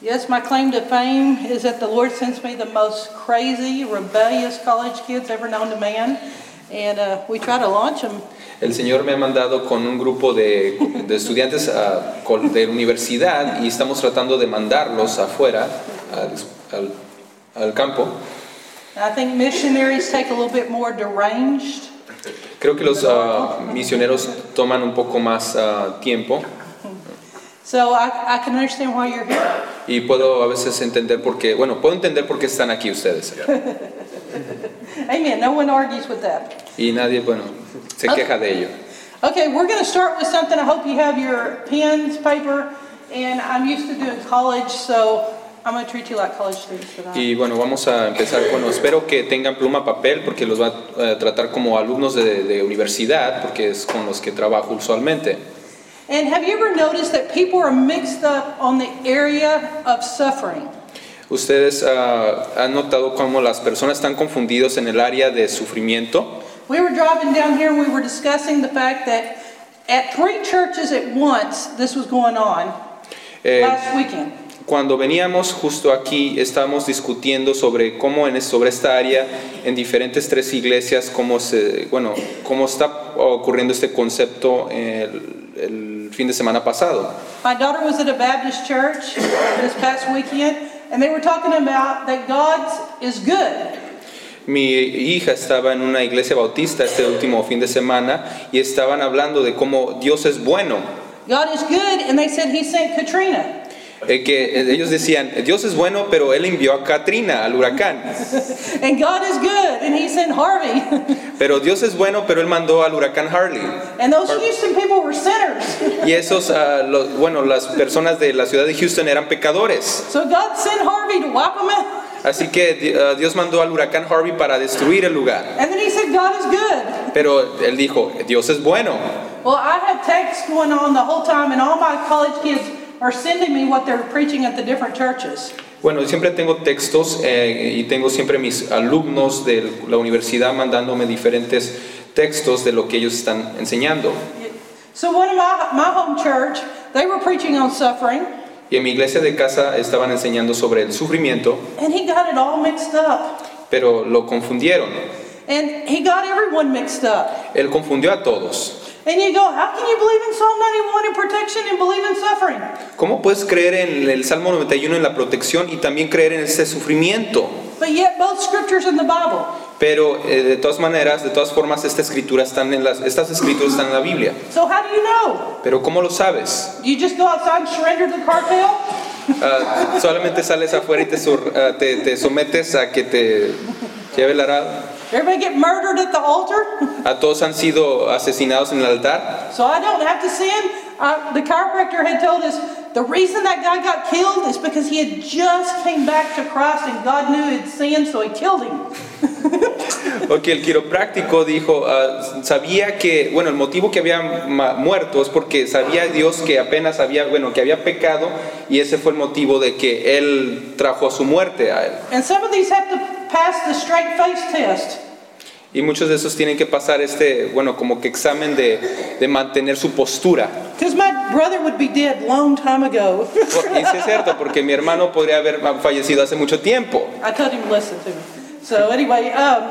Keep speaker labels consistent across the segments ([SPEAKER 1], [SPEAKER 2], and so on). [SPEAKER 1] Yes, my claim to fame is that the Lord sends me the most crazy, rebellious college kids ever known to man. And uh, we try to launch them.
[SPEAKER 2] El Señor me ha mandado con un grupo de, de estudiantes ah, col- de la universidad y estamos tratando de mandarlos afuera al, al- al campo.
[SPEAKER 1] I think missionaries take a little bit more deranged.
[SPEAKER 2] Creo que los ah, misioneros toman un poco más ah, tiempo
[SPEAKER 1] So I, I can understand why you're here.
[SPEAKER 2] y puedo a veces entender por qué, bueno, puedo entender por qué están aquí ustedes.
[SPEAKER 1] Amen. No one argues with that.
[SPEAKER 2] Y nadie, bueno, se queja de ello.
[SPEAKER 1] Okay, we're going to start with something. I hope you have your pens, paper, and I'm used to doing college, so I'm going to treat you like college students tonight.
[SPEAKER 2] Y bueno, vamos a empezar. Bueno, espero que tengan pluma, papel, porque los va a eh, tratar como alumnos de, de universidad, porque es con los que trabajo usualmente.
[SPEAKER 1] And have you ever noticed that people are mixed up on the area of suffering?
[SPEAKER 2] Ustedes ah, han notado cómo las personas están confundidas en el área de sufrimiento.
[SPEAKER 1] We were driving down here and we were discussing the fact that at three churches at once this was going on
[SPEAKER 2] Eh,
[SPEAKER 1] last weekend.
[SPEAKER 2] cuando veníamos justo aquí, estábamos discutiendo sobre cómo en es- sobre esta área, en diferentes tres iglesias, cómo se, bueno, cómo está ocurriendo este concepto el- el fin de semana pasado.
[SPEAKER 1] My daughter was at a Baptist church this past weekend and they were talking about that God is good.
[SPEAKER 2] Mi hija estaba en una iglesia bautista este último fin de semana y estaban hablando de cómo Dios es bueno.
[SPEAKER 1] God is good and they said he sent Katrina.
[SPEAKER 2] Eh, que eh, ellos decían, Dios es bueno, pero Él envió a Katrina, al huracán.
[SPEAKER 1] And God is good and he sent Harvey.
[SPEAKER 2] Pero Dios es bueno, pero Él mandó al huracán Harley.
[SPEAKER 1] And those Houston people were sinners.
[SPEAKER 2] Y esos, ah, los- bueno, las personas de la ciudad de Houston eran pecadores.
[SPEAKER 1] So God sent Harvey to wipe them out.
[SPEAKER 2] Así que di- ah, Dios mandó al huracán Harvey para destruir el lugar.
[SPEAKER 1] And then he said, God is good.
[SPEAKER 2] Pero Él dijo, Dios es bueno.
[SPEAKER 1] Well, I had texts going on the whole time, and all my college kids are sending me what they're preaching at the different churches.
[SPEAKER 2] Bueno, siempre tengo textos eh, y tengo siempre mis alumnos de la universidad mandándome diferentes textos de lo que ellos están enseñando.
[SPEAKER 1] So one of my, my home church, they were preaching on suffering,
[SPEAKER 2] Y en mi iglesia de casa estaban enseñando sobre el sufrimiento,
[SPEAKER 1] and he got it all mixed up.
[SPEAKER 2] pero lo confundieron.
[SPEAKER 1] And he got everyone mixed up.
[SPEAKER 2] Él confundió a todos.
[SPEAKER 1] And you go, how can you believe in Psalm 91 and protection and believe in suffering?
[SPEAKER 2] ¿Cómo puedes creer en el Salmo 91 en la protección y también creer en ese sufrimiento?
[SPEAKER 1] But yet both scriptures in the Bible.
[SPEAKER 2] Pero eh, de todas maneras, de todas formas, esta escritura están en las, estas escrituras están en la Biblia.
[SPEAKER 1] So how do you know?
[SPEAKER 2] Pero ¿cómo lo sabes?
[SPEAKER 1] You just go outside and surrender to the cartel?
[SPEAKER 2] Ah, solamente sales afuera y te, sur- ah, te- te sometes a que te lleve el arado.
[SPEAKER 1] Everybody get murdered at the altar?
[SPEAKER 2] A todos han sido asesinados en el altar.
[SPEAKER 1] So I don't have to sin. Uh, the chiropractor had told us the reason that guy got killed is because he had just came back to Christ and God knew he'd sinned, so he killed him.
[SPEAKER 2] Porque el quiropráctico dijo, ah, sabía que, bueno, el motivo que había ma- muerto es porque sabía Dios que apenas había, bueno, que había pecado y ese fue el motivo de que él trajo a su muerte a él.
[SPEAKER 1] And some of these have to pass the straight face test.
[SPEAKER 2] Y muchos de esos tienen que pasar este, bueno, como que examen de, de mantener su postura.
[SPEAKER 1] Because my brother would be dead long time ago.
[SPEAKER 2] Y sí es cierto, porque mi hermano podría haber fallecido hace mucho tiempo.
[SPEAKER 1] I told him, listen to me. So anyway, um,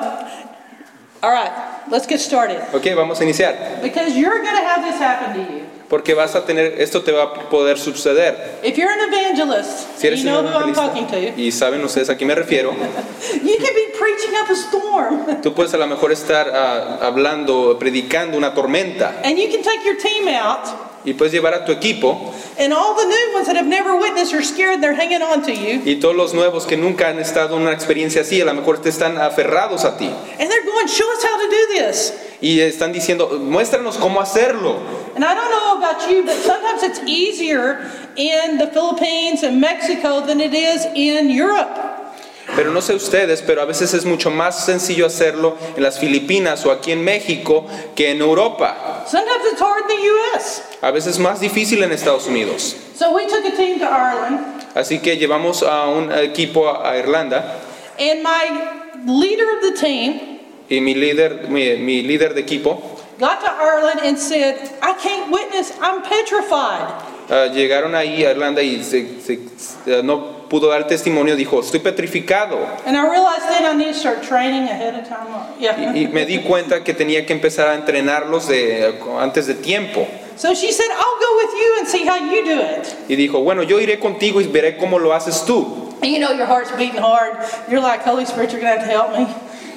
[SPEAKER 1] all right, let's get started.
[SPEAKER 2] Ok, vamos a iniciar.
[SPEAKER 1] Because you're going to have this happen to you.
[SPEAKER 2] Porque vas a tener, esto te va a poder suceder.
[SPEAKER 1] If you're an evangelist, and
[SPEAKER 2] Si eres
[SPEAKER 1] you
[SPEAKER 2] un
[SPEAKER 1] know who I'm
[SPEAKER 2] evangelista,
[SPEAKER 1] talking to,
[SPEAKER 2] y saben ustedes a quién me refiero,
[SPEAKER 1] you could be preaching up a storm.
[SPEAKER 2] tú puedes a lo mejor estar ah, hablando, predicando una tormenta
[SPEAKER 1] And you can take your team out,
[SPEAKER 2] y puedes llevar a tu equipo
[SPEAKER 1] and all the new ones that have never witnessed are scared, they're hanging on to you,
[SPEAKER 2] y todos los nuevos que nunca han estado en una experiencia así, a lo mejor te están aferrados a ti
[SPEAKER 1] and they're going, Show us how to do this.
[SPEAKER 2] y están diciendo, muéstranos cómo hacerlo.
[SPEAKER 1] And I don't know about you, but sometimes it's easier in the Philippines and Mexico than it is in Europe.
[SPEAKER 2] Pero no sé ustedes, pero a veces es mucho más sencillo hacerlo en las Filipinas o aquí en México que en Europa.
[SPEAKER 1] Sometimes it's hard in the U.S.
[SPEAKER 2] A veces es más difícil en Estados Unidos.
[SPEAKER 1] So we took a team to Ireland,
[SPEAKER 2] Así que llevamos a un equipo a, a Irlanda
[SPEAKER 1] and my leader of the team
[SPEAKER 2] y mi líder, mi, mi líder de equipo
[SPEAKER 1] got to Ireland and said, I can't witness, I'm petrified.
[SPEAKER 2] ah, llegaron ahí a Irlanda y se- se- se- no pudo dar testimonio, dijo, estoy petrificado.
[SPEAKER 1] And I realized then I need to start training ahead of time. Yeah.
[SPEAKER 2] Y, y me di cuenta que tenía que empezar a entrenarlos de- antes de tiempo.
[SPEAKER 1] So she said, I'll go with you and see how you do it.
[SPEAKER 2] Y dijo, bueno, yo iré contigo y veré cómo lo haces tú.
[SPEAKER 1] And you know your heart's beating hard. You're like, Holy Spirit, you're going to have to help me.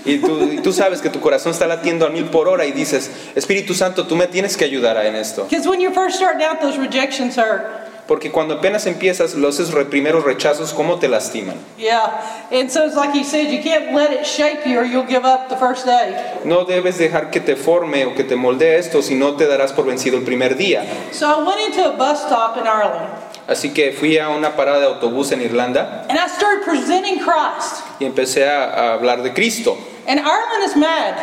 [SPEAKER 2] Y tú, y tú sabes que tu corazón está latiendo a mil por hora y dices, Espíritu Santo, tú me tienes que ayudar en esto.
[SPEAKER 1] Because when you're first starting out, those rejections hurt.
[SPEAKER 2] Porque cuando apenas empiezas, los esos re- primeros rechazos, ¿cómo te lastiman?
[SPEAKER 1] Yeah. And so it's like he said, you can't let it shape you or you'll give up the first day.
[SPEAKER 2] No debes dejar que te forme o que te moldee esto, si no te darás por vencido el primer día.
[SPEAKER 1] So I went into a bus stop in Ireland
[SPEAKER 2] Así que fui a una parada de autobús en Irlanda
[SPEAKER 1] and I started presenting Christ.
[SPEAKER 2] y empecé a, a hablar de Cristo.
[SPEAKER 1] And Ireland is mad.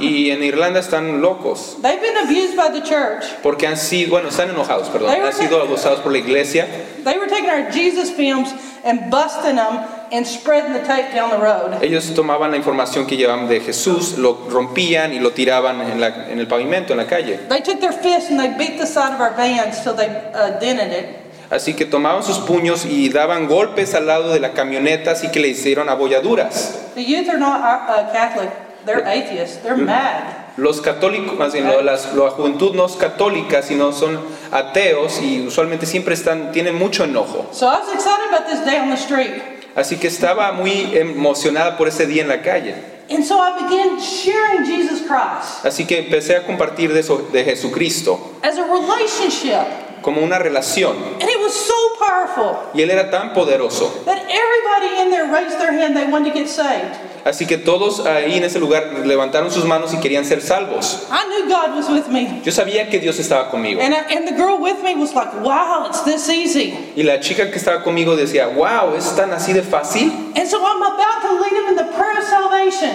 [SPEAKER 2] Y en Irlanda están locos,
[SPEAKER 1] They've been abused by the church.
[SPEAKER 2] porque han sido, bueno, están enojados, perdón, han sido abusados por la iglesia.
[SPEAKER 1] They were taking our Jesus films and busting them and spreading the tape down the road.
[SPEAKER 2] Ellos tomaban la información que llevaban de Jesús, lo rompían y lo tiraban en, la- en el pavimento, en la calle.
[SPEAKER 1] They took their fists and they beat the side of our vans till they uh, dented it.
[SPEAKER 2] Así que tomaban sus puños y daban golpes al lado de la camioneta, así que le hicieron abolladuras.
[SPEAKER 1] The youth are not uh, Catholic. They're atheists. They're mad.
[SPEAKER 2] Los católicos, más bien, lo- las- la juventud no es católica, sino son ateos y usualmente siempre están, tienen mucho enojo.
[SPEAKER 1] So I was excited about this day on the street.
[SPEAKER 2] Así que estaba muy emocionada por ese día en la calle.
[SPEAKER 1] And so I began sharing Jesus Christ
[SPEAKER 2] Así que empecé a compartir de, eso- de Jesucristo
[SPEAKER 1] as a relationship.
[SPEAKER 2] como una relación.
[SPEAKER 1] And it was so powerful
[SPEAKER 2] Y él era tan poderoso
[SPEAKER 1] that everybody in there raised their hand. They wanted to get saved.
[SPEAKER 2] Así que todos ahí en ese lugar levantaron sus manos y querían ser salvos.
[SPEAKER 1] I knew God was with me.
[SPEAKER 2] Yo sabía que Dios estaba conmigo.
[SPEAKER 1] And, I, and the girl with me was like, wow, it's this easy.
[SPEAKER 2] Y la chica que estaba conmigo decía, wow, es tan así de fácil.
[SPEAKER 1] And so I'm about to lead him in the prayer of salvation.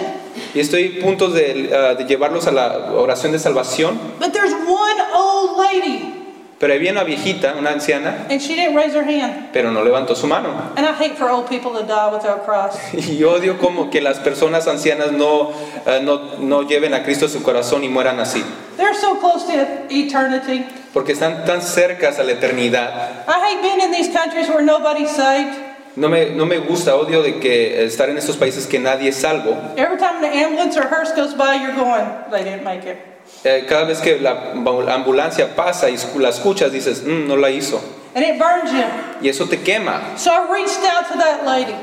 [SPEAKER 2] Y estoy a punto de, ah, de llevarlos a la oración de salvación.
[SPEAKER 1] But there's one old lady,
[SPEAKER 2] Pero había una viejita, una anciana,
[SPEAKER 1] and she didn't raise her hand.
[SPEAKER 2] pero no levantó su mano.
[SPEAKER 1] And I hate for old people to die without Christ.
[SPEAKER 2] Y odio como que las personas ancianas no, ah, no, no lleven a Cristo en su corazón y mueran así.
[SPEAKER 1] They're so close to eternity.
[SPEAKER 2] Porque están tan cercas a la eternidad.
[SPEAKER 1] I hate being in these countries where nobody's saved.
[SPEAKER 2] No me, no me gusta, odio de que estar en estos países que nadie es salvo.
[SPEAKER 1] Every time an ambulance or hearse goes by, you're going, they didn't make it.
[SPEAKER 2] Eh, Cada vez que la ambulancia pasa y la escuchas, dices, "Mm, no la hizo.
[SPEAKER 1] And it burns you.
[SPEAKER 2] Y eso te quema.
[SPEAKER 1] So I reached out to that lady.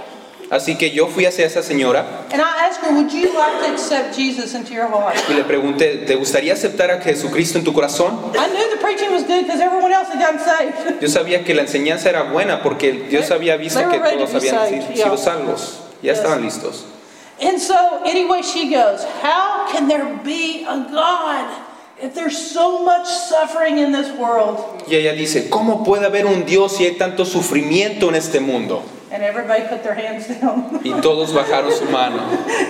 [SPEAKER 2] Así que yo fui hacia esa señora
[SPEAKER 1] And I asked her, would you like to accept Jesus into your heart?
[SPEAKER 2] y le pregunté, ¿te gustaría aceptar a Jesucristo en tu corazón?
[SPEAKER 1] I knew the preaching was good because everyone else had gotten saved.
[SPEAKER 2] Yo sabía que la enseñanza era buena porque Dios había visto
[SPEAKER 1] They
[SPEAKER 2] que
[SPEAKER 1] were ready to
[SPEAKER 2] todos
[SPEAKER 1] be
[SPEAKER 2] habían
[SPEAKER 1] saved,
[SPEAKER 2] sido,
[SPEAKER 1] yeah.
[SPEAKER 2] sido salvos. Ya
[SPEAKER 1] Yes.
[SPEAKER 2] estaban listos.
[SPEAKER 1] And so, anyway, she goes, How can there be a God if there's so much suffering in this world?
[SPEAKER 2] Y ella dice, ¿cómo puede haber un Dios si hay tanto sufrimiento en este mundo?
[SPEAKER 1] And everybody put their hands down.
[SPEAKER 2] Y todos bajaron su mano.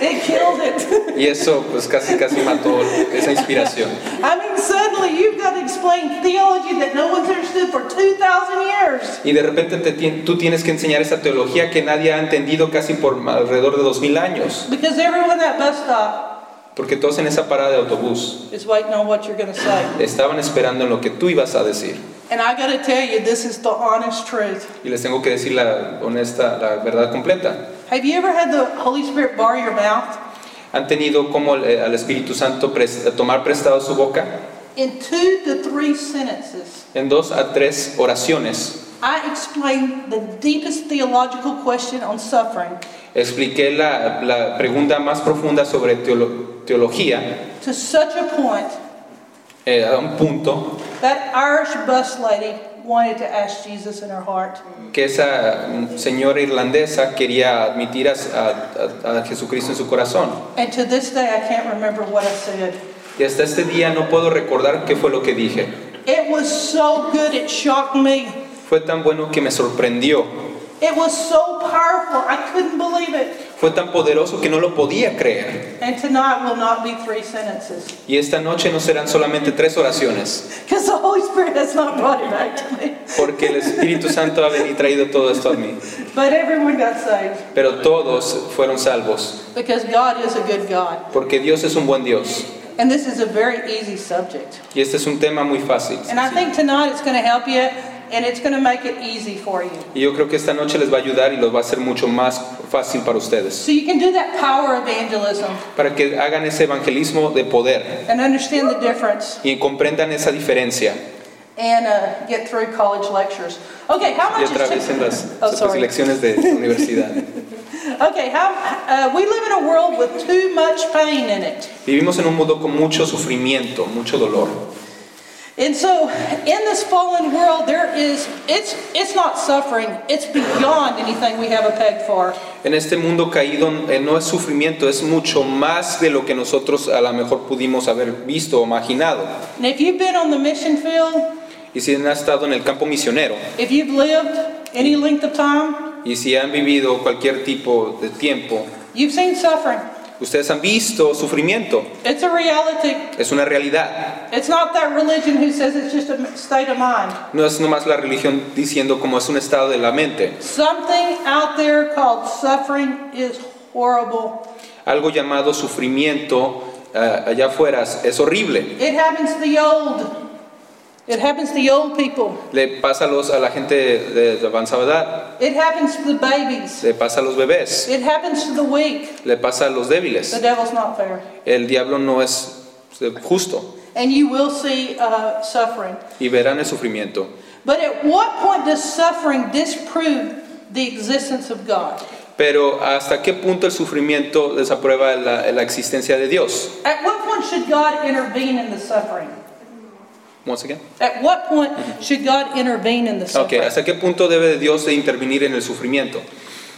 [SPEAKER 1] it killed it.
[SPEAKER 2] Y eso pues casi casi mató esa inspiración.
[SPEAKER 1] I mean, suddenly you've got to explain theology that no one's understood for 2,000 years.
[SPEAKER 2] Y de repente te tien- tú tienes que enseñar esa teología que nadie ha entendido casi por ma- alrededor de 2000 años,
[SPEAKER 1] Because everyone at that bus stop
[SPEAKER 2] porque todos en esa parada de autobús
[SPEAKER 1] is waiting on what you're going to say.
[SPEAKER 2] estaban esperando en lo que tú ibas a decir.
[SPEAKER 1] And I got to tell you, this is the honest truth.
[SPEAKER 2] Y les tengo que decir la honesta, la verdad completa.
[SPEAKER 1] Have you ever had the Holy Spirit bar your mouth?
[SPEAKER 2] Han tenido como el- eh, al Espíritu Santo pres- tomar prestado su boca
[SPEAKER 1] In two to three sentences,
[SPEAKER 2] en dos a tres oraciones.
[SPEAKER 1] I explained the deepest theological question on suffering
[SPEAKER 2] Expliqué la, la pregunta más profunda sobre teolo- teología
[SPEAKER 1] to such a point
[SPEAKER 2] eh, a un punto
[SPEAKER 1] that Irish bus lady wanted to ask Jesus in her heart.
[SPEAKER 2] que esa mm, señora irlandesa quería admitir a, a- a- a Jesucristo en su corazón.
[SPEAKER 1] And to this day, I can't remember what I said.
[SPEAKER 2] Y hasta este día no puedo recordar qué fue lo que dije.
[SPEAKER 1] It was so good, it shocked me.
[SPEAKER 2] Fue tan bueno que me sorprendió.
[SPEAKER 1] It was so powerful, I couldn't believe it.
[SPEAKER 2] Fue tan poderoso que no lo podía creer.
[SPEAKER 1] And tonight will not be three sentences
[SPEAKER 2] Y esta noche no serán solamente tres oraciones,
[SPEAKER 1] because the Holy Spirit has not brought it back to me.
[SPEAKER 2] porque el Espíritu Santo ha venido y traído todo esto a mí.
[SPEAKER 1] But everyone got saved
[SPEAKER 2] Pero todos fueron salvos,
[SPEAKER 1] because God is a good God.
[SPEAKER 2] porque Dios es un buen Dios.
[SPEAKER 1] And this is a very easy subject.
[SPEAKER 2] Y este es un tema muy fácil.
[SPEAKER 1] And I think tonight it's going to help you. and it's going to make it easy for you.
[SPEAKER 2] Y yo creo que esta noche les va a ayudar y los va a hacer mucho más fácil para ustedes.
[SPEAKER 1] So you can do that power evangelism
[SPEAKER 2] Para que hagan ese evangelismo de poder
[SPEAKER 1] and understand the difference
[SPEAKER 2] y comprendan esa diferencia
[SPEAKER 1] and uh, get through college lectures. Okay, how
[SPEAKER 2] y
[SPEAKER 1] much is
[SPEAKER 2] atraviesen
[SPEAKER 1] too-
[SPEAKER 2] las,
[SPEAKER 1] Oh,
[SPEAKER 2] las
[SPEAKER 1] sorry.
[SPEAKER 2] lecciones de universidad.
[SPEAKER 1] Okay, how, uh, we live in a world with too much pain in it.
[SPEAKER 2] Vivimos en un mundo con mucho sufrimiento, mucho dolor.
[SPEAKER 1] And so in this fallen world there is it's it's not suffering, it's beyond anything we have a peg for.
[SPEAKER 2] En este mundo caído eh, no es sufrimiento, es mucho más de lo que nosotros a lo mejor pudimos haber visto o imaginado.
[SPEAKER 1] And if you've been on the mission field,
[SPEAKER 2] Y si han estado en el campo misionero
[SPEAKER 1] if you've lived any length of time,
[SPEAKER 2] y si han vivido cualquier tipo de tiempo,
[SPEAKER 1] you've seen suffering.
[SPEAKER 2] ustedes han visto sufrimiento.
[SPEAKER 1] It's a reality.
[SPEAKER 2] Es una realidad.
[SPEAKER 1] It's not that religion who says it's just a state of mind.
[SPEAKER 2] No es nomás la religión diciendo como es un estado de la mente.
[SPEAKER 1] Something out there called suffering is horrible.
[SPEAKER 2] Algo llamado sufrimiento ah, allá afuera es horrible.
[SPEAKER 1] It happens to the old. It happens to the old people.
[SPEAKER 2] Le pasa a, los- a la gente de, de avanzada edad,
[SPEAKER 1] It happens to the babies.
[SPEAKER 2] le pasa a los bebés,
[SPEAKER 1] It happens to the weak.
[SPEAKER 2] le pasa a los
[SPEAKER 1] The
[SPEAKER 2] débiles.
[SPEAKER 1] devil's not fair.
[SPEAKER 2] El diablo no es eh, justo
[SPEAKER 1] And you will see uh, suffering.
[SPEAKER 2] y verán el sufrimiento.
[SPEAKER 1] But at what point does suffering disprove the existence of God?
[SPEAKER 2] Pero ¿hasta qué punto el sufrimiento desaprueba la, la existencia de Dios?
[SPEAKER 1] At what point should God intervene in the suffering?
[SPEAKER 2] Once again.
[SPEAKER 1] At what point should God intervene in the
[SPEAKER 2] Ok,
[SPEAKER 1] suffering?
[SPEAKER 2] ¿hasta qué punto debe de Dios de intervenir en el sufrimiento?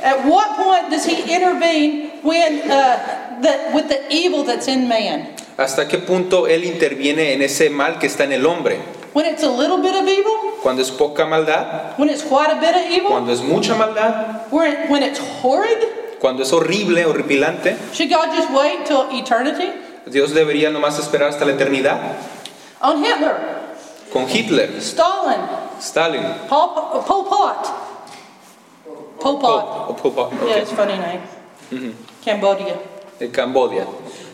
[SPEAKER 1] At what point does He intervene when uh, the, with the evil that's in man?
[SPEAKER 2] ¿Hasta qué punto Él interviene en ese mal que está en el hombre?
[SPEAKER 1] When it's a little bit of evil?
[SPEAKER 2] Cuando es poca maldad,
[SPEAKER 1] When it's quite a bit of evil?
[SPEAKER 2] cuando es mucha maldad,
[SPEAKER 1] When, it, when it's horrid?
[SPEAKER 2] cuando es horrible, horripilante,
[SPEAKER 1] Should God just wait till eternity?
[SPEAKER 2] Dios debería nomás esperar hasta la eternidad.
[SPEAKER 1] On Hitler,
[SPEAKER 2] Con Hitler,
[SPEAKER 1] Stalin,
[SPEAKER 2] Stalin,
[SPEAKER 1] Pol, Pol Pot. Pol Pot. Mm-hmm.
[SPEAKER 2] Pol- Pol Pot,
[SPEAKER 1] Yeah,
[SPEAKER 2] ok,
[SPEAKER 1] it's a funny name. Cambodia.
[SPEAKER 2] de Cambodia.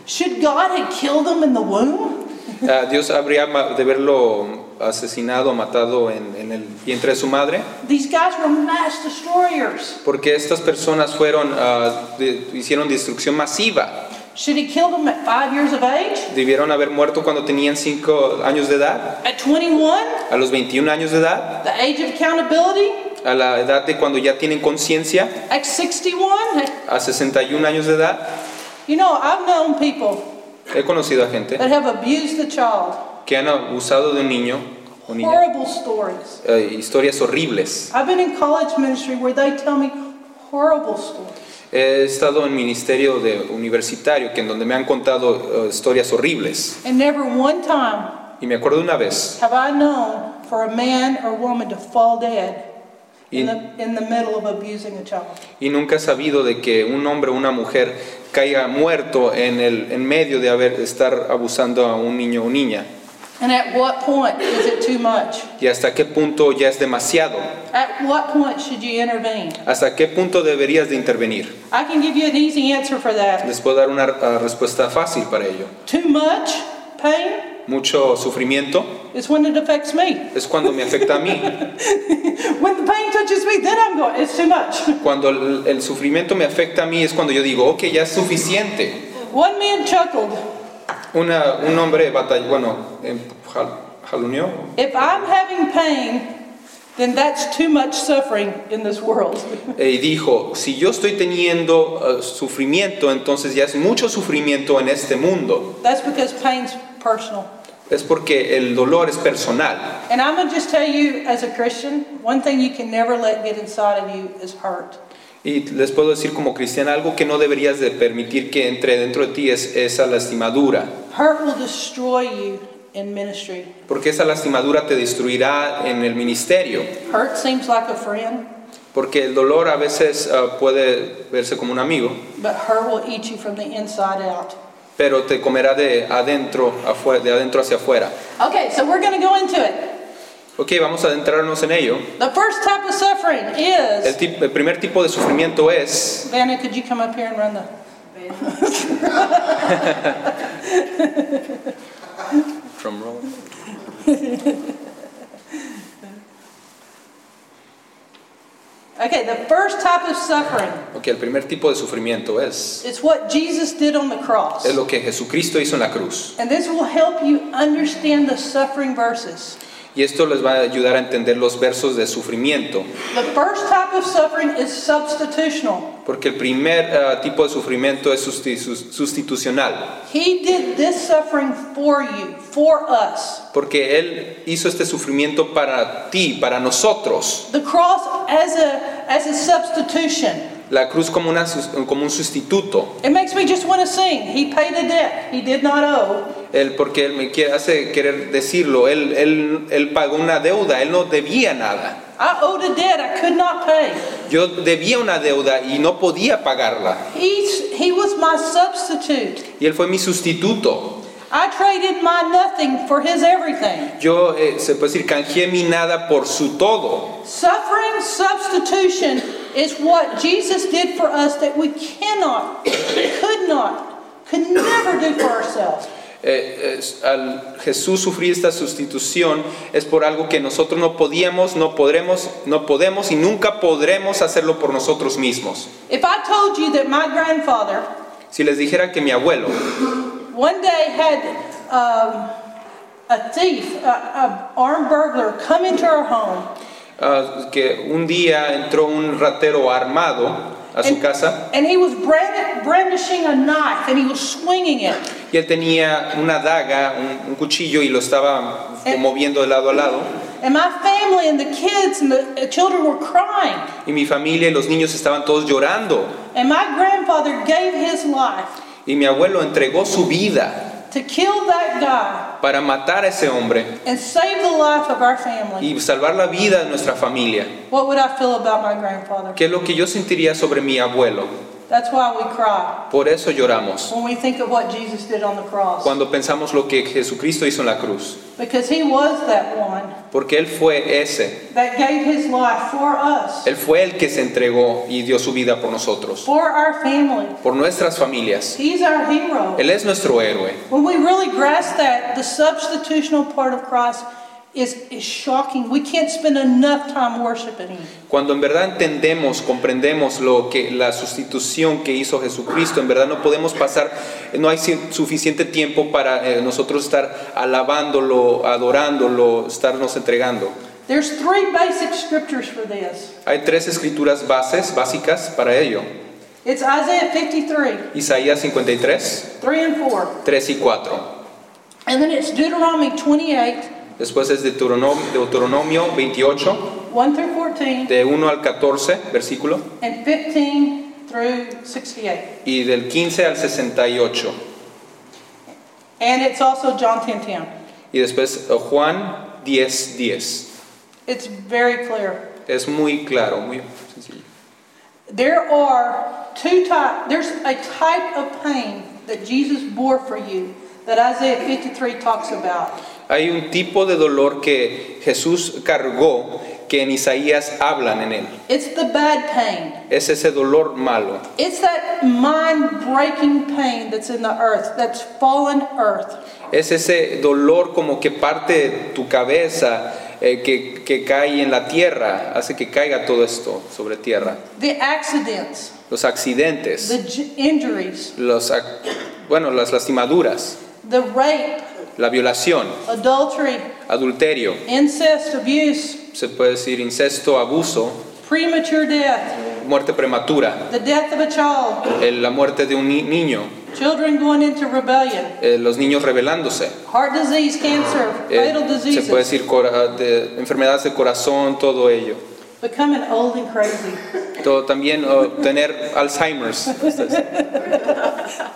[SPEAKER 1] Should God have killed them in the womb?
[SPEAKER 2] Ah, Dios habría ma- de verlo asesinado, matado en, en el vientre de su madre,
[SPEAKER 1] These guys were mass destroyers.
[SPEAKER 2] porque estas personas fueron, ah, de- hicieron destrucción masiva.
[SPEAKER 1] Should he kill them at five years of age?
[SPEAKER 2] Debieron haber muerto cuando tenían 5 años de edad,
[SPEAKER 1] At 21?
[SPEAKER 2] a los 21 años de edad,
[SPEAKER 1] The age of accountability?
[SPEAKER 2] a la edad de cuando ya tienen conciencia,
[SPEAKER 1] At 61?
[SPEAKER 2] a 61 años de edad.
[SPEAKER 1] You know, I've known people
[SPEAKER 2] He conocido a gente
[SPEAKER 1] that have abused the child.
[SPEAKER 2] que han abusado de un niño o niña.
[SPEAKER 1] Horrible stories.
[SPEAKER 2] eh, historias horribles.
[SPEAKER 1] I've been in college ministry where they tell me horrible stories.
[SPEAKER 2] He estado en ministerio de universitario que en donde me han contado eh, historias horribles.
[SPEAKER 1] And never one time
[SPEAKER 2] Y me acuerdo una vez
[SPEAKER 1] Have I known for a man or woman to fall dead in,
[SPEAKER 2] In-
[SPEAKER 1] the, in the middle of abusing a child?
[SPEAKER 2] y nunca he sabido de que un hombre o una mujer caiga muerto en el en medio de haber estar abusando a un niño o niña.
[SPEAKER 1] And at what point is it too much?
[SPEAKER 2] Y hasta qué punto ya es demasiado.
[SPEAKER 1] At what point should you intervene?
[SPEAKER 2] Hasta qué punto deberías de intervenir.
[SPEAKER 1] I can give you an easy answer for that.
[SPEAKER 2] Les puedo dar una ah, respuesta fácil para ello.
[SPEAKER 1] Too much pain
[SPEAKER 2] Mucho sufrimiento
[SPEAKER 1] is when it affects me.
[SPEAKER 2] es cuando me afecta a mí.
[SPEAKER 1] When the pain touches me, then I'm going, it's too much.
[SPEAKER 2] Cuando el, el sufrimiento me afecta a mí es cuando yo digo, ok, ya es suficiente.
[SPEAKER 1] One man chuckled,
[SPEAKER 2] Una, un hombre batalló, bueno, em, jal- jaluneó.
[SPEAKER 1] if I'm having pain, then that's too much suffering in this world.
[SPEAKER 2] eh, Y dijo, si yo estoy teniendo eh, sufrimiento, entonces ya es mucho sufrimiento en este mundo.
[SPEAKER 1] That's because pain's personal.
[SPEAKER 2] Es porque el dolor es personal.
[SPEAKER 1] And I'm going to just tell you, as a Christian, one thing you can never let get inside of you is hurt.
[SPEAKER 2] Y les puedo decir como cristiana, algo que no deberías de permitir que entre dentro de ti es esa lastimadura.
[SPEAKER 1] Hurt will destroy you in ministry.
[SPEAKER 2] Porque esa lastimadura te destruirá en el ministerio.
[SPEAKER 1] Hurt seems like a friend,
[SPEAKER 2] Porque el dolor a veces ah, puede verse como un amigo.
[SPEAKER 1] but hurt will eat you from the inside out.
[SPEAKER 2] pero te comerá de adentro, afue- de adentro hacia afuera.
[SPEAKER 1] Okay, so we're going to go into it.
[SPEAKER 2] Ok, vamos a adentrarnos en ello.
[SPEAKER 1] The first type of suffering
[SPEAKER 2] El,
[SPEAKER 1] is.
[SPEAKER 2] tip- el primer tipo de sufrimiento es,
[SPEAKER 1] Vanna, could you come up here and run the. Okay, the first type of suffering,
[SPEAKER 2] Ok, el primer tipo de sufrimiento es,
[SPEAKER 1] it's what Jesus did on the cross.
[SPEAKER 2] es lo que Jesucristo hizo en la cruz.
[SPEAKER 1] And this will help you understand the suffering verses.
[SPEAKER 2] Y esto les va a ayudar a entender los versos de sufrimiento.
[SPEAKER 1] The first type of suffering is substitutional.
[SPEAKER 2] Porque el primer ah, tipo de sufrimiento es susti- sus- sustitucional.
[SPEAKER 1] He did this suffering for you, for us.
[SPEAKER 2] Porque Él hizo este sufrimiento para ti, para nosotros.
[SPEAKER 1] The cross as a as a substitution.
[SPEAKER 2] La cruz como, una, sus- como un sustituto.
[SPEAKER 1] It makes me just want to sing. He paid a debt he did not owe.
[SPEAKER 2] Él, porque Él me quiere, hace querer decirlo. Él, él, él pagó una deuda. Él no debía nada.
[SPEAKER 1] I owed a debt I could not pay.
[SPEAKER 2] Yo debía una deuda y no podía pagarla.
[SPEAKER 1] He he was my substitute.
[SPEAKER 2] Y Él fue mi sustituto.
[SPEAKER 1] I traded my nothing for his everything.
[SPEAKER 2] Yo, eh, se puede decir, canjeé mi nada por su todo.
[SPEAKER 1] Suffering substitution is what Jesus did for us that we cannot, could not, could never do for ourselves.
[SPEAKER 2] Eh, es- al Jesús sufrir esta sustitución es por algo que nosotros no podíamos, no podremos, no podemos y nunca podremos hacerlo por nosotros mismos.
[SPEAKER 1] If I told you that my grandfather
[SPEAKER 2] Si les dijera que mi abuelo
[SPEAKER 1] one day had um, a thief, an armed burglar, come into our home
[SPEAKER 2] ah, que un día entró un ratero armado a su
[SPEAKER 1] and,
[SPEAKER 2] casa
[SPEAKER 1] and he was brand- brandishing a knife and he was swinging it,
[SPEAKER 2] y él tenía una daga, un, un cuchillo y lo estaba
[SPEAKER 1] Eh.
[SPEAKER 2] moviendo de lado a lado
[SPEAKER 1] and my family and the kids and the children were crying,
[SPEAKER 2] y mi familia y los niños estaban todos llorando
[SPEAKER 1] and my grandfather gave his life.
[SPEAKER 2] y mi abuelo entregó su vida
[SPEAKER 1] to kill that guy
[SPEAKER 2] para matar a ese hombre
[SPEAKER 1] and save the life of our family,
[SPEAKER 2] y salvar la vida de nuestra familia.
[SPEAKER 1] what would I feel about my grandfather?
[SPEAKER 2] ¿Qué es lo que yo sentiría sobre mi abuelo?
[SPEAKER 1] That's why we cry
[SPEAKER 2] Por eso lloramos
[SPEAKER 1] when we think of what Jesus did on the cross.
[SPEAKER 2] cuando pensamos lo que Jesucristo hizo en la cruz,
[SPEAKER 1] Because he was that one
[SPEAKER 2] porque Él fue ese,
[SPEAKER 1] that gave his life for us,
[SPEAKER 2] Él fue el que se entregó y dio su vida por nosotros,
[SPEAKER 1] for our family.
[SPEAKER 2] por nuestras familias.
[SPEAKER 1] He's our hero.
[SPEAKER 2] Él es nuestro héroe.
[SPEAKER 1] When we really grasp that, the substitutional part of Christ is, is shocking. We can't spend enough time worshiping him.
[SPEAKER 2] Cuando en verdad entendemos, comprendemos lo que la sustitución que hizo Jesucristo, en verdad no podemos pasar, no hay si- suficiente tiempo para eh, nosotros estar alabándolo, adorándolo, estarnos entregando.
[SPEAKER 1] There's three basic scriptures for this.
[SPEAKER 2] Hay tres escrituras bases, básicas para ello.
[SPEAKER 1] It's Isaiah 53,
[SPEAKER 2] Isaías 53,
[SPEAKER 1] 3 and 4.
[SPEAKER 2] 3 y 4.
[SPEAKER 1] And then it's Deuteronomy 28,
[SPEAKER 2] Después es Deuteronomio, Deuteronomio 28,
[SPEAKER 1] 1 through 14,
[SPEAKER 2] de 1 al 14, versículo,
[SPEAKER 1] and 15 through 68.
[SPEAKER 2] y del 15 al 68.
[SPEAKER 1] And it's also John 10 10.
[SPEAKER 2] Y después eh, Juan 10, 10.
[SPEAKER 1] It's very clear.
[SPEAKER 2] Es muy claro, muy sencillo.
[SPEAKER 1] There are two type. there's a type of pain that Jesus bore for you that Isaiah 53 talks about.
[SPEAKER 2] Hay un tipo de dolor que Jesús cargó que en Isaías hablan en él.
[SPEAKER 1] It's the bad pain.
[SPEAKER 2] Es ese dolor malo.
[SPEAKER 1] It's that mind-breaking pain that's in the earth, that's fallen earth.
[SPEAKER 2] Es ese dolor como que parte de tu cabeza, eh, que, que cae en la tierra, hace que caiga todo esto sobre tierra.
[SPEAKER 1] The accidents,
[SPEAKER 2] Los accidentes,
[SPEAKER 1] the j- injuries,
[SPEAKER 2] los, ac- bueno, las lastimaduras,
[SPEAKER 1] the rape,
[SPEAKER 2] la violación,
[SPEAKER 1] adultery,
[SPEAKER 2] adulterio,
[SPEAKER 1] incest, abuse,
[SPEAKER 2] se puede decir incesto, abuso,
[SPEAKER 1] premature death,
[SPEAKER 2] muerte prematura,
[SPEAKER 1] the death of a child,
[SPEAKER 2] eh, la muerte de un ni- niño,
[SPEAKER 1] children going into rebellion,
[SPEAKER 2] eh, los niños rebelándose.
[SPEAKER 1] heart disease, cancer,
[SPEAKER 2] eh,
[SPEAKER 1] fatal
[SPEAKER 2] se puede
[SPEAKER 1] diseases,
[SPEAKER 2] decir cora- ah, de- enfermedades de corazón, todo ello.
[SPEAKER 1] becoming old and crazy.
[SPEAKER 2] Todo, también oh, tener Alzheimer's.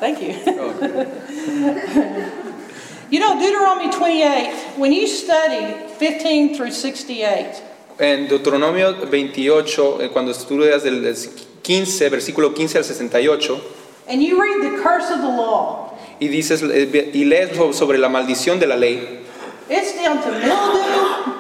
[SPEAKER 1] Thank you. You know, Deuteronomy 28, when you study 15 through 68,
[SPEAKER 2] En Deuteronomio 28, eh, cuando estudias del del 15, versículo 15 al 68,
[SPEAKER 1] and you read the curse of the law,
[SPEAKER 2] y, dices, eh, y lees so- sobre la maldición de la ley,
[SPEAKER 1] it's down to mildew,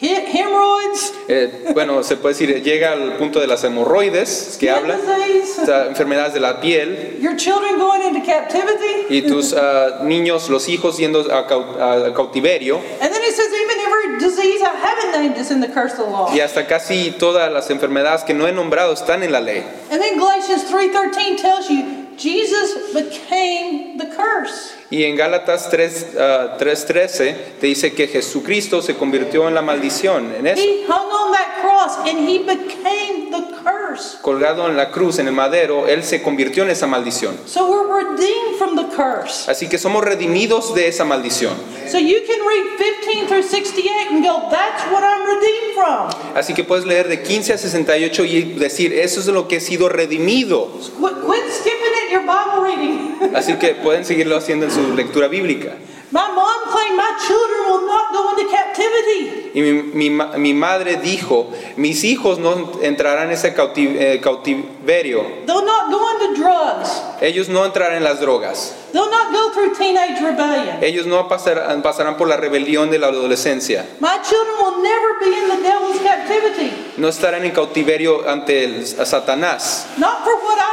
[SPEAKER 1] he- hemorrhoids,
[SPEAKER 2] eh, bueno, se puede decir, eh, llega al punto de las hemorroides que
[SPEAKER 1] skin
[SPEAKER 2] hablan, o
[SPEAKER 1] disease,
[SPEAKER 2] sea, enfermedades de la piel,
[SPEAKER 1] your children going into captivity.
[SPEAKER 2] y tus ah, niños, los hijos yendo a cau- a- a cautiverio,
[SPEAKER 1] And then it says even every disease I haven't named is in the curse of the law.
[SPEAKER 2] Y hasta casi todas las enfermedades que no he nombrado están en la ley.
[SPEAKER 1] And then Galatians 3:13 tells you Jesus became the curse.
[SPEAKER 2] Y en Gálatas 3, ah, 3.13 te dice que Jesucristo se convirtió en la maldición, en eso.
[SPEAKER 1] He hung on that cross and he became the curse.
[SPEAKER 2] Colgado en la cruz, en el madero, Él se convirtió en esa maldición.
[SPEAKER 1] So we're redeemed from the curse.
[SPEAKER 2] Así que somos redimidos de esa maldición.
[SPEAKER 1] So you can read 15 through 68 and go, that's what I'm redeemed from.
[SPEAKER 2] Así que puedes leer de 15 a 68 y decir, eso es de lo que he sido redimido.
[SPEAKER 1] Quit, quit skipping at your Bible reading.
[SPEAKER 2] Así que pueden seguirlo haciendo en su lectura bíblica.
[SPEAKER 1] My mom claimed my children will not go into captivity.
[SPEAKER 2] Y mi, mi ma- mi madre dijo, mis hijos no entrarán en ese cauti- eh, cautiverio,
[SPEAKER 1] They'll not go into drugs.
[SPEAKER 2] ellos no entrarán en las drogas,
[SPEAKER 1] They'll not go through teenage rebellion.
[SPEAKER 2] ellos no pasarán, pasarán por la rebelión de la adolescencia,
[SPEAKER 1] My children will never be in the devil's captivity.
[SPEAKER 2] no estarán en cautiverio ante el- a Satanás,
[SPEAKER 1] Not for what I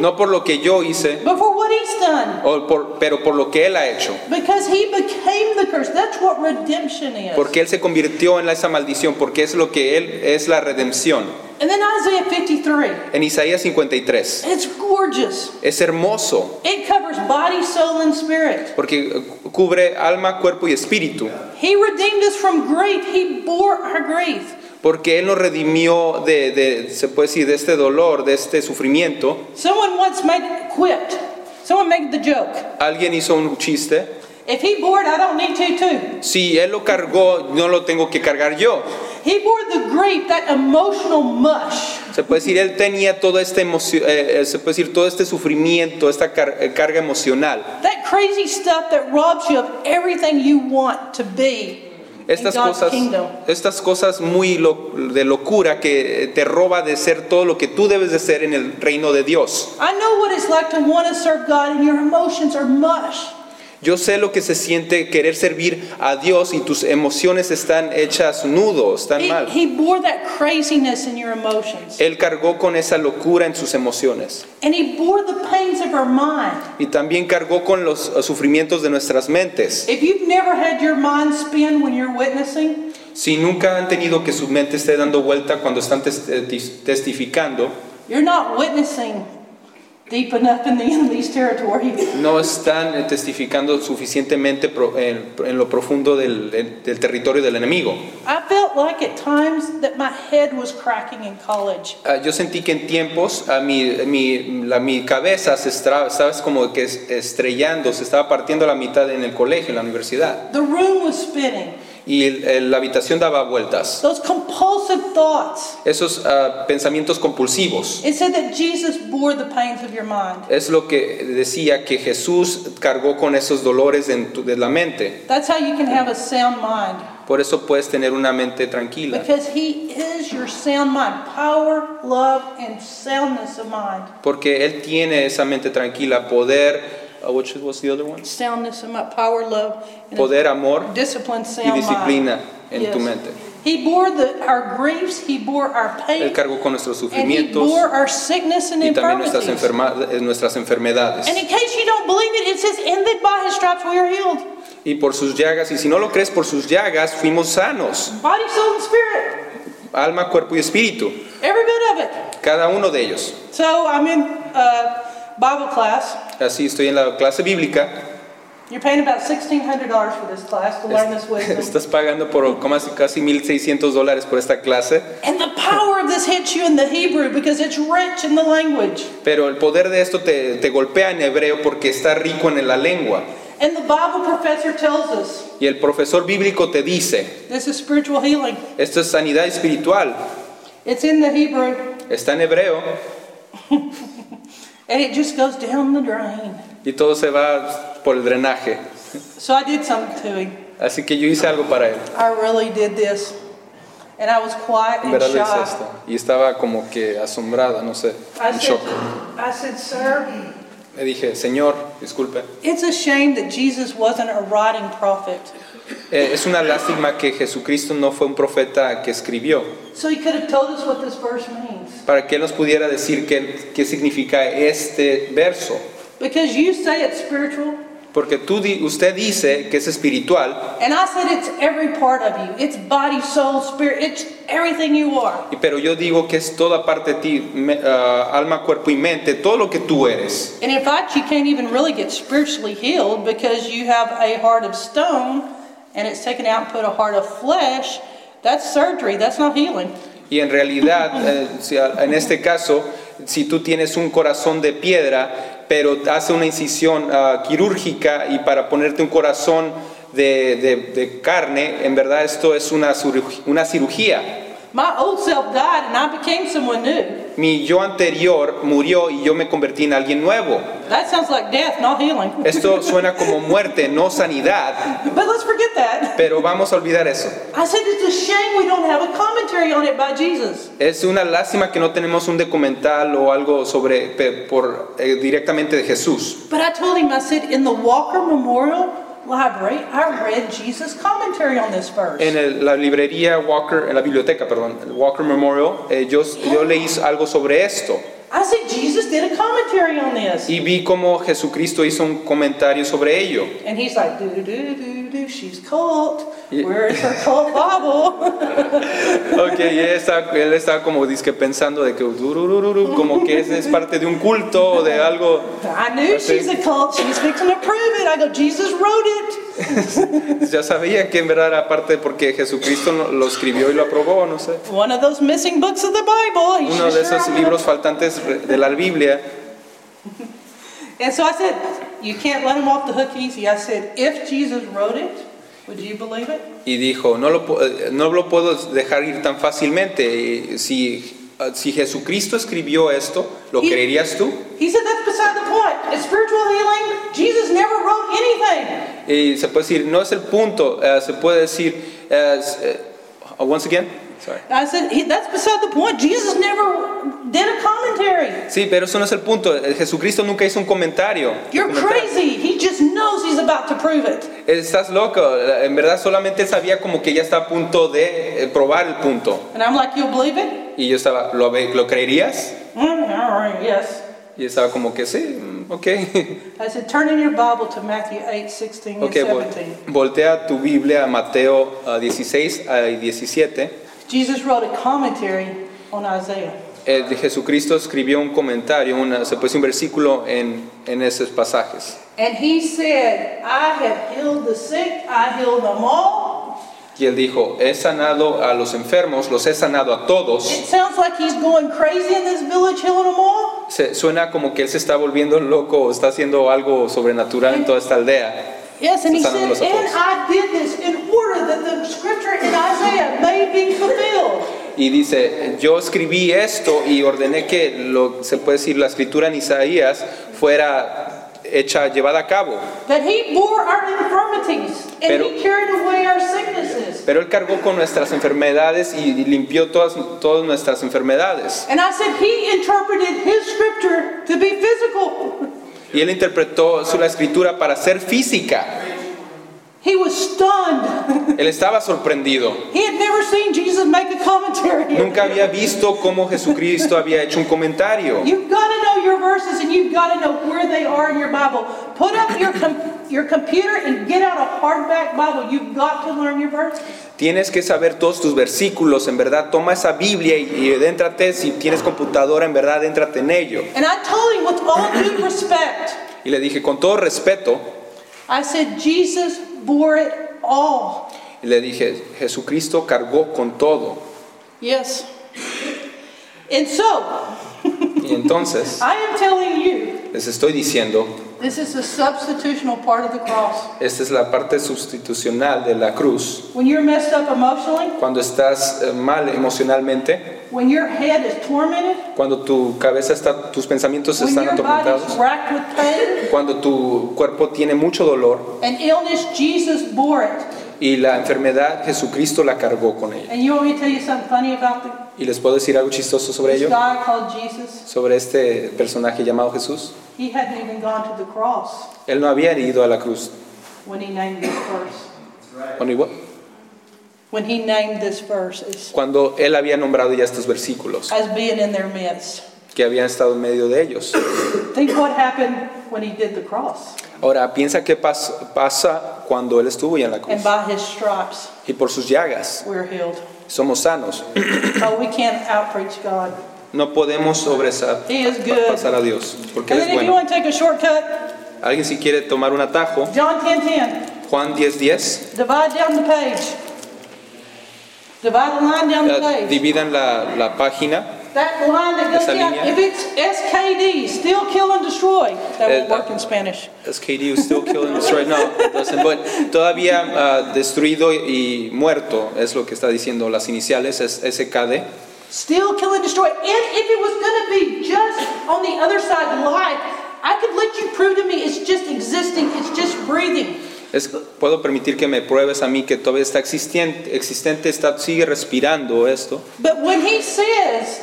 [SPEAKER 2] no por lo que yo hice,
[SPEAKER 1] do, but for what he's done.
[SPEAKER 2] o por- pero por lo que él ha hecho,
[SPEAKER 1] Because he became the curse. That's what redemption is.
[SPEAKER 2] porque él se convirtió en la- esa maldición, porque es lo que él es la redención.
[SPEAKER 1] And then Isaiah 53.
[SPEAKER 2] En Isaías 53,
[SPEAKER 1] It's gorgeous.
[SPEAKER 2] es hermoso,
[SPEAKER 1] It covers body, soul, and spirit.
[SPEAKER 2] porque eh, cubre alma, cuerpo y espíritu.
[SPEAKER 1] He redeemed us from grief. He bore our grief.
[SPEAKER 2] Porque Él nos redimió de, de- se puede decir, de este dolor, de este sufrimiento.
[SPEAKER 1] Someone once made quipped. Someone made the joke.
[SPEAKER 2] Alguien hizo un chiste.
[SPEAKER 1] If he bore it, I don't need to too.
[SPEAKER 2] Si Él lo cargó, no lo tengo que cargar yo.
[SPEAKER 1] He bore the grief, that emotional mush.
[SPEAKER 2] Se puede decir, Él tenía toda esta emoción, se puede decir, todo este sufrimiento, esta car- eh, carga emocional.
[SPEAKER 1] That crazy stuff that robs you of everything you want to be in
[SPEAKER 2] Estas
[SPEAKER 1] God's
[SPEAKER 2] cosas,
[SPEAKER 1] kingdom.
[SPEAKER 2] estas cosas muy lo- de locura que eh, te roba de ser todo lo que tú debes de ser en el reino de Dios.
[SPEAKER 1] I know what it's like to want to serve God and your emotions are mush.
[SPEAKER 2] Yo sé lo que se siente querer servir a Dios y tus emociones están hechas nudos, están
[SPEAKER 1] He,
[SPEAKER 2] mal.
[SPEAKER 1] he bore that craziness in your emotions.
[SPEAKER 2] Él cargó con esa locura en sus emociones
[SPEAKER 1] And he bore the pains of our mind.
[SPEAKER 2] y también cargó con los eh, sufrimientos de nuestras mentes.
[SPEAKER 1] If you've never had your mind spin when you're witnessing,
[SPEAKER 2] Si nunca han tenido que su mente esté dando vuelta cuando están tes- eh, tis- testificando,
[SPEAKER 1] you're not witnessing deep enough in the enemy's territory.
[SPEAKER 2] no están eh, testificando suficientemente pro- en, en lo profundo del, del- del territorio del enemigo.
[SPEAKER 1] I felt like at times that my head was cracking in college.
[SPEAKER 2] Ah, Yo sentí que en tiempos a mi, mi- la- mi cabeza se estra- estaba como que es- estrellando, se estaba partiendo a la mitad en el colegio, en la universidad,
[SPEAKER 1] The room was spinning.
[SPEAKER 2] y el- el- la habitación daba vueltas.
[SPEAKER 1] Those compulsive thoughts.
[SPEAKER 2] Esos ah, pensamientos compulsivos.
[SPEAKER 1] It said that Jesus bore the pains of your mind.
[SPEAKER 2] Es lo que decía que Jesús cargó con esos dolores en tu- de la mente.
[SPEAKER 1] That's how you can have a sound mind.
[SPEAKER 2] Por eso puedes tener una mente tranquila.
[SPEAKER 1] Because he is your sound mind. Power, love, and soundness of mind.
[SPEAKER 2] Porque Él tiene esa mente tranquila, poder, uh, what was the other one?
[SPEAKER 1] Soundness of mind. Power, love, and
[SPEAKER 2] poder, amor
[SPEAKER 1] discipline,
[SPEAKER 2] y
[SPEAKER 1] sound mind.
[SPEAKER 2] disciplina en tu
[SPEAKER 1] Yes.
[SPEAKER 2] mente.
[SPEAKER 1] He bore the, our griefs, he bore our
[SPEAKER 2] Él
[SPEAKER 1] pain,
[SPEAKER 2] cargó con
[SPEAKER 1] and
[SPEAKER 2] nuestros
[SPEAKER 1] he
[SPEAKER 2] sufrimientos
[SPEAKER 1] bore our sickness and
[SPEAKER 2] y también nuestras,
[SPEAKER 1] infirmities.
[SPEAKER 2] enferma- eh, nuestras enfermedades.
[SPEAKER 1] And in case you don't believe it, it says, "And that by his stripes we are healed."
[SPEAKER 2] Y por sus llagas, y si no lo crees, por sus llagas fuimos sanos,
[SPEAKER 1] Body, soul, and spirit.
[SPEAKER 2] alma, cuerpo y espíritu,
[SPEAKER 1] Every bit of it.
[SPEAKER 2] cada uno de ellos.
[SPEAKER 1] So I'm in uh, Bible class.
[SPEAKER 2] Así estoy en la clase bíblica,
[SPEAKER 1] You're paying about sixteen hundred dollars for this class to learn this wisdom.
[SPEAKER 2] estás pagando por como así, casi 1.600 dólares por esta clase.
[SPEAKER 1] and the power of this hits you in the Hebrew because it's rich in the language.
[SPEAKER 2] Pero el poder de esto te, te golpea en hebreo porque está rico en la lengua.
[SPEAKER 1] And the Bible professor tells us
[SPEAKER 2] Y el profesor bíblico te dice,
[SPEAKER 1] this is spiritual healing.
[SPEAKER 2] esto es sanidad espiritual,
[SPEAKER 1] It's in the Hebrew,
[SPEAKER 2] está en hebreo
[SPEAKER 1] and it just goes down the drain.
[SPEAKER 2] y todo se va por el drenaje.
[SPEAKER 1] So I did something to him.
[SPEAKER 2] Así que yo hice algo para él.
[SPEAKER 1] I really did this, and I was quiet
[SPEAKER 2] En
[SPEAKER 1] and
[SPEAKER 2] verdad lo hice
[SPEAKER 1] shy.
[SPEAKER 2] esto. Y estaba como que asombrada, no sé,
[SPEAKER 1] I
[SPEAKER 2] en shock.
[SPEAKER 1] said, I said, sir,
[SPEAKER 2] Le dije, Señor, disculpe.
[SPEAKER 1] it's a shame that Jesus wasn't a writing prophet.
[SPEAKER 2] Eh, es una lástima que Jesucristo no fue un profeta que escribió
[SPEAKER 1] So he could have told us what this verse means.
[SPEAKER 2] para que él nos pudiera decir qué, qué significa este verso.
[SPEAKER 1] Because you say it's spiritual,
[SPEAKER 2] Porque tú di- usted dice que es espiritual,
[SPEAKER 1] And I said, it's every part of you. It's body, soul, spirit. It's everything you are.
[SPEAKER 2] y- pero yo digo que es toda parte de ti, me- ah, alma, cuerpo y mente, todo lo que tú eres.
[SPEAKER 1] And in fact, you can't even really get spiritually healed because you have a heart of stone and it's taken out and put a heart of flesh. That's surgery. That's not healing.
[SPEAKER 2] Y en realidad, eh, si a- en este caso, si tú tienes un corazón de piedra, pero hace una incisión ah, quirúrgica y para ponerte un corazón de, de- de carne, en verdad esto es una cirug- una cirugía.
[SPEAKER 1] My old self died and I became someone new.
[SPEAKER 2] Mi yo anterior murió y yo me convertí en alguien nuevo.
[SPEAKER 1] That sounds like death, not healing.
[SPEAKER 2] Esto suena como muerte, no sanidad,
[SPEAKER 1] But let's forget that.
[SPEAKER 2] pero vamos a olvidar eso.
[SPEAKER 1] I said it's a shame we don't have a commentary on it by Jesus.
[SPEAKER 2] Es una lástima que no tenemos un documental o algo sobre pe- por, eh, directamente de Jesús.
[SPEAKER 1] But I told him, I said, in the Walker Memorial Library, I read Jesus' commentary on this verse.
[SPEAKER 2] En el- la librería Walker, en la biblioteca, perdón, el Walker Memorial, eh, yo, yo leí algo sobre esto
[SPEAKER 1] I said, Jesus did a commentary on this.
[SPEAKER 2] y vi cómo Jesucristo hizo un comentario sobre ello.
[SPEAKER 1] And he's like, do, do, do, do, she's cult.
[SPEAKER 2] Yeah.
[SPEAKER 1] Where is her cult Bible?
[SPEAKER 2] Ok, y él estaba, él estaba como disque pensando de que dururururu, como que es, es parte de un culto o de algo.
[SPEAKER 1] I knew she's a cult. She's fixing to prove it. I go, Jesus wrote it.
[SPEAKER 2] Ya sabía que en verdad era parte porque Jesucristo lo- lo escribió y lo aprobó, no sé.
[SPEAKER 1] One of those missing books of the Bible. He
[SPEAKER 2] Uno
[SPEAKER 1] said, "Sure,
[SPEAKER 2] de esos
[SPEAKER 1] I'm gonna-"
[SPEAKER 2] libros faltantes re- de la Biblia.
[SPEAKER 1] And so I said, you can't let him off the hook easy. I said, if Jesus wrote it, would you believe it?
[SPEAKER 2] Y dijo, no lo, po- eh, no lo puedo dejar ir tan fácilmente. Eh, Si, eh, si Jesucristo escribió esto, ¿lo
[SPEAKER 1] Y-
[SPEAKER 2] creerías tú?
[SPEAKER 1] He said, that's beside the point. It's spiritual healing. Jesus never wrote anything.
[SPEAKER 2] Y se puede decir, no es el punto. eh, se puede decir, eh, s- eh, once again, sorry.
[SPEAKER 1] I said, "He- that's beside the point. Jesus never did a commentary.
[SPEAKER 2] Sí, pero eso no es el punto. Eh, Jesucristo nunca hizo un comentario.
[SPEAKER 1] You're
[SPEAKER 2] Comentario.
[SPEAKER 1] crazy. He just knows he's about to prove it.
[SPEAKER 2] Estás loco. eh, En verdad solamente él sabía como que ya está a punto de eh, probar el punto.
[SPEAKER 1] And I'm like, you'll believe it?
[SPEAKER 2] Y yo estaba, ¿lo, ve- ¿lo creerías?
[SPEAKER 1] Mm, all right, yes.
[SPEAKER 2] Y estaba como que sí, mm, ok.
[SPEAKER 1] I said, turn in your Bible to Matthew 8, 16
[SPEAKER 2] Ok, vol-
[SPEAKER 1] and 17.
[SPEAKER 2] voltea tu Biblia a Mateo ah, 16 ah, y 17.
[SPEAKER 1] Jesus wrote a commentary on Isaiah.
[SPEAKER 2] El de Jesucristo escribió un comentario, una, se puso un versículo en, en esos pasajes.
[SPEAKER 1] And he said, I have healed the sick, I healed them all.
[SPEAKER 2] Y él dijo, he sanado a los enfermos, los he sanado a todos.
[SPEAKER 1] It sounds like he's going crazy in this village healing them all.
[SPEAKER 2] Se- suena como que él se está volviendo loco, o está haciendo algo sobrenatural en toda esta aldea.
[SPEAKER 1] Yes, and he
[SPEAKER 2] Está
[SPEAKER 1] said,
[SPEAKER 2] sanando
[SPEAKER 1] and
[SPEAKER 2] los apóstoles.
[SPEAKER 1] I did this in order that the scripture in Isaiah may be fulfilled.
[SPEAKER 2] Y dice, yo escribí esto y ordené que lo se puede decir la escritura en Isaías fuera hecha llevada a cabo.
[SPEAKER 1] That he bore our infirmities and
[SPEAKER 2] Pero-
[SPEAKER 1] he carried away our sicknesses.
[SPEAKER 2] Pero él cargó con nuestras enfermedades y y limpió todas todas nuestras enfermedades.
[SPEAKER 1] And I said, he interpreted his scripture to be physical.
[SPEAKER 2] Y él interpretó su- la escritura para ser física.
[SPEAKER 1] He was stunned.
[SPEAKER 2] Él estaba sorprendido.
[SPEAKER 1] he had never seen Jesus make a commentary.
[SPEAKER 2] Nunca había visto cómo Jesucristo había hecho un comentario.
[SPEAKER 1] You've got to know your verses and you've got to know where they are in your Bible. Put up your com- your computer and get out a hardback Bible. You've got to learn your verses.
[SPEAKER 2] Tienes que saber todos tus versículos, en verdad. Toma esa Biblia y, y adéntrate. Si tienes computadora, en verdad, adéntrate en ello.
[SPEAKER 1] And I told him with all due respect,
[SPEAKER 2] Y le dije, con todo respeto,
[SPEAKER 1] I said, Jesus bore it all.
[SPEAKER 2] y le dije, Jesucristo cargó con todo.
[SPEAKER 1] Yes. And so,
[SPEAKER 2] Y entonces
[SPEAKER 1] I am telling you,
[SPEAKER 2] les estoy diciendo,
[SPEAKER 1] this is the substitutional part of the cross.
[SPEAKER 2] esta es la parte sustitucional de la cruz.
[SPEAKER 1] When you're messed up emotionally,
[SPEAKER 2] cuando estás eh, mal emocionalmente,
[SPEAKER 1] when your head is tormented,
[SPEAKER 2] cuando tu cabeza está, tus pensamientos
[SPEAKER 1] when
[SPEAKER 2] están
[SPEAKER 1] your body's
[SPEAKER 2] atormentados,
[SPEAKER 1] racked with pain
[SPEAKER 2] cuando tu cuerpo tiene mucho dolor
[SPEAKER 1] and illness, Jesus bore it.
[SPEAKER 2] y la enfermedad, Jesucristo la cargó con ella.
[SPEAKER 1] And you want me to tell you something funny about the,
[SPEAKER 2] Y les puedo decir algo chistoso sobre
[SPEAKER 1] this
[SPEAKER 2] ello,
[SPEAKER 1] guy called Jesus?
[SPEAKER 2] sobre este personaje llamado Jesús.
[SPEAKER 1] He hadn't even gone to the cross
[SPEAKER 2] Él no había ido a la cruz.
[SPEAKER 1] when he named this verse.
[SPEAKER 2] Bueno, igual,
[SPEAKER 1] When he named this verse as,
[SPEAKER 2] Cuando él había nombrado ya estos versículos
[SPEAKER 1] as being in their midst.
[SPEAKER 2] que habían estado en medio de ellos.
[SPEAKER 1] Think what happened when he did the cross.
[SPEAKER 2] Ahora, piensa qué pas- pasa cuando Él estuvo ya en la cruz.
[SPEAKER 1] and by his stripes
[SPEAKER 2] Y por sus llagas
[SPEAKER 1] we're healed.
[SPEAKER 2] somos sanos.
[SPEAKER 1] Oh, we can't outpreach God.
[SPEAKER 2] No podemos sobresal-
[SPEAKER 1] He is good.
[SPEAKER 2] pasar a Dios, porque
[SPEAKER 1] and
[SPEAKER 2] Él
[SPEAKER 1] then
[SPEAKER 2] es
[SPEAKER 1] if you
[SPEAKER 2] bueno.
[SPEAKER 1] want to take a shortcut,
[SPEAKER 2] Alguien si quiere tomar un atajo,
[SPEAKER 1] John 10 10.
[SPEAKER 2] Juan 10.10, 10,
[SPEAKER 1] Divide down the page. Divide the line down the
[SPEAKER 2] eh,
[SPEAKER 1] page.
[SPEAKER 2] dividan la, la página.
[SPEAKER 1] That line that goes
[SPEAKER 2] Esa
[SPEAKER 1] down,
[SPEAKER 2] línea.
[SPEAKER 1] if it's SKD, still kill and destroy, that
[SPEAKER 2] Eh,
[SPEAKER 1] won't work in Spanish.
[SPEAKER 2] SKD is still killed and destroyed. No, it doesn't. But todavía ah, destruido y muerto es lo que está diciendo las iniciales, es SKD.
[SPEAKER 1] Still kill and destroy. And if it was going to be just on the other side life, I could let you prove to me it's just existing, it's just breathing.
[SPEAKER 2] Es- puedo permitir que me pruebes a mí que todavía está existente, existente está, sigue respirando esto.
[SPEAKER 1] But when he says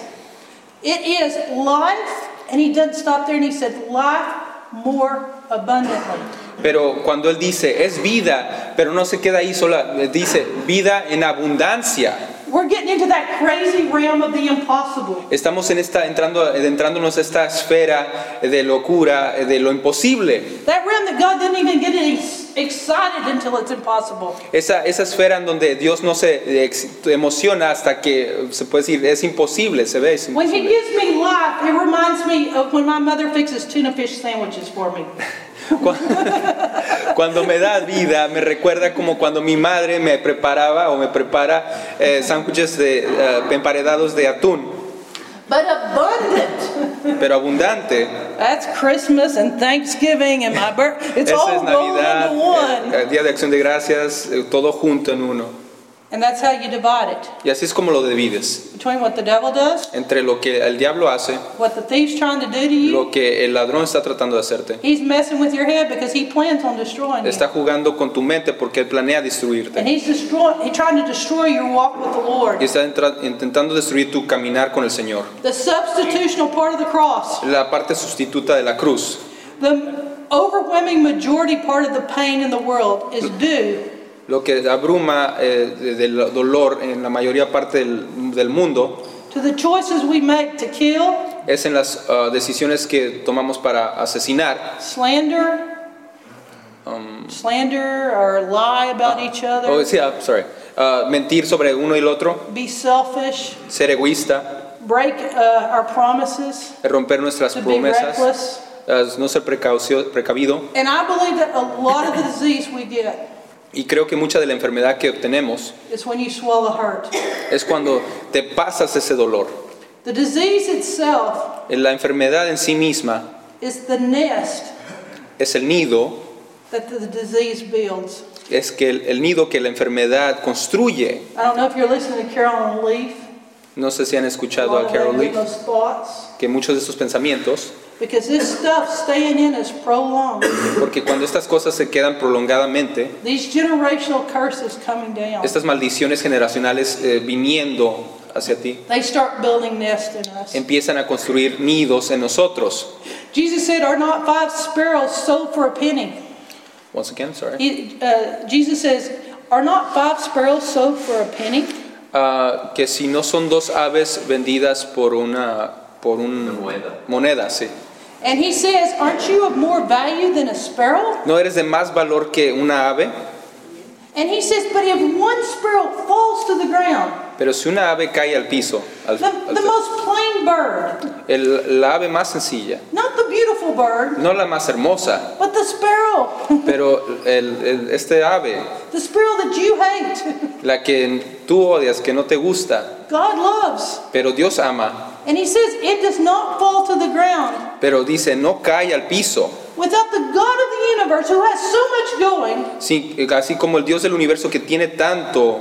[SPEAKER 1] it is life, and he doesn't stop there, and he said life more abundantly.
[SPEAKER 2] Pero cuando él dice es vida, pero no se queda ahí sola, eh, dice vida en abundancia.
[SPEAKER 1] We're getting into that crazy realm of the impossible.
[SPEAKER 2] Estamos en esta, entrando, adentrándonos a esta esfera de locura, de lo imposible.
[SPEAKER 1] That realm that God doesn't even get ex- excited until it's impossible.
[SPEAKER 2] Esa, esa esfera en donde Dios no se eh, ex- emociona hasta que eh, se puede decir es imposible, se ve es
[SPEAKER 1] When he
[SPEAKER 2] imposible.
[SPEAKER 1] gives me life, it reminds me of when my mother fixes tuna fish sandwiches for me.
[SPEAKER 2] Cuando, cuando me da vida, me recuerda como cuando mi madre me preparaba o me prepara eh, sándwiches de eh, emparedados de atún,
[SPEAKER 1] But abundant.
[SPEAKER 2] pero abundante.
[SPEAKER 1] That's Christmas and Thanksgiving and my birth. It's
[SPEAKER 2] Esa
[SPEAKER 1] all
[SPEAKER 2] es
[SPEAKER 1] rolled into
[SPEAKER 2] Navidad,
[SPEAKER 1] one.
[SPEAKER 2] eh, Día de Acción de Gracias, eh, todo junto en uno.
[SPEAKER 1] And that's how you divide it
[SPEAKER 2] Y así es como lo divides,
[SPEAKER 1] between what the devil does,
[SPEAKER 2] entre lo que el diablo hace,
[SPEAKER 1] what the thief's trying to do to you.
[SPEAKER 2] lo que el ladrón está tratando de hacerte.
[SPEAKER 1] He's messing with your head because he plans on destroying you.
[SPEAKER 2] Está jugando con tu mente porque él planea
[SPEAKER 1] And
[SPEAKER 2] destruirte.
[SPEAKER 1] he's destroying, he's trying to destroy your walk with the
[SPEAKER 2] Y
[SPEAKER 1] Lord.
[SPEAKER 2] está entra- intentando destruir tu caminar con el Señor.
[SPEAKER 1] The substitutional part of the cross,
[SPEAKER 2] La parte sustituta de la cruz.
[SPEAKER 1] the overwhelming majority part of the pain in the world is due
[SPEAKER 2] Lo que abruma eh, de- del dolor en la mayoría parte del, del mundo
[SPEAKER 1] to the choices we make to kill,
[SPEAKER 2] es en las ah, decisiones que tomamos para asesinar
[SPEAKER 1] slander, slander or lie about each
[SPEAKER 2] o
[SPEAKER 1] other,
[SPEAKER 2] sea, sorry, ah, mentir sobre uno y el otro,
[SPEAKER 1] be selfish,
[SPEAKER 2] ser egoísta,
[SPEAKER 1] break uh, our promises,
[SPEAKER 2] romper nuestras
[SPEAKER 1] to be
[SPEAKER 2] promesas,
[SPEAKER 1] reckless.
[SPEAKER 2] ah, no ser precaucio- precavido.
[SPEAKER 1] And I believe that a lot of the disease we get
[SPEAKER 2] Y creo que mucha de la enfermedad que obtenemos
[SPEAKER 1] is when you swallow hurt.
[SPEAKER 2] es cuando te pasas ese dolor.
[SPEAKER 1] The disease itself
[SPEAKER 2] La enfermedad en sí misma
[SPEAKER 1] is the nest
[SPEAKER 2] es el nido,
[SPEAKER 1] that the disease builds.
[SPEAKER 2] es que el, el nido que la enfermedad construye.
[SPEAKER 1] I don't know if you're listening to Carolyn Leaf.
[SPEAKER 2] No sé si han
[SPEAKER 1] a
[SPEAKER 2] escuchado
[SPEAKER 1] lot
[SPEAKER 2] a
[SPEAKER 1] of
[SPEAKER 2] Carol
[SPEAKER 1] that-
[SPEAKER 2] Lee.
[SPEAKER 1] Those thoughts,
[SPEAKER 2] que muchos de estos pensamientos,
[SPEAKER 1] because this stuff staying in is prolonged.
[SPEAKER 2] porque cuando estas cosas se quedan prolongadamente,
[SPEAKER 1] These generational curses coming down.
[SPEAKER 2] estas maldiciones generacionales eh, viniendo hacia ti,
[SPEAKER 1] They start building nests in us.
[SPEAKER 2] empiezan a construir nidos en nosotros.
[SPEAKER 1] Jesus said, "Are not five sparrows sold for a penny?"
[SPEAKER 2] Once again, sorry.
[SPEAKER 1] He- uh, Jesus says, "Are not five sparrows sold for a penny?"
[SPEAKER 2] Ah, que si no son dos aves vendidas por una por un,
[SPEAKER 3] moneda.
[SPEAKER 2] moneda, sí.
[SPEAKER 1] And he says, Aren't you of more value than a sparrow?
[SPEAKER 2] No eres de más valor que una ave,
[SPEAKER 1] And he says, But if one sparrow falls to the ground,
[SPEAKER 2] pero si una ave cae al piso, al-
[SPEAKER 1] the,
[SPEAKER 2] al-
[SPEAKER 1] the most plain bird,
[SPEAKER 2] el- la ave más sencilla,
[SPEAKER 1] not the beautiful bird,
[SPEAKER 2] no la más hermosa,
[SPEAKER 1] but the sparrow,
[SPEAKER 2] pero el- el- este ave,
[SPEAKER 1] the sparrow that you hate,
[SPEAKER 2] la que tú odias, que no te gusta,
[SPEAKER 1] God loves.
[SPEAKER 2] Pero Dios ama,
[SPEAKER 1] And he says, It does not fall to the ground
[SPEAKER 2] pero dice, no cae al piso.
[SPEAKER 1] without the God of the universe who has so much going
[SPEAKER 2] Sí, así como el Dios del universo que tiene tanto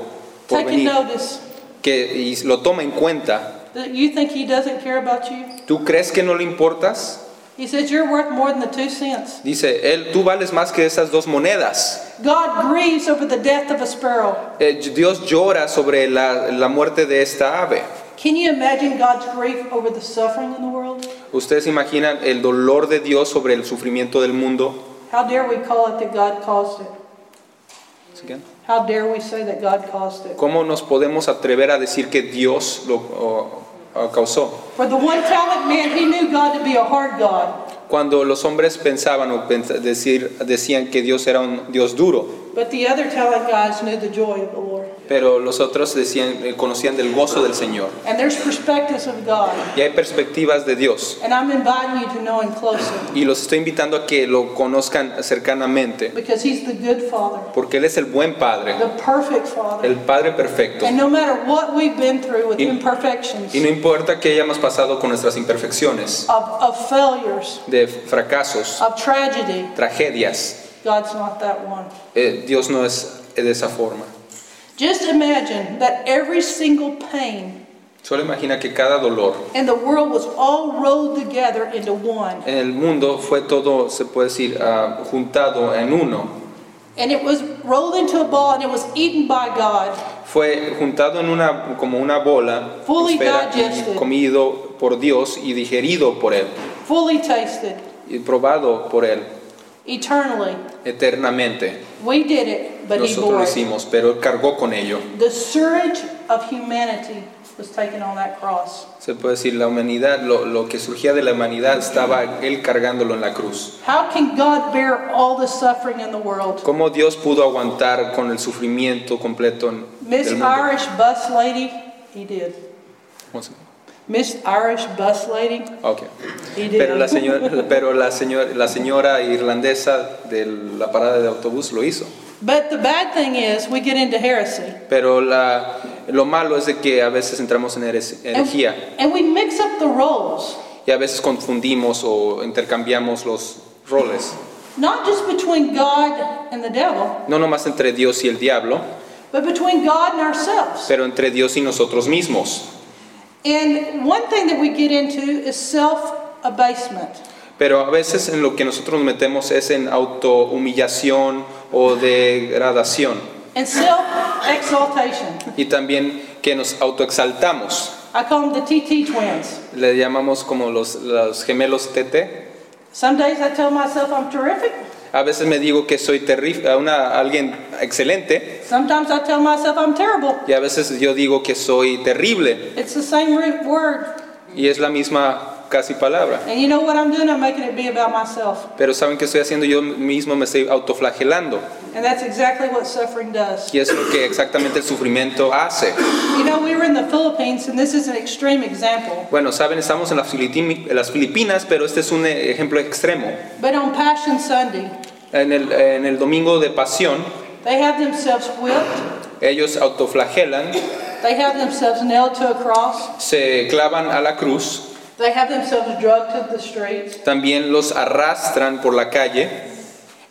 [SPEAKER 2] por
[SPEAKER 1] taking
[SPEAKER 2] venir,
[SPEAKER 1] notice
[SPEAKER 2] que y lo toma en cuenta.
[SPEAKER 1] that you think he doesn't care about you.
[SPEAKER 2] ¿Tú crees que no le importas?
[SPEAKER 1] He says, You're worth more than the two cents.
[SPEAKER 2] Dice, él, tú vales más que esas dos monedas.
[SPEAKER 1] God grieves over the death of a sparrow.
[SPEAKER 2] Eh, Dios llora sobre la, la muerte de esta ave.
[SPEAKER 1] Can you imagine God's grief over the suffering in the world?
[SPEAKER 2] Ustedes imaginan el dolor de Dios sobre el sufrimiento del mundo.
[SPEAKER 1] How dare we call it that God caused it? How dare we say that God caused it?
[SPEAKER 2] ¿Cómo nos podemos atrever a decir que Dios lo o- o causó?
[SPEAKER 1] For the one talent man, he knew God to be a hard God.
[SPEAKER 2] cuando los hombres pensaban o pens- decir, decían que Dios era un Dios duro,
[SPEAKER 1] But the other telling guys knew the joy of the Lord.
[SPEAKER 2] pero los otros decían, eh, conocían del gozo del Señor.
[SPEAKER 1] And there's perspectives of God.
[SPEAKER 2] Y hay perspectivas de Dios.
[SPEAKER 1] And I'm inviting you to know Him closer
[SPEAKER 2] Y los estoy invitando a que lo conozcan cercanamente,
[SPEAKER 1] because He's the good Father,
[SPEAKER 2] porque Él es el buen Padre,
[SPEAKER 1] the perfect
[SPEAKER 2] el
[SPEAKER 1] Father.
[SPEAKER 2] Padre perfecto.
[SPEAKER 1] And no matter what we've been through with
[SPEAKER 2] Y-
[SPEAKER 1] imperfections,
[SPEAKER 2] Y no importa que hayamos pasado con nuestras imperfecciones,
[SPEAKER 1] of, of failures,
[SPEAKER 2] de fracasos,
[SPEAKER 1] of tragedy,
[SPEAKER 2] tragedias,
[SPEAKER 1] God's not that one.
[SPEAKER 2] eh, Dios no es de esa forma.
[SPEAKER 1] Just imagine that every single pain
[SPEAKER 2] Solo imagina que cada dolor
[SPEAKER 1] in the world was all rolled together into one.
[SPEAKER 2] en el mundo fue todo, se puede decir, ah, juntado en uno.
[SPEAKER 1] And it was rolled into a ball and it was eaten by God.
[SPEAKER 2] Fue juntado en una, como una bola,
[SPEAKER 1] Fully
[SPEAKER 2] espera, y
[SPEAKER 1] digested.
[SPEAKER 2] comido por Dios y digerido por Él,
[SPEAKER 1] fully tasted
[SPEAKER 2] y probado por Él
[SPEAKER 1] eternally.
[SPEAKER 2] eternamente.
[SPEAKER 1] We did it, but he
[SPEAKER 2] Nosotros
[SPEAKER 1] bore
[SPEAKER 2] lo
[SPEAKER 1] it.
[SPEAKER 2] hicimos, pero Él cargó con ello.
[SPEAKER 1] The surge of humanity was taken on that cross.
[SPEAKER 2] Se puede decir, la humanidad, lo, lo que surgía de la humanidad, estaba Él cargándolo en la cruz.
[SPEAKER 1] How can God bear all the suffering in the world?
[SPEAKER 2] ¿Cómo Dios pudo aguantar con el sufrimiento completo en,
[SPEAKER 1] Miss
[SPEAKER 2] del mundo?
[SPEAKER 1] Irish bus lady, he did.
[SPEAKER 2] ¿Cómo se-
[SPEAKER 1] Miss Irish bus lady,
[SPEAKER 2] Ah, ok.
[SPEAKER 1] he did.
[SPEAKER 2] Pero la señora, pero la señora, la señora irlandesa de la parada de autobús lo hizo.
[SPEAKER 1] But the bad thing is, we get into heresy.
[SPEAKER 2] Pero la, lo malo es de que a veces entramos en heres-
[SPEAKER 1] And,
[SPEAKER 2] herejía
[SPEAKER 1] and we mix up the roles,
[SPEAKER 2] y a veces confundimos o intercambiamos los roles.
[SPEAKER 1] not just between God and the devil,
[SPEAKER 2] No nomás entre Dios y el diablo,
[SPEAKER 1] but between God and ourselves.
[SPEAKER 2] pero entre Dios y nosotros mismos.
[SPEAKER 1] And one thing that we get into is self abasement.
[SPEAKER 2] Pero a veces en lo que nosotros nos metemos es en autohumillación o degradación
[SPEAKER 1] and self exaltation.
[SPEAKER 2] y también que nos autoexaltamos.
[SPEAKER 1] I call them the TT twins.
[SPEAKER 2] Le llamamos como los, los gemelos TT.
[SPEAKER 1] Some days I tell myself I'm terrific.
[SPEAKER 2] A veces me digo que soy terri- a una, alguien excelente
[SPEAKER 1] Sometimes I tell myself I'm terrible.
[SPEAKER 2] y a veces yo digo que soy terrible
[SPEAKER 1] It's the same root word.
[SPEAKER 2] y es la misma casi palabra.
[SPEAKER 1] And you know what I'm doing? I'm making it be about myself.
[SPEAKER 2] Pero saben que estoy haciendo yo mismo me estoy autoflagelando
[SPEAKER 1] And that's exactly what suffering does.
[SPEAKER 2] y es lo que exactamente el sufrimiento hace.
[SPEAKER 1] You know, we were in the Philippines, and this is an extreme example.
[SPEAKER 2] Bueno, saben, estamos en las Filipin- en las Filipinas, pero este es un eh, ejemplo extremo.
[SPEAKER 1] But on Passion Sunday,
[SPEAKER 2] En el, en el domingo de pasión,
[SPEAKER 1] they have themselves whipped,
[SPEAKER 2] ellos autoflagelan,
[SPEAKER 1] they have themselves nailed to a cross,
[SPEAKER 2] se clavan a la cruz,
[SPEAKER 1] they have themselves drugged to the streets.
[SPEAKER 2] también los arrastran por la calle,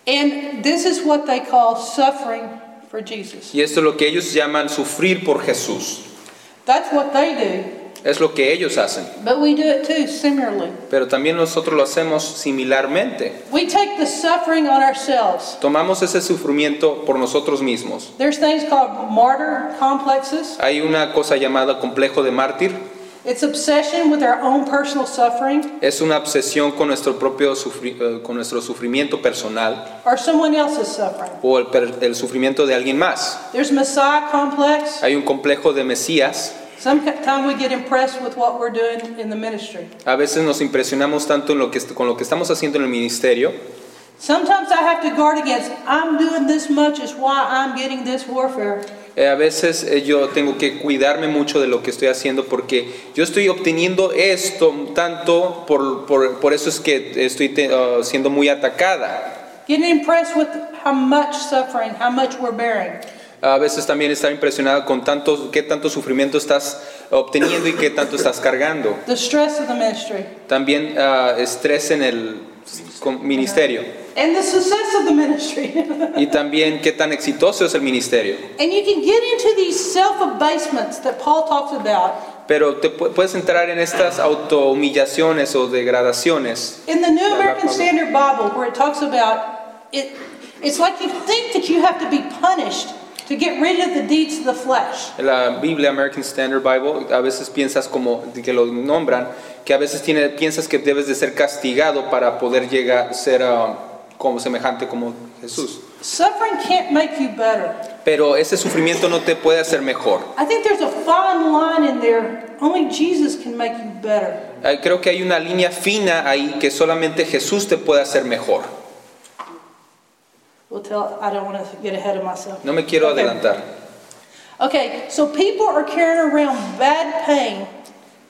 [SPEAKER 1] And this is what they call suffering for Jesus.
[SPEAKER 2] y esto es lo que ellos llaman sufrir por Jesús.
[SPEAKER 1] That's what they
[SPEAKER 2] Es lo que ellos hacen,
[SPEAKER 1] do, but we do it too, similarly.
[SPEAKER 2] pero también nosotros lo hacemos similarmente.
[SPEAKER 1] We take the suffering on ourselves.
[SPEAKER 2] Tomamos ese sufrimiento por nosotros mismos.
[SPEAKER 1] There's things called martyr complexes.
[SPEAKER 2] Hay una cosa llamada complejo de mártir,
[SPEAKER 1] It's obsession with our own personal suffering
[SPEAKER 2] es una obsesión con nuestro propio sufri- eh, con nuestro sufrimiento personal
[SPEAKER 1] or someone else's suffering.
[SPEAKER 2] o el per- el sufrimiento de alguien más.
[SPEAKER 1] There's Messiah complex.
[SPEAKER 2] Hay un complejo de Mesías
[SPEAKER 1] Sometimes we get impressed with what we're doing in the ministry.
[SPEAKER 2] A veces nos impresionamos tanto en lo que, est- con lo que estamos haciendo en el ministerio.
[SPEAKER 1] Sometimes I have to guard against, I'm doing this much is why I'm getting this warfare.
[SPEAKER 2] Eh, a veces eh, yo tengo que cuidarme mucho de lo que estoy haciendo porque yo estoy obteniendo esto tanto, por, por- por eso es que estoy te- ah, siendo muy atacada.
[SPEAKER 1] Getting impressed with how much suffering, how much we're bearing.
[SPEAKER 2] A veces también estar impresionado con tanto, qué tanto sufrimiento estás obteniendo y qué tanto estás cargando.
[SPEAKER 1] The stress of the ministry
[SPEAKER 2] También ah, estrés en el con- ministerio.
[SPEAKER 1] and the success of the ministry. and
[SPEAKER 2] Y también qué tan exitoso es el ministerio.
[SPEAKER 1] you can get into these self abasements that Paul talks about.
[SPEAKER 2] Pero te pu- puedes entrar en estas autohumillaciones o degradaciones.
[SPEAKER 1] In the New
[SPEAKER 2] la
[SPEAKER 1] American
[SPEAKER 2] Pablo.
[SPEAKER 1] Standard Bible, where it talks about it, it's like you think that you have to be punished to get rid of the deeds of the flesh.
[SPEAKER 2] En la Biblia American Standard Bible a veces piensas como que lo nombran, que a veces tiene, piensas que debes de ser castigado para poder llegar a ser ah, como semejante como Jesús.
[SPEAKER 1] Suffering can't make you better.
[SPEAKER 2] Pero ese sufrimiento no te puede hacer mejor.
[SPEAKER 1] I think there's a fine line in there. Only Jesus can make you better.
[SPEAKER 2] Eh, Creo que hay una línea fina ahí que solamente Jesús te puede hacer mejor.
[SPEAKER 1] We'll tell. I don't want to get ahead of myself.
[SPEAKER 2] No me quiero
[SPEAKER 1] Okay.
[SPEAKER 2] adelantar.
[SPEAKER 1] Okay, so people are carrying around bad pain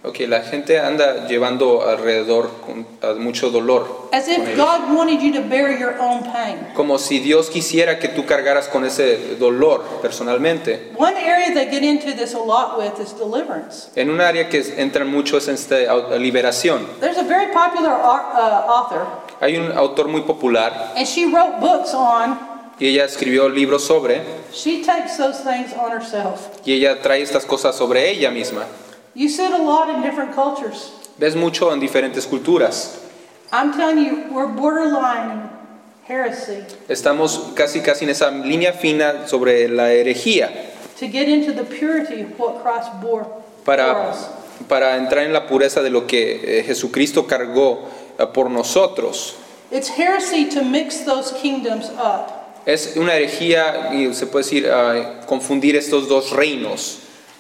[SPEAKER 2] Ok, la gente anda llevando alrededor con, a mucho dolor.
[SPEAKER 1] as
[SPEAKER 2] con
[SPEAKER 1] if
[SPEAKER 2] ellos.
[SPEAKER 1] God wanted you to bear your own pain.
[SPEAKER 2] Como si Dios quisiera que tú cargaras con ese dolor personalmente.
[SPEAKER 1] One area they get into this a lot with is deliverance.
[SPEAKER 2] En un área que es- entra mucho es en este, au- liberación.
[SPEAKER 1] There's a very popular au- uh, author,
[SPEAKER 2] Hay un autor muy popular
[SPEAKER 1] and she wrote books on,
[SPEAKER 2] y ella escribió libros sobre
[SPEAKER 1] she takes those things on herself.
[SPEAKER 2] y ella trae estas cosas sobre ella misma.
[SPEAKER 1] You see it a lot in different cultures.
[SPEAKER 2] Ves mucho en diferentes culturas.
[SPEAKER 1] I'm telling you, we're borderline heresy
[SPEAKER 2] Estamos casi casi en esa línea fina sobre la herejía
[SPEAKER 1] to get into the purity of what Christ bore for
[SPEAKER 2] para,
[SPEAKER 1] us.
[SPEAKER 2] para entrar en la pureza de lo que eh, Jesucristo cargó eh, por nosotros.
[SPEAKER 1] It's heresy to mix those kingdoms up,
[SPEAKER 2] Es una herejía, y se puede decir, ah, confundir estos dos reinos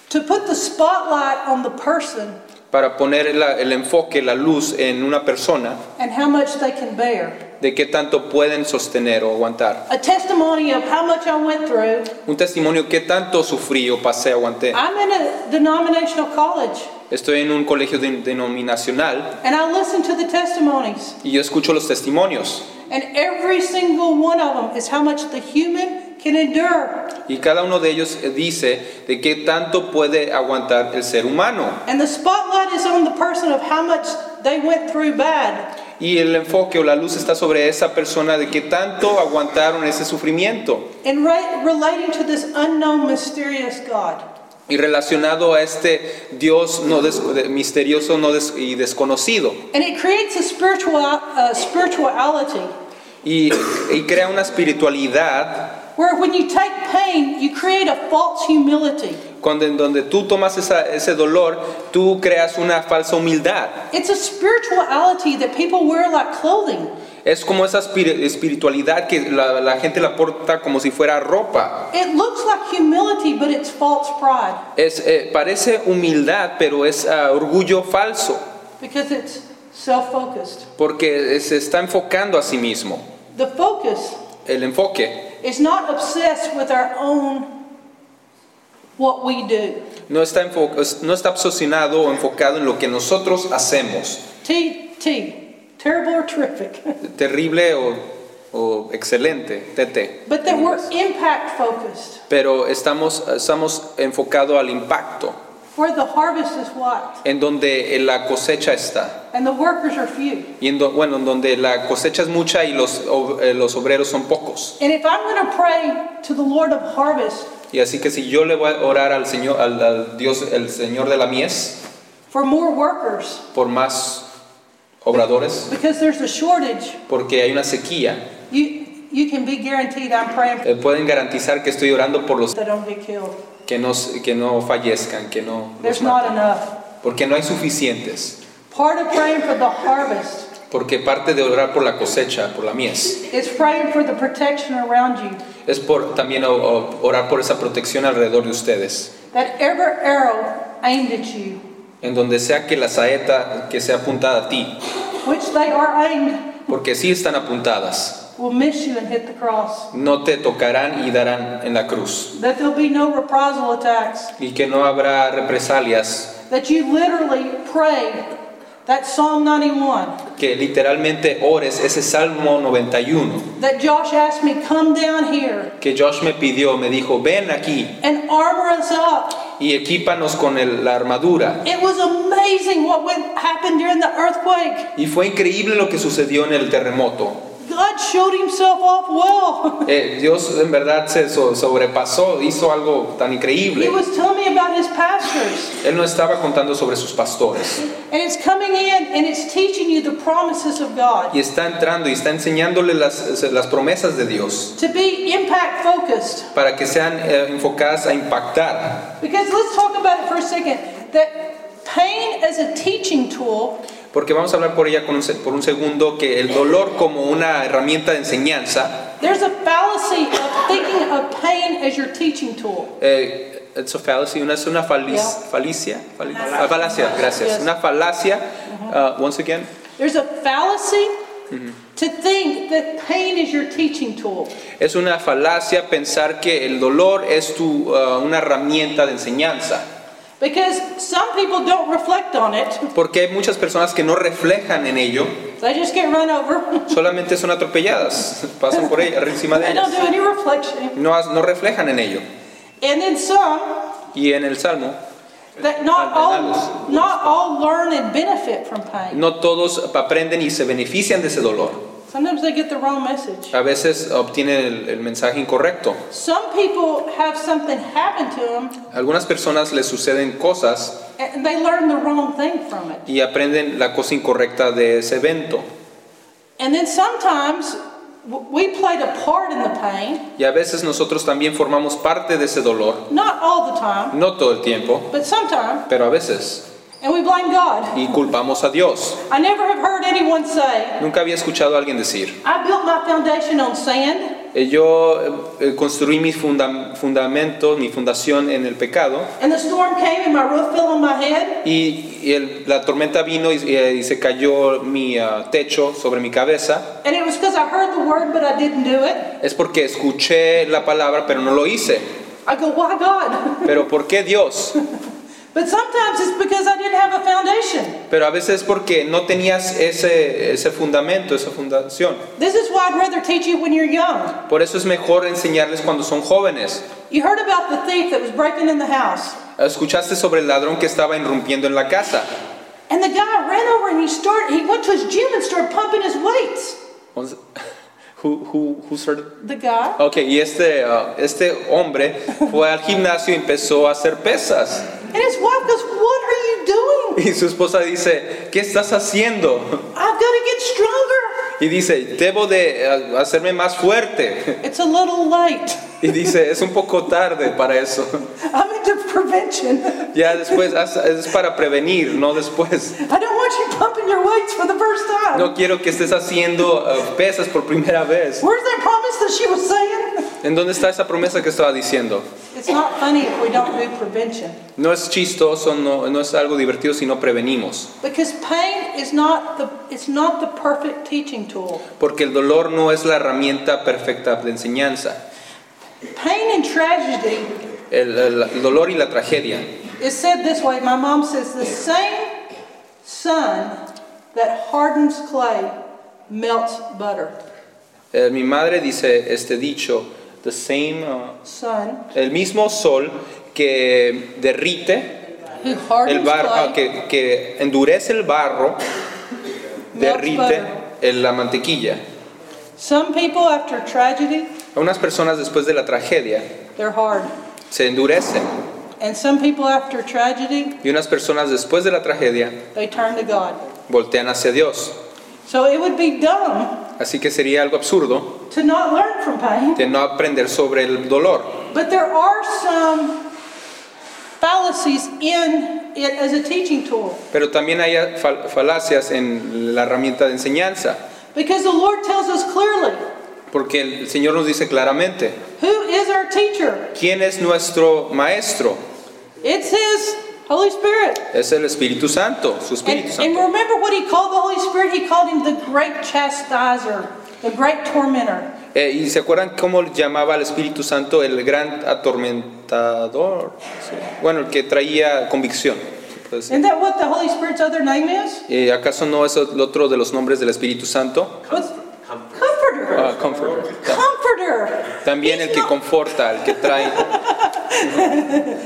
[SPEAKER 1] to put the spotlight on the person
[SPEAKER 2] para poner la- el enfoque, la luz en una persona
[SPEAKER 1] and how much they can bear.
[SPEAKER 2] de qué tanto pueden sostener o aguantar.
[SPEAKER 1] A testimony of how much I went through
[SPEAKER 2] Un testimonio, qué tanto sufrí o pasé, aguanté.
[SPEAKER 1] I'm in a denominational college
[SPEAKER 2] Estoy en un colegio de- denominacional
[SPEAKER 1] and I listen to the testimonies,
[SPEAKER 2] y yo escucho los testimonios
[SPEAKER 1] and every single one of them is how much the human can endure
[SPEAKER 2] y cada uno de ellos eh, dice de qué tanto puede aguantar el ser humano.
[SPEAKER 1] And the spotlight is on the person of how much they went through bad.
[SPEAKER 2] Y el enfoque o la luz está sobre esa persona de qué tanto aguantaron ese sufrimiento.
[SPEAKER 1] And re- relating to this unknown, mysterious God.
[SPEAKER 2] Y relacionado a este Dios no des- de- misterioso no des- y desconocido.
[SPEAKER 1] And it creates a spiritual, uh, spirituality
[SPEAKER 2] Y, y crea una espiritualidad
[SPEAKER 1] where when you take pain, you create a false humility.
[SPEAKER 2] cuando en donde tú tomas esa- ese dolor, tú creas una falsa humildad.
[SPEAKER 1] It's a spirituality that people wear like clothing.
[SPEAKER 2] Es como esa espir- espiritualidad que la, la gente la porta como si fuera ropa.
[SPEAKER 1] It looks like humility, but it's false pride
[SPEAKER 2] Es, eh, parece humildad, pero es ah, orgullo falso,
[SPEAKER 1] because it's self focused.
[SPEAKER 2] porque se está enfocando a sí mismo.
[SPEAKER 1] The focus
[SPEAKER 2] El enfoque
[SPEAKER 1] is not obsessed with our own what we do.
[SPEAKER 2] no está, enfo- es- no está obsesionado o enfocado en lo que nosotros hacemos,
[SPEAKER 1] T T terrible or terrific,
[SPEAKER 2] terrible o, o excelente, TT.
[SPEAKER 1] but that we're impact focused.
[SPEAKER 2] Pero estamos, estamos enfocados al impacto,
[SPEAKER 1] Where the harvest is white
[SPEAKER 2] en donde la cosecha está.
[SPEAKER 1] and the workers are few.
[SPEAKER 2] Y en do- bueno, en donde la cosecha es mucha y los, ob- eh, los obreros son pocos.
[SPEAKER 1] And if I'm going to pray to the Lord of harvest
[SPEAKER 2] Y así que si yo le voy a orar al Señor, al, al Dios, el Señor de la mies,
[SPEAKER 1] for more workers
[SPEAKER 2] por más obradores,
[SPEAKER 1] because there's a shortage,
[SPEAKER 2] porque hay una sequía,
[SPEAKER 1] you you can be guaranteed I'm praying
[SPEAKER 2] eh, pueden garantizar que estoy orando por los
[SPEAKER 1] that they don't get killed.
[SPEAKER 2] que no, s- que no fallezcan, que no los
[SPEAKER 1] There's not
[SPEAKER 2] maten.
[SPEAKER 1] enough.
[SPEAKER 2] Porque no hay suficientes.
[SPEAKER 1] Part of praying for the harvest
[SPEAKER 2] Porque parte de orar por la cosecha, por la mies,
[SPEAKER 1] is praying for the protection around you.
[SPEAKER 2] es por también o- o- orar por esa protección alrededor de ustedes.
[SPEAKER 1] That every arrow aimed at you,
[SPEAKER 2] En donde sea que la saeta que sea apuntada a ti,
[SPEAKER 1] which they are aimed,
[SPEAKER 2] porque sí están apuntadas.
[SPEAKER 1] will miss you and hit the cross.
[SPEAKER 2] No te tocarán y darán en la cruz.
[SPEAKER 1] that there'll be no reprisal attacks,
[SPEAKER 2] Y que no habrá represalias,
[SPEAKER 1] that you literally pray that Psalm 91
[SPEAKER 2] que literalmente ores ese Salmo 91,
[SPEAKER 1] that Josh asked me, come down here
[SPEAKER 2] que Josh me pidió, me dijo, ven aquí
[SPEAKER 1] and armor us up.
[SPEAKER 2] y equípanos con el- la armadura.
[SPEAKER 1] It was amazing what went, happened during the earthquake.
[SPEAKER 2] Y fue increíble lo que sucedió en el terremoto.
[SPEAKER 1] God showed himself off well.
[SPEAKER 2] Eh, Dios en verdad se so- sobrepasó, hizo algo tan
[SPEAKER 1] He
[SPEAKER 2] increíble.
[SPEAKER 1] was telling me about his pastors.
[SPEAKER 2] Él no estaba contando sobre sus pastores.
[SPEAKER 1] And it's coming in and it's teaching you the promises of God.
[SPEAKER 2] Y está entrando y está enseñándole las, las promesas de Dios
[SPEAKER 1] To be impact focused.
[SPEAKER 2] para que sean eh, enfocadas a impactar.
[SPEAKER 1] Because let's talk about it for a second. That pain as a teaching tool
[SPEAKER 2] Porque vamos a hablar por ella con un se- por un segundo que el dolor como una herramienta de enseñanza
[SPEAKER 1] There's a fallacy of thinking of pain as your teaching tool.
[SPEAKER 2] Eh, it's a fallacy, una, es una falis-
[SPEAKER 1] Yeah.
[SPEAKER 2] falicia, fali- ah, falacia, gracias,
[SPEAKER 1] Yes.
[SPEAKER 2] una falacia, uh, once again,
[SPEAKER 1] There's a fallacy to think that pain is your teaching tool.
[SPEAKER 2] es una falacia pensar que el dolor es tu, uh, una herramienta de enseñanza,
[SPEAKER 1] Because some people don't reflect on it,
[SPEAKER 2] porque hay muchas personas que no reflejan en ello,
[SPEAKER 1] they just get run over.
[SPEAKER 2] solamente son atropelladas, pasan por ella, encima de
[SPEAKER 1] they
[SPEAKER 2] ellas,
[SPEAKER 1] don't do any reflection.
[SPEAKER 2] no, has- no reflejan en ello.
[SPEAKER 1] And then some
[SPEAKER 2] Y en el Salmo,
[SPEAKER 1] that not all not all learn and benefit from pain.
[SPEAKER 2] no todos aprenden y se benefician de ese dolor,
[SPEAKER 1] Sometimes they get the wrong message.
[SPEAKER 2] a veces obtienen el- el mensaje incorrecto.
[SPEAKER 1] Some people have something happen to them
[SPEAKER 2] Algunas personas les suceden cosas
[SPEAKER 1] and they learn the wrong thing from it.
[SPEAKER 2] y aprenden la cosa incorrecta de ese evento.
[SPEAKER 1] And then sometimes w- we played a part in the pain,
[SPEAKER 2] Y a veces nosotros también formamos parte de ese dolor,
[SPEAKER 1] not all the time,
[SPEAKER 2] no todo el tiempo,
[SPEAKER 1] but sometimes,
[SPEAKER 2] pero a veces.
[SPEAKER 1] and we blame God.
[SPEAKER 2] Y culpamos a Dios.
[SPEAKER 1] I never have heard anyone say,
[SPEAKER 2] Nunca había escuchado a alguien decir,
[SPEAKER 1] I built my foundation on sand,
[SPEAKER 2] eh, yo eh, construí mis fundam- fundamentos, mi fundación en el pecado,
[SPEAKER 1] and the storm came and my roof fell on my head.
[SPEAKER 2] y, y el- la tormenta vino y, eh, y se cayó mi ah, techo sobre mi cabeza.
[SPEAKER 1] And it was because I heard the word, but I didn't do it.
[SPEAKER 2] Es porque escuché la palabra, pero no lo hice.
[SPEAKER 1] I go, why God?
[SPEAKER 2] Pero ¿por qué Dios?
[SPEAKER 1] But sometimes it's because I didn't have a foundation.
[SPEAKER 2] Pero a veces porque no tenías ese, ese fundamento, esa fundación.
[SPEAKER 1] This is why I'd rather teach you when you're young.
[SPEAKER 2] Por eso es mejor enseñarles cuando son jóvenes.
[SPEAKER 1] You heard about the thief that was breaking in the house.
[SPEAKER 2] Escuchaste sobre el ladrón que estaba irrumpiendo en la casa.
[SPEAKER 1] And the guy ran over and he started, he went to his gym and started pumping his weights.
[SPEAKER 2] Once- Who, who, who started-
[SPEAKER 1] The guy.
[SPEAKER 2] Ok, y este, uh, este hombre fue al gimnasio y empezó a hacer pesas.
[SPEAKER 1] And his wife goes, What are you doing?
[SPEAKER 2] Y su esposa dice, ¿qué estás haciendo?
[SPEAKER 1] I've got to get stronger.
[SPEAKER 2] Y dice, debo de uh, hacerme más fuerte.
[SPEAKER 1] It's a little late.
[SPEAKER 2] Y dice, es un poco tarde para eso.
[SPEAKER 1] I'm into prevention.
[SPEAKER 2] Ya después, haz- es para prevenir, no después.
[SPEAKER 1] I don't want you pumping your weights for the first time.
[SPEAKER 2] No quiero que estés haciendo uh, pesas por primera vez.
[SPEAKER 1] Where's that promise that she was saying?
[SPEAKER 2] ¿En dónde está esa promesa que estaba diciendo?
[SPEAKER 1] It's not funny if we don't do prevention.
[SPEAKER 2] No es chistoso, no, no es algo divertido si no prevenimos.
[SPEAKER 1] Because pain is not the it's not the perfect teaching tool.
[SPEAKER 2] Porque el dolor no es la herramienta perfecta de enseñanza.
[SPEAKER 1] Pain and tragedy
[SPEAKER 2] El, el- el dolor y la tragedia.
[SPEAKER 1] is said this way. My mom says the same sun that hardens clay melts butter.
[SPEAKER 2] Eh, mi madre dice este dicho, the same, uh,
[SPEAKER 1] Sun
[SPEAKER 2] el mismo sol que derrite
[SPEAKER 1] who
[SPEAKER 2] el
[SPEAKER 1] hardens
[SPEAKER 2] barro, ah,
[SPEAKER 1] clay
[SPEAKER 2] que, que endurece el barro,
[SPEAKER 1] melts
[SPEAKER 2] derrite
[SPEAKER 1] butter.
[SPEAKER 2] el- la mantequilla.
[SPEAKER 1] Some people after tragedy,
[SPEAKER 2] A unas personas después de la tragedia
[SPEAKER 1] they're hard.
[SPEAKER 2] se endurecen
[SPEAKER 1] And some people after tragedy,
[SPEAKER 2] y unas personas después de la tragedia
[SPEAKER 1] they turn to God.
[SPEAKER 2] voltean hacia Dios.
[SPEAKER 1] So it would be dumb
[SPEAKER 2] Así que sería algo absurdo
[SPEAKER 1] to not learn from pain.
[SPEAKER 2] de no aprender sobre el dolor.
[SPEAKER 1] But there are some fallacies in it as a teaching tool.
[SPEAKER 2] Pero también hay fal- falacias en la herramienta de enseñanza,
[SPEAKER 1] Because the Lord tells us clearly
[SPEAKER 2] porque el Señor nos dice claramente,
[SPEAKER 1] who is our teacher?
[SPEAKER 2] ¿quién es nuestro maestro?
[SPEAKER 1] It's His Holy Spirit.
[SPEAKER 2] Es el Espíritu Santo,
[SPEAKER 1] And,
[SPEAKER 2] su Espíritu
[SPEAKER 1] and
[SPEAKER 2] Santo.
[SPEAKER 1] remember what He called the Holy Spirit? He called Him the great chastiser, the great tormentor.
[SPEAKER 2] Eh, ¿Y se acuerdan cómo llamaba al Espíritu Santo el gran atormentador? Sí. Bueno, el que traía convicción. Pues,
[SPEAKER 1] Isn't that what the Holy Spirit's other name is?
[SPEAKER 2] eh, ¿Acaso no es el otro de los nombres del Espíritu Santo?
[SPEAKER 1] What's Comforter.
[SPEAKER 2] Ah, Comforter.
[SPEAKER 1] Comforter.
[SPEAKER 2] También el que conforta, el que trae.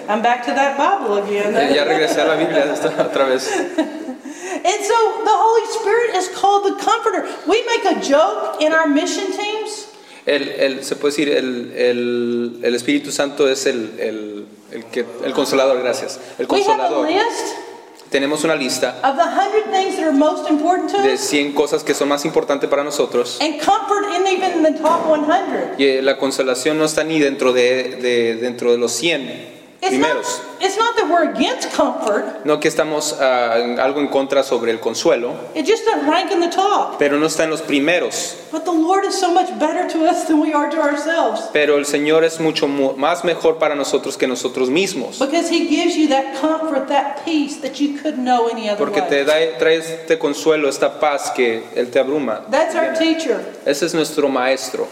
[SPEAKER 1] I'm back to that Bible again.
[SPEAKER 2] Eh, Ya regresé a la Biblia esta- otra vez.
[SPEAKER 1] And so the Holy Spirit is called the Comforter. We make a joke in our mission teams.
[SPEAKER 2] El, el- se puede decir, el, el- el Espíritu Santo es el, el- el que, el consolador, gracias. El
[SPEAKER 1] We have a
[SPEAKER 2] consolador.
[SPEAKER 1] list
[SPEAKER 2] Tenemos una lista
[SPEAKER 1] of the hundred things that are most important to
[SPEAKER 2] de
[SPEAKER 1] us,
[SPEAKER 2] 100 cosas que son más importantes para nosotros.
[SPEAKER 1] and comfort isn't even in the top 100.
[SPEAKER 2] Y eh, la consolación no está ni dentro de, de- dentro de los 100.
[SPEAKER 1] It's It's not,
[SPEAKER 2] primeros.
[SPEAKER 1] it's not that we're against comfort,
[SPEAKER 2] No que estamos ah, en algo en contra sobre el consuelo,
[SPEAKER 1] it just doesn't rank in the top.
[SPEAKER 2] pero no está en los primeros.
[SPEAKER 1] But the Lord is so much better to us than we are to ourselves
[SPEAKER 2] Pero el Señor es mucho mu- más mejor para nosotros que nosotros mismos,
[SPEAKER 1] because He gives you that comfort, that peace that you couldn't know any other
[SPEAKER 2] porque te
[SPEAKER 1] way.
[SPEAKER 2] da, trae este consuelo, esta paz que Él te abruma.
[SPEAKER 1] That's our teacher.
[SPEAKER 2] Ese es nuestro maestro.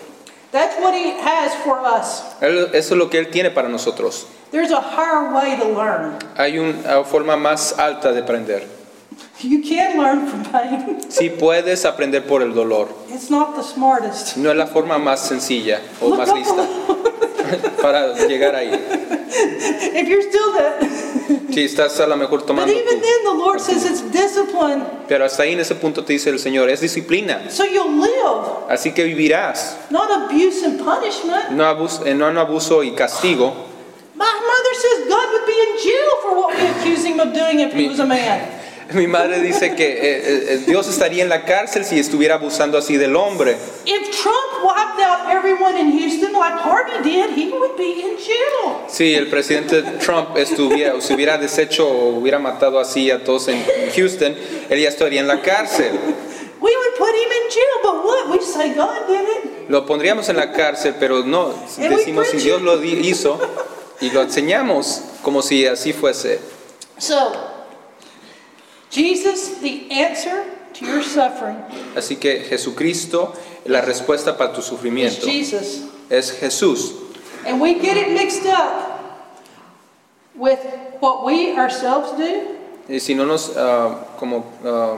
[SPEAKER 1] That's what He has for us.
[SPEAKER 2] Él- eso es lo que Él tiene para nosotros.
[SPEAKER 1] There's a higher way to learn.
[SPEAKER 2] Hay una forma más alta de aprender.
[SPEAKER 1] You can learn from pain.
[SPEAKER 2] Si puedes aprender por el dolor,
[SPEAKER 1] It's not the smartest.
[SPEAKER 2] no es la forma más sencilla o más lista para llegar ahí.
[SPEAKER 1] If you're still that.
[SPEAKER 2] Si estás a lo mejor
[SPEAKER 1] But
[SPEAKER 2] tomando
[SPEAKER 1] even
[SPEAKER 2] tu-
[SPEAKER 1] then, the Lord says it's discipline.
[SPEAKER 2] Pero hasta ahí en ese punto te dice el Señor, es disciplina,
[SPEAKER 1] So you'll live,
[SPEAKER 2] así que vivirás.
[SPEAKER 1] not abuse and punishment.
[SPEAKER 2] No abuso, no, no abuso y castigo.
[SPEAKER 1] My mother says God would be in jail for what we accuse him of doing if he
[SPEAKER 2] Me-
[SPEAKER 1] was a man.
[SPEAKER 2] Mi madre dice que eh, eh, eh, Dios estaría en la cárcel si estuviera abusando así del hombre.
[SPEAKER 1] If Trump wiped out everyone in Houston like Harvey did, he would be in jail.
[SPEAKER 2] Si el presidente Trump estuviera, o se hubiera deshecho o hubiera matado así a todos en Houston, él ya estaría en la cárcel.
[SPEAKER 1] We would put him in jail, but what? We say God did it.
[SPEAKER 2] Lo pondríamos en la cárcel, pero no, decimos si Dios lo di- hizo y lo enseñamos como si así fuese.
[SPEAKER 1] So, Jesus, the answer to your suffering
[SPEAKER 2] Así que Jesucristo, la respuesta para tu
[SPEAKER 1] is
[SPEAKER 2] sufrimiento
[SPEAKER 1] Jesus.
[SPEAKER 2] es Jesús.
[SPEAKER 1] And we get it mixed up with what we ourselves do
[SPEAKER 2] Y si no nos, ah, como, ah,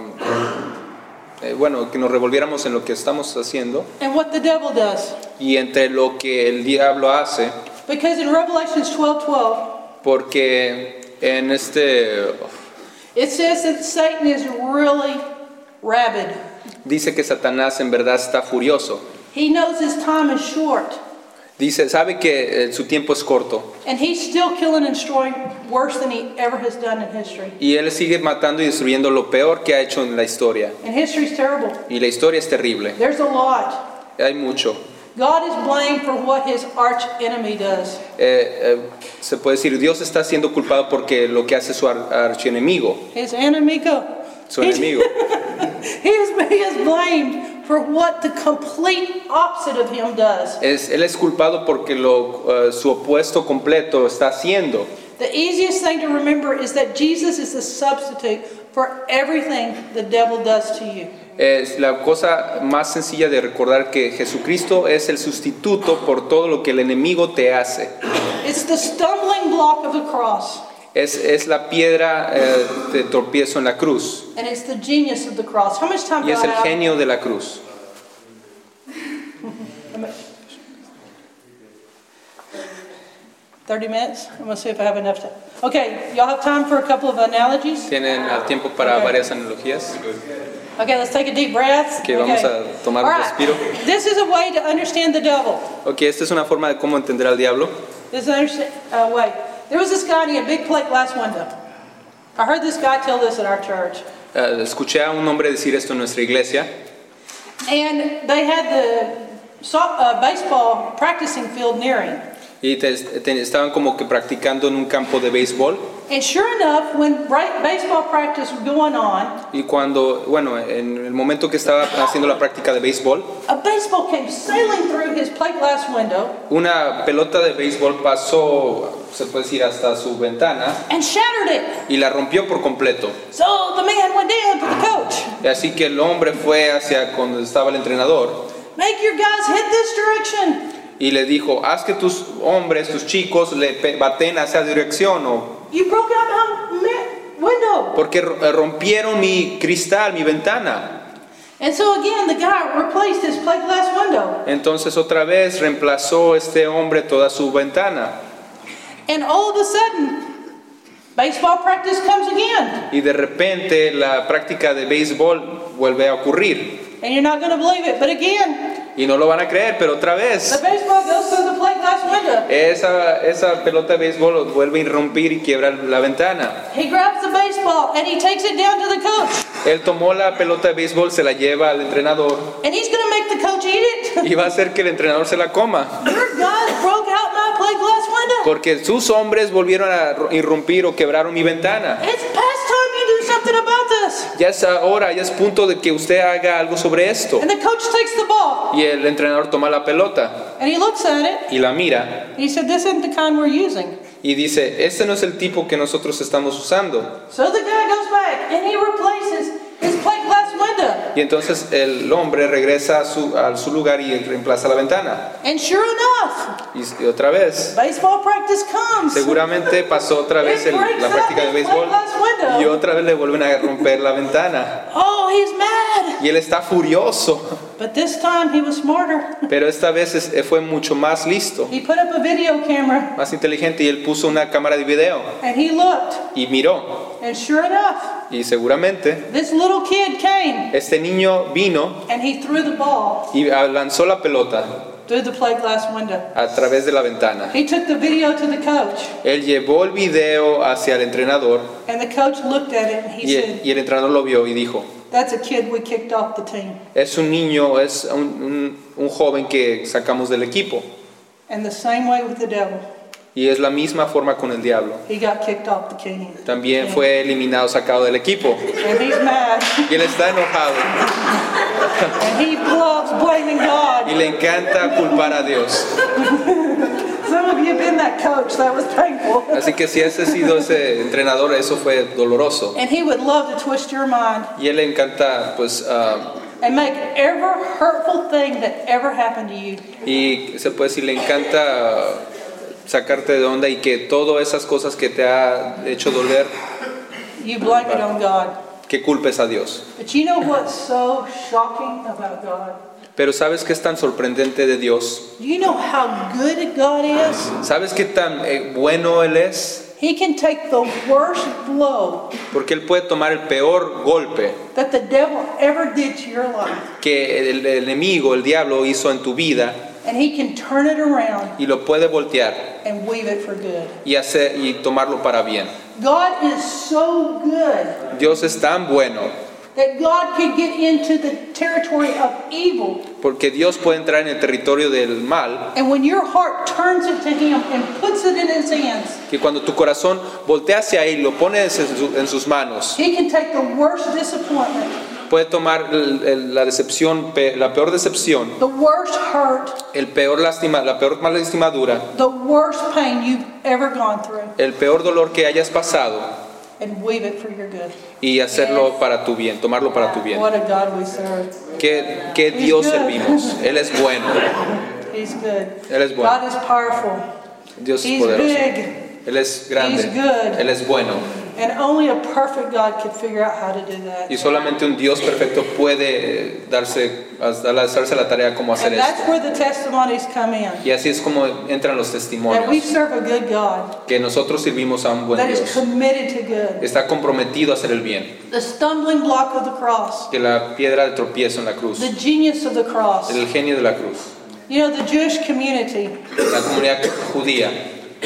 [SPEAKER 2] eh, bueno, que nos revolviéramos en lo que estamos haciendo
[SPEAKER 1] and what the devil does.
[SPEAKER 2] y entre lo que el diablo hace,
[SPEAKER 1] Because in Revelations 12 12,
[SPEAKER 2] porque en este
[SPEAKER 1] it says that Satan is really rabid.
[SPEAKER 2] dice que Satanás en verdad está furioso.
[SPEAKER 1] He knows his time is short,
[SPEAKER 2] Dice, sabe que eh, su tiempo es corto
[SPEAKER 1] and he's still killing and destroying worse than he ever has done in history.
[SPEAKER 2] y él sigue matando y destruyendo lo peor que ha hecho en la historia.
[SPEAKER 1] And history's terrible.
[SPEAKER 2] Y la historia es terrible,
[SPEAKER 1] There's a lot.
[SPEAKER 2] hay mucho.
[SPEAKER 1] God is blamed for what his arch enemy does.
[SPEAKER 2] Eh, eh, se puede decir, Dios está siendo culpado porque lo que hace su ar- archienemigo,
[SPEAKER 1] His enemigo.
[SPEAKER 2] su enemigo.
[SPEAKER 1] He is, he is blamed for what the complete opposite of him does.
[SPEAKER 2] Es- él es culpado porque lo, eh, su opuesto completo está haciendo.
[SPEAKER 1] The easiest thing to remember is that Jesus is the substitute for everything the devil does to you.
[SPEAKER 2] Es la cosa más sencilla de recordar que Jesucristo es el sustituto por todo lo que el enemigo te hace.
[SPEAKER 1] It's the stumbling block of the cross,
[SPEAKER 2] Es, es la piedra eh, de tropiezo en la cruz
[SPEAKER 1] and it's the genius of the cross. How much time
[SPEAKER 2] y
[SPEAKER 1] do
[SPEAKER 2] es
[SPEAKER 1] I
[SPEAKER 2] el
[SPEAKER 1] have?
[SPEAKER 2] genio de la cruz.
[SPEAKER 1] Thirty minutes. I'm gonna see if I have enough time. Okay, y'all have time for a couple of analogies.
[SPEAKER 2] Tienen ah, tiempo para varias analogías.
[SPEAKER 1] Okay, let's take a deep breath.
[SPEAKER 2] Ok, vamos a tomar un
[SPEAKER 1] All right.
[SPEAKER 2] respiro.
[SPEAKER 1] This is a way to understand the devil.
[SPEAKER 2] Ok, esta es una forma de cómo entender al diablo.
[SPEAKER 1] This understand, uh, wait. There was this guy and he had a big plate glass window. I heard this guy tell this at our church.
[SPEAKER 2] Eh, escuché a un hombre decir esto en nuestra iglesia.
[SPEAKER 1] And they had the so- uh, baseball practicing field near him.
[SPEAKER 2] Y te- te- estaban como que practicando en un campo de béisbol.
[SPEAKER 1] And sure enough, when bra- baseball practice was going on,
[SPEAKER 2] Y cuando, bueno, en el momento que estaba haciendo la práctica de béisbol,
[SPEAKER 1] a baseball came sailing through his plate glass window
[SPEAKER 2] una pelota de béisbol pasó, se puede decir, hasta su ventana
[SPEAKER 1] and shattered it.
[SPEAKER 2] y la rompió por completo.
[SPEAKER 1] So the man went down to the coach.
[SPEAKER 2] Así que el hombre fue hacia donde estaba el entrenador
[SPEAKER 1] Make your guys hit this direction.
[SPEAKER 2] y le dijo, haz que tus hombres, tus chicos, le pe- baten a esa dirección o
[SPEAKER 1] You broke out my ma- window.
[SPEAKER 2] porque ro- eh, rompieron mi cristal, mi ventana.
[SPEAKER 1] And so again, the guy replaced his plate glass window.
[SPEAKER 2] Entonces otra vez reemplazó este hombre toda su ventana
[SPEAKER 1] And all of a sudden, baseball practice comes again.
[SPEAKER 2] y de repente la práctica de béisbol vuelve a ocurrir.
[SPEAKER 1] And you're not going to believe it, but again,
[SPEAKER 2] Y no lo van a creer, pero otra
[SPEAKER 1] the
[SPEAKER 2] vez.
[SPEAKER 1] baseball goes through the plate glass window.
[SPEAKER 2] Esa, esa pelota de béisbol vuelve a irrumpir y quiebra la ventana.
[SPEAKER 1] He grabs the baseball and he takes it down to the coach.
[SPEAKER 2] Él tomó la pelota de béisbol, se la lleva al entrenador
[SPEAKER 1] And he's going to make the coach eat it.
[SPEAKER 2] y va a hacer que el entrenador se la coma.
[SPEAKER 1] Your guys broke out my plate glass window.
[SPEAKER 2] porque sus hombres volvieron a irrumpir o quebraron mi ventana.
[SPEAKER 1] It's past time you do something about this.
[SPEAKER 2] Ya es hora, ya es punto de que usted haga algo sobre esto.
[SPEAKER 1] And the coach takes the ball
[SPEAKER 2] Y el entrenador toma la pelota
[SPEAKER 1] and he looks at it
[SPEAKER 2] y la mira
[SPEAKER 1] and he said, This isn't the kind we're using.
[SPEAKER 2] y dice, este no es el tipo que nosotros estamos usando.
[SPEAKER 1] So the guy goes back and he replaces his plate glass window.
[SPEAKER 2] Y entonces el hombre regresa a su, a su lugar y reemplaza la ventana.
[SPEAKER 1] And sure enough,
[SPEAKER 2] Y, y otra vez,
[SPEAKER 1] baseball practice comes.
[SPEAKER 2] seguramente pasó otra vez el- la práctica de béisbol y otra vez le vuelven a romper la ventana.
[SPEAKER 1] Oh, he's mad.
[SPEAKER 2] Y él está furioso,
[SPEAKER 1] But this time he was smarter.
[SPEAKER 2] pero esta vez es- eh, fue mucho más listo,
[SPEAKER 1] He put up a video camera
[SPEAKER 2] más inteligente y él puso una cámara de video
[SPEAKER 1] and he looked.
[SPEAKER 2] y miró.
[SPEAKER 1] And sure enough,
[SPEAKER 2] Y seguramente
[SPEAKER 1] this little kid came
[SPEAKER 2] este niño vino
[SPEAKER 1] and he threw the ball
[SPEAKER 2] y ah, lanzó la pelota
[SPEAKER 1] through the plate glass window.
[SPEAKER 2] a través de la ventana.
[SPEAKER 1] He took the video to the coach
[SPEAKER 2] Él llevó el video hacia el entrenador
[SPEAKER 1] and the coach looked at it and he
[SPEAKER 2] y el,
[SPEAKER 1] said,
[SPEAKER 2] y el entrenador lo vio y dijo,
[SPEAKER 1] That's a kid we kicked off the team.
[SPEAKER 2] es un niño, es un, un- un joven que sacamos del equipo.
[SPEAKER 1] And the same way with the devil.
[SPEAKER 2] Y es la misma forma con el diablo.
[SPEAKER 1] He got kicked off the team.
[SPEAKER 2] También fue eliminado, sacado del equipo.
[SPEAKER 1] And he's mad.
[SPEAKER 2] Y él está enojado
[SPEAKER 1] And he loves blaming God.
[SPEAKER 2] y le encanta culpar a Dios.
[SPEAKER 1] Some of you have been that coach. That was painful.
[SPEAKER 2] Así que si ese ha sido ese entrenador, eso fue doloroso.
[SPEAKER 1] And he would love to twist your mind
[SPEAKER 2] Y él le encanta, pues, ah,
[SPEAKER 1] and make every hurtful thing that ever happened to you
[SPEAKER 2] y se puede decir, le encanta sacarte de onda y que todas esas cosas que te ha hecho doler,
[SPEAKER 1] You blame it on God.
[SPEAKER 2] que culpes a Dios.
[SPEAKER 1] But you know what's so shocking about God?
[SPEAKER 2] Pero ¿sabes qué es tan sorprendente de Dios?
[SPEAKER 1] Do you know how good God is?
[SPEAKER 2] ¿Sabes qué tan eh, bueno Él es?
[SPEAKER 1] He can take the worst blow
[SPEAKER 2] Porque Él puede tomar el peor golpe
[SPEAKER 1] that the devil ever did to your life,
[SPEAKER 2] que el enemigo, el diablo, hizo en tu vida
[SPEAKER 1] and he can turn it around
[SPEAKER 2] y lo puede voltear
[SPEAKER 1] and weave it for good.
[SPEAKER 2] y, hacer, y tomarlo para bien.
[SPEAKER 1] God is so good
[SPEAKER 2] Dios es tan bueno
[SPEAKER 1] that God could get into the territory of evil.
[SPEAKER 2] porque Dios puede entrar en el territorio del mal
[SPEAKER 1] And when your heart turns it to him and puts it in his hands,
[SPEAKER 2] que cuando tu corazón voltea hacia Él, lo pones en, su- en sus manos,
[SPEAKER 1] he can take the worst disappointment,
[SPEAKER 2] puede tomar el- el- la decepción, pe- la peor decepción,
[SPEAKER 1] the worst hurt,
[SPEAKER 2] el peor lástima, la peor mala lastimadura,
[SPEAKER 1] the worst pain you've ever gone through
[SPEAKER 2] el peor dolor que hayas pasado
[SPEAKER 1] and weave it for your good.
[SPEAKER 2] y hacerlo para tu bien, tomarlo para tu bien.
[SPEAKER 1] What a God we serve.
[SPEAKER 2] ¿Qué, qué Dios servimos? Él es bueno,
[SPEAKER 1] He's good.
[SPEAKER 2] Él es bueno,
[SPEAKER 1] God is powerful
[SPEAKER 2] Dios es poderoso, Él es grande, Él es bueno
[SPEAKER 1] and only a perfect God could figure out how to do that.
[SPEAKER 2] y solamente un Dios perfecto puede eh, darse, darse la tarea como hacer
[SPEAKER 1] And
[SPEAKER 2] esto.
[SPEAKER 1] that's where the testimonies come in.
[SPEAKER 2] Y así es como entran los
[SPEAKER 1] That we
[SPEAKER 2] testimonios,
[SPEAKER 1] serve a good God
[SPEAKER 2] que nosotros servimos a un buen
[SPEAKER 1] that is
[SPEAKER 2] Dios,
[SPEAKER 1] committed to good.
[SPEAKER 2] está comprometido a hacer el bien,
[SPEAKER 1] The stumbling block of the cross,
[SPEAKER 2] que la piedra de tropiezo en la cruz,
[SPEAKER 1] the genius of the cross.
[SPEAKER 2] el genio de la cruz,
[SPEAKER 1] You know, the Jewish community,
[SPEAKER 2] la comunidad judía.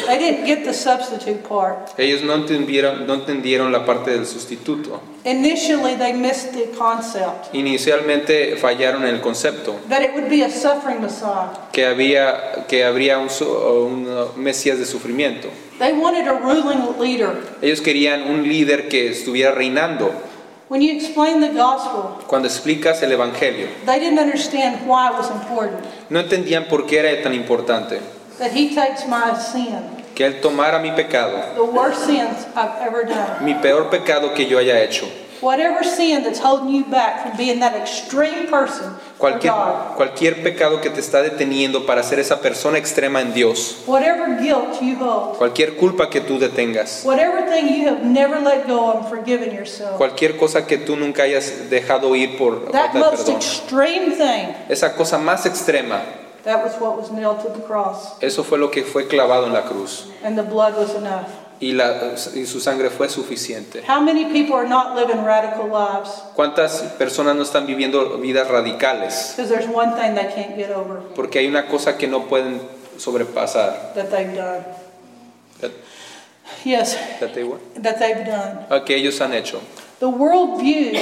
[SPEAKER 1] they didn't get the substitute part.
[SPEAKER 2] Ellos no entendieron, no entendieron la parte del sustituto.
[SPEAKER 1] Initially, they missed the concept
[SPEAKER 2] Inicialmente fallaron en el concepto
[SPEAKER 1] that it would be a suffering Messiah.
[SPEAKER 2] que había que habría un, su- un, uh, mesías de sufrimiento.
[SPEAKER 1] They wanted a ruling leader.
[SPEAKER 2] Ellos querían un líder que estuviera reinando.
[SPEAKER 1] When you explain the gospel,
[SPEAKER 2] Cuando explicas el evangelio,
[SPEAKER 1] they didn't understand why it was important
[SPEAKER 2] no entendían por qué era tan importante
[SPEAKER 1] that he takes my sin,
[SPEAKER 2] que él tomara mi pecado,
[SPEAKER 1] the worst sins I've ever done.
[SPEAKER 2] mi peor pecado que yo haya hecho,
[SPEAKER 1] Whatever sin that's holding you back from being that extreme person for
[SPEAKER 2] cualquier
[SPEAKER 1] God,
[SPEAKER 2] cualquier pecado que te está deteniendo para ser esa persona extrema en Dios,
[SPEAKER 1] whatever guilt you hold,
[SPEAKER 2] cualquier culpa que tú detengas,
[SPEAKER 1] whatever thing you have never let go of and forgiven yourself,
[SPEAKER 2] cualquier cosa que tú nunca hayas dejado ir por
[SPEAKER 1] that
[SPEAKER 2] falta de
[SPEAKER 1] most
[SPEAKER 2] perdón,
[SPEAKER 1] extreme thing,
[SPEAKER 2] esa cosa más extrema
[SPEAKER 1] that was what was nailed to the cross,
[SPEAKER 2] Eso fue lo que fue clavado en la cruz
[SPEAKER 1] and the blood was enough.
[SPEAKER 2] y, la, y su sangre fue suficiente.
[SPEAKER 1] How many people are not living radical lives
[SPEAKER 2] ¿Cuántas personas no están viviendo vidas radicales?
[SPEAKER 1] because there's one thing they can't get over?
[SPEAKER 2] Porque hay una cosa que no pueden sobrepasar.
[SPEAKER 1] that they've done.
[SPEAKER 2] That-
[SPEAKER 1] Yes,
[SPEAKER 2] that they were-
[SPEAKER 1] that they've done.
[SPEAKER 2] ah, que ellos han hecho.
[SPEAKER 1] The world views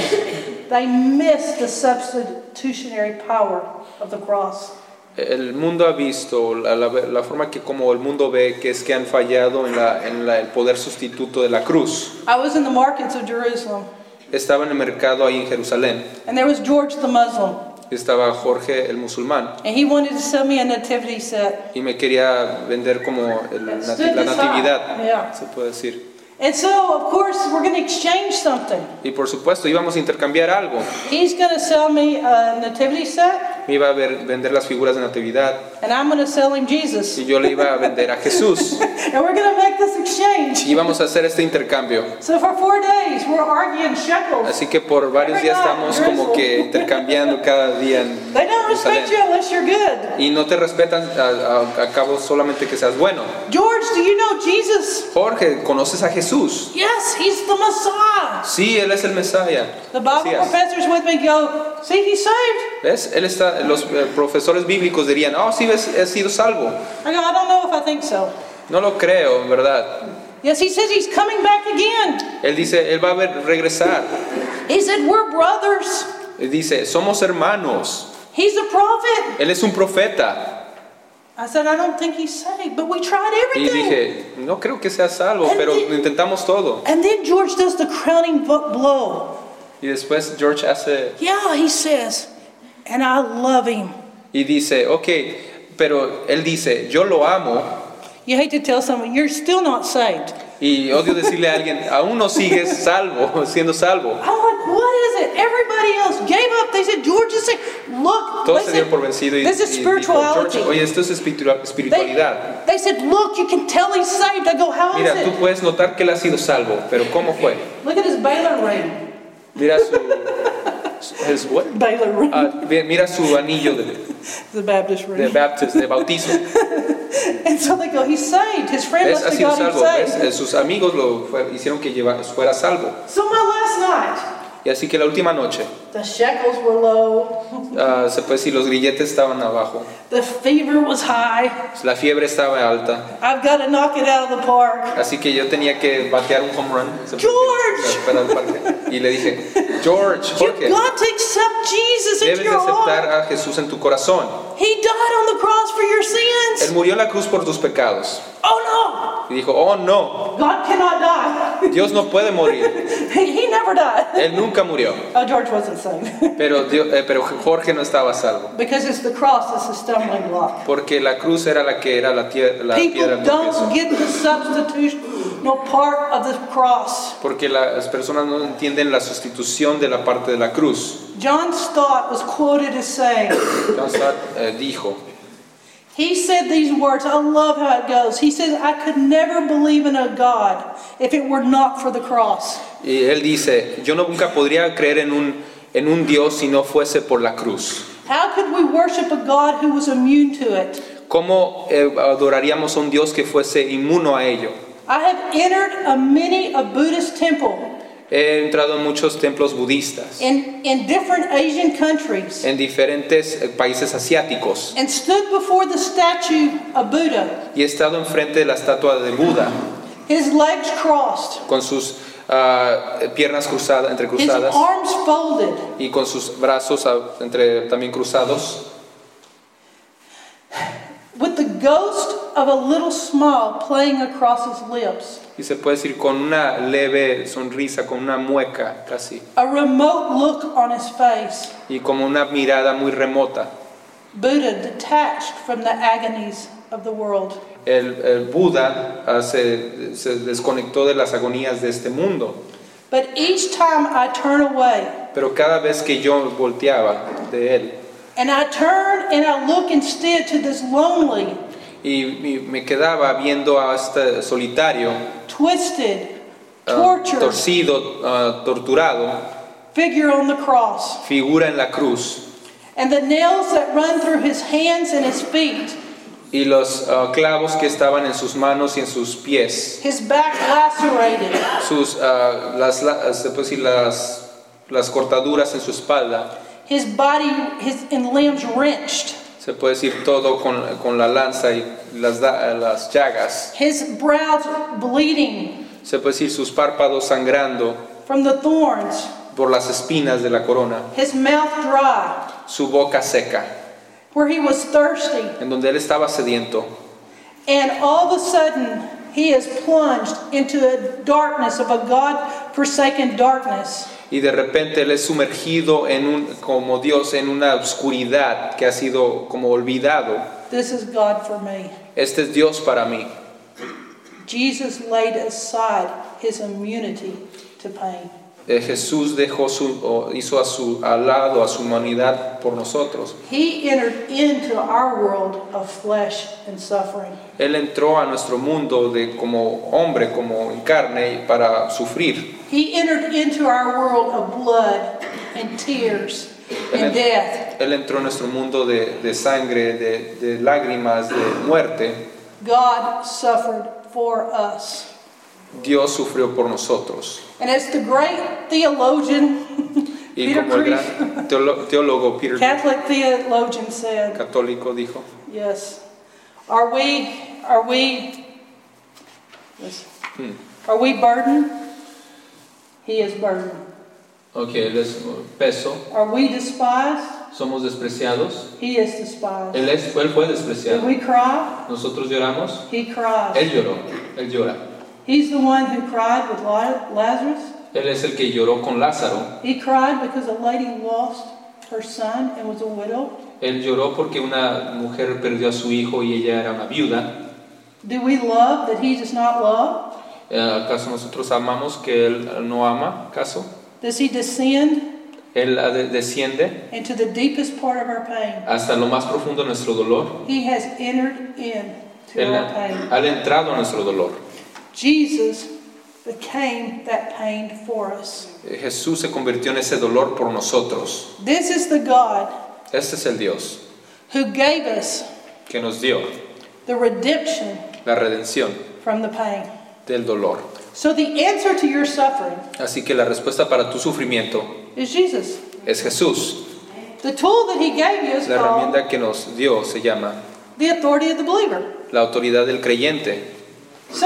[SPEAKER 1] they miss the substitutionary power of the cross.
[SPEAKER 2] el mundo ha visto, la, la- la forma que como el mundo ve, que es que han fallado en, la- en la- el poder sustituto de la cruz.
[SPEAKER 1] I was in the markets of Jerusalem,
[SPEAKER 2] Estaba en el mercado ahí en Jerusalén.
[SPEAKER 1] and there was George the Muslim,
[SPEAKER 2] Estaba Jorge el musulmán
[SPEAKER 1] and he wanted to sell me a nativity set.
[SPEAKER 2] y me quería vender como el nati- la natividad, se puede decir.
[SPEAKER 1] And so, of course, we're going to exchange something.
[SPEAKER 2] Y por supuesto, íbamos a intercambiar algo.
[SPEAKER 1] He's going to sell me a nativity set,
[SPEAKER 2] Me iba a ver- vender las figuras de natividad
[SPEAKER 1] and I'm going to sell him Jesus.
[SPEAKER 2] y yo le iba a vender a Jesús.
[SPEAKER 1] And we're going to make this exchange.
[SPEAKER 2] Y íbamos a hacer este intercambio.
[SPEAKER 1] So, for four days, we're arguing shekels.
[SPEAKER 2] Así que por varios días estamos como que intercambiando cada día. en
[SPEAKER 1] They don't respect you
[SPEAKER 2] Jerusalén.
[SPEAKER 1] unless you're good.
[SPEAKER 2] Y no te respetan a, a- a cabo solamente que seas bueno.
[SPEAKER 1] George, do you know Jesus?
[SPEAKER 2] Jorge, ¿conoces a Jesús?
[SPEAKER 1] Yes, he's the Messiah.
[SPEAKER 2] Sí, él es el Mesías.
[SPEAKER 1] The Bible
[SPEAKER 2] Mesías.
[SPEAKER 1] professors with me go, see, he's saved.
[SPEAKER 2] ¿Ves? Él está, los eh, profesores bíblicos dirían, oh, sí, ves, he sido salvo.
[SPEAKER 1] I go, I don't know if I think so.
[SPEAKER 2] No lo creo, en verdad.
[SPEAKER 1] Yes, he says he's coming back again.
[SPEAKER 2] Él dice, él va a ver- regresar.
[SPEAKER 1] He said, we're brothers.
[SPEAKER 2] Él dice, somos hermanos.
[SPEAKER 1] He's a prophet.
[SPEAKER 2] Él es un profeta.
[SPEAKER 1] I said, I don't think he's saved, but we tried
[SPEAKER 2] Y
[SPEAKER 1] everything.
[SPEAKER 2] dije, no creo que sea salvo,
[SPEAKER 1] Él
[SPEAKER 2] pero
[SPEAKER 1] di-
[SPEAKER 2] intentamos todo.
[SPEAKER 1] And then George does the crowning bu- blow.
[SPEAKER 2] Y después George hace
[SPEAKER 1] Yeah, he says, and I love him.
[SPEAKER 2] y dice, ok, pero él dice, yo lo amo
[SPEAKER 1] You hate to tell someone, you're still not saved.
[SPEAKER 2] y odio decirle a alguien, aún no sigues salvo, siendo salvo.
[SPEAKER 1] I'm like, what is it? Everybody else gave up. They said, George is sick. Look,
[SPEAKER 2] Todos
[SPEAKER 1] they
[SPEAKER 2] se
[SPEAKER 1] said-
[SPEAKER 2] dieron por vencido y,
[SPEAKER 1] Pues this is
[SPEAKER 2] y dijo,
[SPEAKER 1] spirituality.
[SPEAKER 2] George, oye, esto es espiritu-
[SPEAKER 1] they,
[SPEAKER 2] espiritualidad.
[SPEAKER 1] they said, look, you can tell he's saved. I go, how is
[SPEAKER 2] Mira, tú
[SPEAKER 1] it?
[SPEAKER 2] puedes notar que él ha sido salvo, pero ¿cómo fue?
[SPEAKER 1] Look at his Baylor ring.
[SPEAKER 2] Mira su... his what?
[SPEAKER 1] Baylor ring.
[SPEAKER 2] Ah, bien, mira su anillo de,
[SPEAKER 1] the Baptist ring.
[SPEAKER 2] de baptis- de bautismo.
[SPEAKER 1] and so they go, he's saved. His friend
[SPEAKER 2] ¿Ves?
[SPEAKER 1] must
[SPEAKER 2] Ha
[SPEAKER 1] have
[SPEAKER 2] sido
[SPEAKER 1] got him
[SPEAKER 2] salvo. ¿Ves?
[SPEAKER 1] saved.
[SPEAKER 2] Eh, Sus amigos lo fue- hicieron que lleva- fuera salvo.
[SPEAKER 1] So my last night,
[SPEAKER 2] Y así que la última noche,
[SPEAKER 1] the shekels were low.
[SPEAKER 2] ah, se puede decir, los grilletes estaban abajo.
[SPEAKER 1] The fever was high.
[SPEAKER 2] La fiebre estaba alta.
[SPEAKER 1] I've got to knock it out of the park.
[SPEAKER 2] Así que yo tenía que batear un home run. Se puede decir,
[SPEAKER 1] George.
[SPEAKER 2] para el parque. Y le dije, George, Jorge,
[SPEAKER 1] You've got to accept Jesus into
[SPEAKER 2] debes de
[SPEAKER 1] your
[SPEAKER 2] aceptar
[SPEAKER 1] heart.
[SPEAKER 2] a Jesús en tu corazón.
[SPEAKER 1] He died on the cross for your sins.
[SPEAKER 2] Él murió en la cruz por tus pecados.
[SPEAKER 1] Oh
[SPEAKER 2] Y dijo, oh
[SPEAKER 1] no,
[SPEAKER 2] no,
[SPEAKER 1] God cannot die.
[SPEAKER 2] Dios no puede morir.
[SPEAKER 1] he, he never died.
[SPEAKER 2] Él nunca murió.
[SPEAKER 1] Oh, George wasn't saved.
[SPEAKER 2] Pero, Dio- eh, pero Jorge no estaba a salvo.
[SPEAKER 1] because it's the cross that's the stumbling block.
[SPEAKER 2] Porque la cruz era la que era la, tie- la
[SPEAKER 1] People
[SPEAKER 2] piedra del
[SPEAKER 1] don't
[SPEAKER 2] tropiezo.
[SPEAKER 1] get the substitutional part of the cross.
[SPEAKER 2] Porque las personas no entienden la sustitución de la parte de la cruz.
[SPEAKER 1] John Stott was quoted as saying,
[SPEAKER 2] John Stott eh, dijo,
[SPEAKER 1] he said these words, I love how it goes. He says, I could never believe in a God if it were not for the cross.
[SPEAKER 2] y él dice, yo no- nunca podría creer en un, en un Dios si no fuese por la cruz.
[SPEAKER 1] How could we worship a God who was immune to it?
[SPEAKER 2] ¿Cómo eh, adoraríamos a un Dios que fuese inmuno a ello?
[SPEAKER 1] I have entered a many a Buddhist temple
[SPEAKER 2] He entrado en muchos templos budistas,
[SPEAKER 1] in, in different Asian countries
[SPEAKER 2] en diferentes eh, países asiáticos,
[SPEAKER 1] and stood before the statue of Buddha,
[SPEAKER 2] y he estado enfrente de la estatua de Buda,
[SPEAKER 1] his legs crossed,
[SPEAKER 2] con sus ah, piernas cruzadas,
[SPEAKER 1] his
[SPEAKER 2] entrecruzadas
[SPEAKER 1] arms folded,
[SPEAKER 2] y con sus brazos ah, entre, también cruzados,
[SPEAKER 1] with the ghost of a little smile playing across his lips.
[SPEAKER 2] y se puede decir con una leve sonrisa, con una mueca casi,
[SPEAKER 1] A remote look on his face,
[SPEAKER 2] y como una mirada muy remota.
[SPEAKER 1] Buddha detached from the agonies of the world.
[SPEAKER 2] El, el Buda ah, se, se desconectó de las agonías de este mundo,
[SPEAKER 1] But each time I turn away,
[SPEAKER 2] pero cada vez que yo volteaba de él,
[SPEAKER 1] and I turn and I look instead to this lonely,
[SPEAKER 2] y, y me quedaba viendo a este solitario,
[SPEAKER 1] twisted,
[SPEAKER 2] ah,
[SPEAKER 1] tortured
[SPEAKER 2] torcido, ah, torturado,
[SPEAKER 1] figure on the cross,
[SPEAKER 2] figura en la cruz.
[SPEAKER 1] and the nails that run through his hands and his feet,
[SPEAKER 2] y los ah, clavos que estaban en sus manos y en sus pies,
[SPEAKER 1] his back lacerated,
[SPEAKER 2] sus, ah, las, la- se puede decir, las, las cortaduras en su espalda,
[SPEAKER 1] his body, his and limbs wrenched,
[SPEAKER 2] se puede decir todo con, con la lanza y las, da- las llagas,
[SPEAKER 1] his brows bleeding
[SPEAKER 2] se puede decir sus párpados sangrando
[SPEAKER 1] from the thorns,
[SPEAKER 2] por las espinas de la corona,
[SPEAKER 1] his mouth dry.
[SPEAKER 2] su boca seca.
[SPEAKER 1] where he was thirsty.
[SPEAKER 2] en donde él estaba sediento.
[SPEAKER 1] And all of a sudden, he is plunged into a darkness of a God forsaken darkness.
[SPEAKER 2] Y de repente él es sumergido en un, como Dios en una oscuridad que ha sido como olvidado.
[SPEAKER 1] This is God for me.
[SPEAKER 2] Este es Dios para mí.
[SPEAKER 1] Jesus laid aside his immunity to pain.
[SPEAKER 2] Eh, Jesús dejó su, o hizo a su, al lado a su humanidad por nosotros.
[SPEAKER 1] He entered into our world of flesh and suffering.
[SPEAKER 2] Él entró a nuestro mundo de, como hombre, como en carne, para sufrir.
[SPEAKER 1] He entered into our world of blood and tears and death.
[SPEAKER 2] Él entró a nuestro mundo de, de sangre, de, de lágrimas, de muerte.
[SPEAKER 1] God suffered for us.
[SPEAKER 2] Dios sufrió por nosotros.
[SPEAKER 1] And as the great theologian,
[SPEAKER 2] Y
[SPEAKER 1] Peter
[SPEAKER 2] como el
[SPEAKER 1] Kreeft,
[SPEAKER 2] gran teolo- teólogo Peter
[SPEAKER 1] Catholic theologian said,
[SPEAKER 2] católico dijo,
[SPEAKER 1] yes, are we, are we, yes, are we burdened? He is burdened.
[SPEAKER 2] ok, él es uh, peso,
[SPEAKER 1] Are we despised?
[SPEAKER 2] somos despreciados,
[SPEAKER 1] He is despised.
[SPEAKER 2] él, es, él fue
[SPEAKER 1] Did
[SPEAKER 2] despreciado,
[SPEAKER 1] we cry?
[SPEAKER 2] nosotros lloramos,
[SPEAKER 1] He cried.
[SPEAKER 2] él lloró, él llora,
[SPEAKER 1] He's the one who cried with Li- Lazarus.
[SPEAKER 2] él es el que lloró con Lázaro,
[SPEAKER 1] He cried because a lady lost her son and was a widow.
[SPEAKER 2] él lloró porque una mujer perdió a su hijo y ella era una viuda,
[SPEAKER 1] Do we love that he does not love?
[SPEAKER 2] Eh, ¿acaso nosotros amamos que él no ama? ¿Acaso?
[SPEAKER 1] Does he descend
[SPEAKER 2] Él ah, de- desciende
[SPEAKER 1] into the deepest part of our pain?
[SPEAKER 2] hasta lo más profundo de nuestro dolor,
[SPEAKER 1] He has entered into
[SPEAKER 2] él
[SPEAKER 1] our pain.
[SPEAKER 2] ha ha entrado a nuestro dolor.
[SPEAKER 1] Jesus became that pain for us.
[SPEAKER 2] Eh, Jesús se convirtió en ese dolor por nosotros.
[SPEAKER 1] This is the God
[SPEAKER 2] Este es el Dios
[SPEAKER 1] who gave us
[SPEAKER 2] que nos dio
[SPEAKER 1] the redemption
[SPEAKER 2] la redención
[SPEAKER 1] from the pain.
[SPEAKER 2] del dolor.
[SPEAKER 1] So the answer to your suffering
[SPEAKER 2] Así que la respuesta para tu sufrimiento
[SPEAKER 1] is Jesus.
[SPEAKER 2] es Jesús.
[SPEAKER 1] The tool that he gave you is
[SPEAKER 2] La
[SPEAKER 1] called
[SPEAKER 2] herramienta que nos dio se llama
[SPEAKER 1] the authority of the believer.
[SPEAKER 2] la autoridad del creyente.
[SPEAKER 1] So,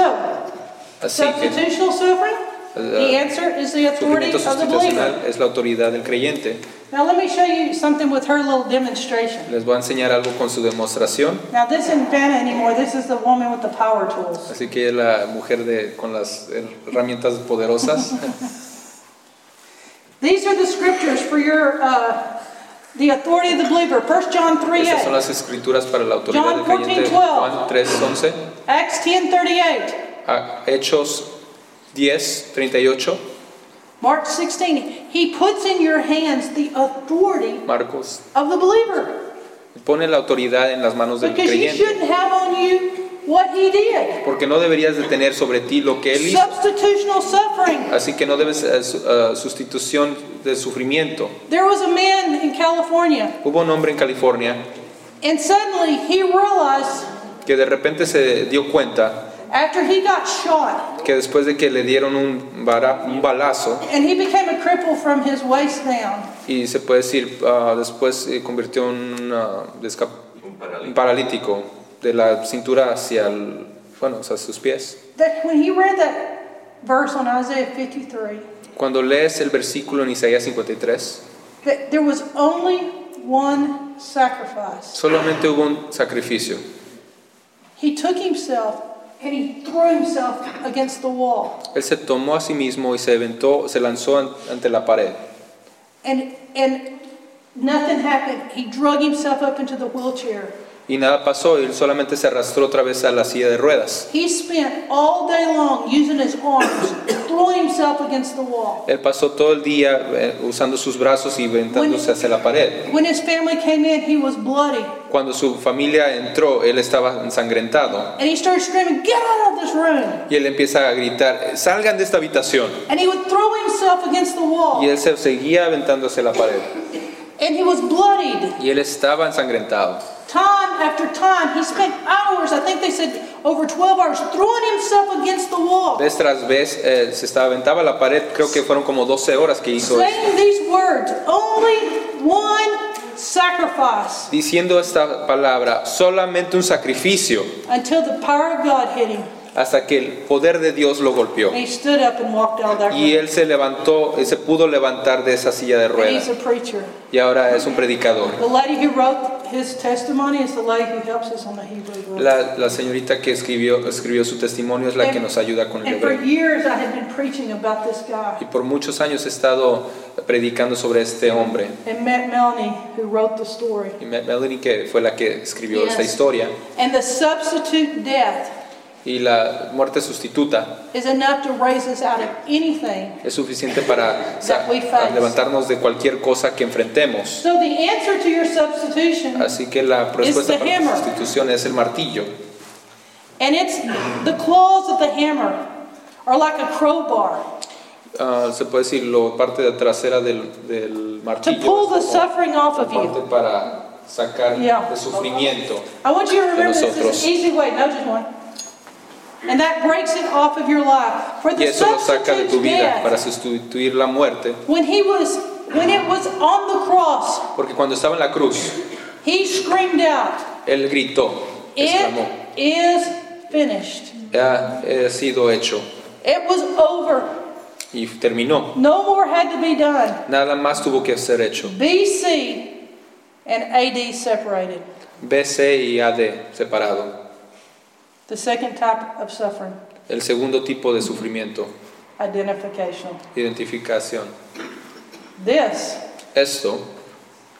[SPEAKER 2] Así que
[SPEAKER 1] substitutional suffering, the
[SPEAKER 2] Uh,
[SPEAKER 1] answer is the
[SPEAKER 2] el
[SPEAKER 1] authority
[SPEAKER 2] sufrimiento
[SPEAKER 1] of the believer.
[SPEAKER 2] sustitucional es la autoridad del creyente.
[SPEAKER 1] Now, let me show you something with her little demonstration.
[SPEAKER 2] Les voy a enseñar algo con su demostración.
[SPEAKER 1] Now, this isn't Vanna anymore, this is the woman with the power tools.
[SPEAKER 2] Así que la mujer de, con las herramientas poderosas.
[SPEAKER 1] These are the scriptures for your, uh, the authority of the believer. 1 John 3
[SPEAKER 2] Estas son
[SPEAKER 1] 8,
[SPEAKER 2] las escrituras para la autoridad
[SPEAKER 1] John
[SPEAKER 2] del
[SPEAKER 1] 14:12.
[SPEAKER 2] creyente. Juan 3:11.
[SPEAKER 1] Acts 10 38,
[SPEAKER 2] Ah, Hechos 10, 38.
[SPEAKER 1] Mark 16. He puts in your hands the authority
[SPEAKER 2] Marcos
[SPEAKER 1] of the believer
[SPEAKER 2] Pone la autoridad en las manos del
[SPEAKER 1] because you
[SPEAKER 2] creyente.
[SPEAKER 1] shouldn't have on you what he did.
[SPEAKER 2] Porque no deberías de tener sobre ti lo que él hizo.
[SPEAKER 1] Substitutional suffering.
[SPEAKER 2] Así que no debes eh, su- eh, sustitución de sufrimiento.
[SPEAKER 1] There was a man in California,
[SPEAKER 2] Hubo un hombre en California
[SPEAKER 1] and suddenly he realized
[SPEAKER 2] que de repente se dio cuenta
[SPEAKER 1] after he got shot,
[SPEAKER 2] que después de que le dieron un, bara- un balazo,
[SPEAKER 1] and he became a cripple from his waist down.
[SPEAKER 2] y se puede decir, ah, después se convirtió en una desca- un paralítico de la cintura hacia, el- bueno, hacia sus pies.
[SPEAKER 1] That when he read that verse on Isaiah 53,
[SPEAKER 2] Cuando lees el versículo en Isaías 53,
[SPEAKER 1] that there was only one sacrifice.
[SPEAKER 2] solamente hubo un sacrificio.
[SPEAKER 1] He took himself and he threw himself against the wall,
[SPEAKER 2] Él se tomó a sí mismo y se aventó, se lanzó an- ante la pared.
[SPEAKER 1] and and nothing happened. He drug himself up into the wheelchair.
[SPEAKER 2] Y nada pasó, él solamente se arrastró otra vez a la silla de ruedas.
[SPEAKER 1] He spent all day long using his arms, throwing himself against the wall.
[SPEAKER 2] Él pasó todo el día eh, usando sus brazos y aventándose hacia la pared.
[SPEAKER 1] When his family came in, he was bloody.
[SPEAKER 2] Cuando su familia entró, él estaba ensangrentado.
[SPEAKER 1] And he started screaming, Get out of this room!
[SPEAKER 2] Y él empieza a gritar, salgan de esta habitación.
[SPEAKER 1] And he would throw himself against the
[SPEAKER 2] Y
[SPEAKER 1] wall.
[SPEAKER 2] él se seguía aventando hacia la pared.
[SPEAKER 1] And he was bloodied.
[SPEAKER 2] Y él estaba ensangrentado.
[SPEAKER 1] Time after time, he spent hours, I think they said over 12 hours, throwing himself against the wall,
[SPEAKER 2] Vez tras vez eh, se estaba, aventaba a la pared, creo que fueron como 12 horas que hizo eso.
[SPEAKER 1] saying these words Only one sacrifice
[SPEAKER 2] Diciendo esta palabra, solamente un sacrificio.
[SPEAKER 1] until the power of God hit him.
[SPEAKER 2] hasta que el poder de Dios lo golpeó.
[SPEAKER 1] And he stood up and walked out of that
[SPEAKER 2] Y
[SPEAKER 1] room.
[SPEAKER 2] él se levantó, se pudo levantar de esa silla de
[SPEAKER 1] And he's
[SPEAKER 2] ruedas
[SPEAKER 1] a preacher.
[SPEAKER 2] y ahora es un predicador.
[SPEAKER 1] The lady who wrote his testimony is the lady who helps us on the Hebrew word.
[SPEAKER 2] La, la señorita que escribió, escribió su testimonio es la que nos ayuda con el
[SPEAKER 1] and for
[SPEAKER 2] hebreo.
[SPEAKER 1] years I had been preaching about this guy
[SPEAKER 2] Y por muchos años he estado predicando sobre este hombre.
[SPEAKER 1] and met Melanie who wrote the story.
[SPEAKER 2] Y Me- Melanie, que fue la que escribió
[SPEAKER 1] Yes.
[SPEAKER 2] esta historia.
[SPEAKER 1] And the substitute death
[SPEAKER 2] Y la muerte sustituta
[SPEAKER 1] is enough to raise us out of anything.
[SPEAKER 2] es suficiente para sa-
[SPEAKER 1] That we face.
[SPEAKER 2] a levantarnos de cualquier cosa que enfrentemos.
[SPEAKER 1] So the answer to your substitution,
[SPEAKER 2] Así que la respuesta
[SPEAKER 1] the
[SPEAKER 2] para la
[SPEAKER 1] hammer.
[SPEAKER 2] sustitución es el martillo.
[SPEAKER 1] and it's the claws of the hammer are like a crowbar
[SPEAKER 2] Ah, se puede decir la parte de trasera del, del
[SPEAKER 1] to
[SPEAKER 2] martillo.
[SPEAKER 1] pull the
[SPEAKER 2] es como
[SPEAKER 1] suffering off
[SPEAKER 2] la
[SPEAKER 1] of you.
[SPEAKER 2] parte para sacar
[SPEAKER 1] Yeah.
[SPEAKER 2] el sufrimiento.
[SPEAKER 1] I want you to remember this is
[SPEAKER 2] nosotros.
[SPEAKER 1] an easy way, no just one. And that breaks it off of your life. For
[SPEAKER 2] Y
[SPEAKER 1] the
[SPEAKER 2] eso lo saca de tu
[SPEAKER 1] substitute
[SPEAKER 2] vida para
[SPEAKER 1] death,
[SPEAKER 2] sustituir la muerte.
[SPEAKER 1] when he was when it was on the cross,
[SPEAKER 2] Porque cuando estaba en la cruz,
[SPEAKER 1] he screamed out,
[SPEAKER 2] él gritó, exclamó,
[SPEAKER 1] It is finished.
[SPEAKER 2] ha eh, sido hecho
[SPEAKER 1] It was over.
[SPEAKER 2] y terminó.
[SPEAKER 1] No more had to be done.
[SPEAKER 2] Nada más tuvo que ser hecho.
[SPEAKER 1] BC and AD separated.
[SPEAKER 2] BC y AD separado.
[SPEAKER 1] The second type of suffering,
[SPEAKER 2] El segundo tipo de sufrimiento,
[SPEAKER 1] identificational.
[SPEAKER 2] identificación.
[SPEAKER 1] This
[SPEAKER 2] Esto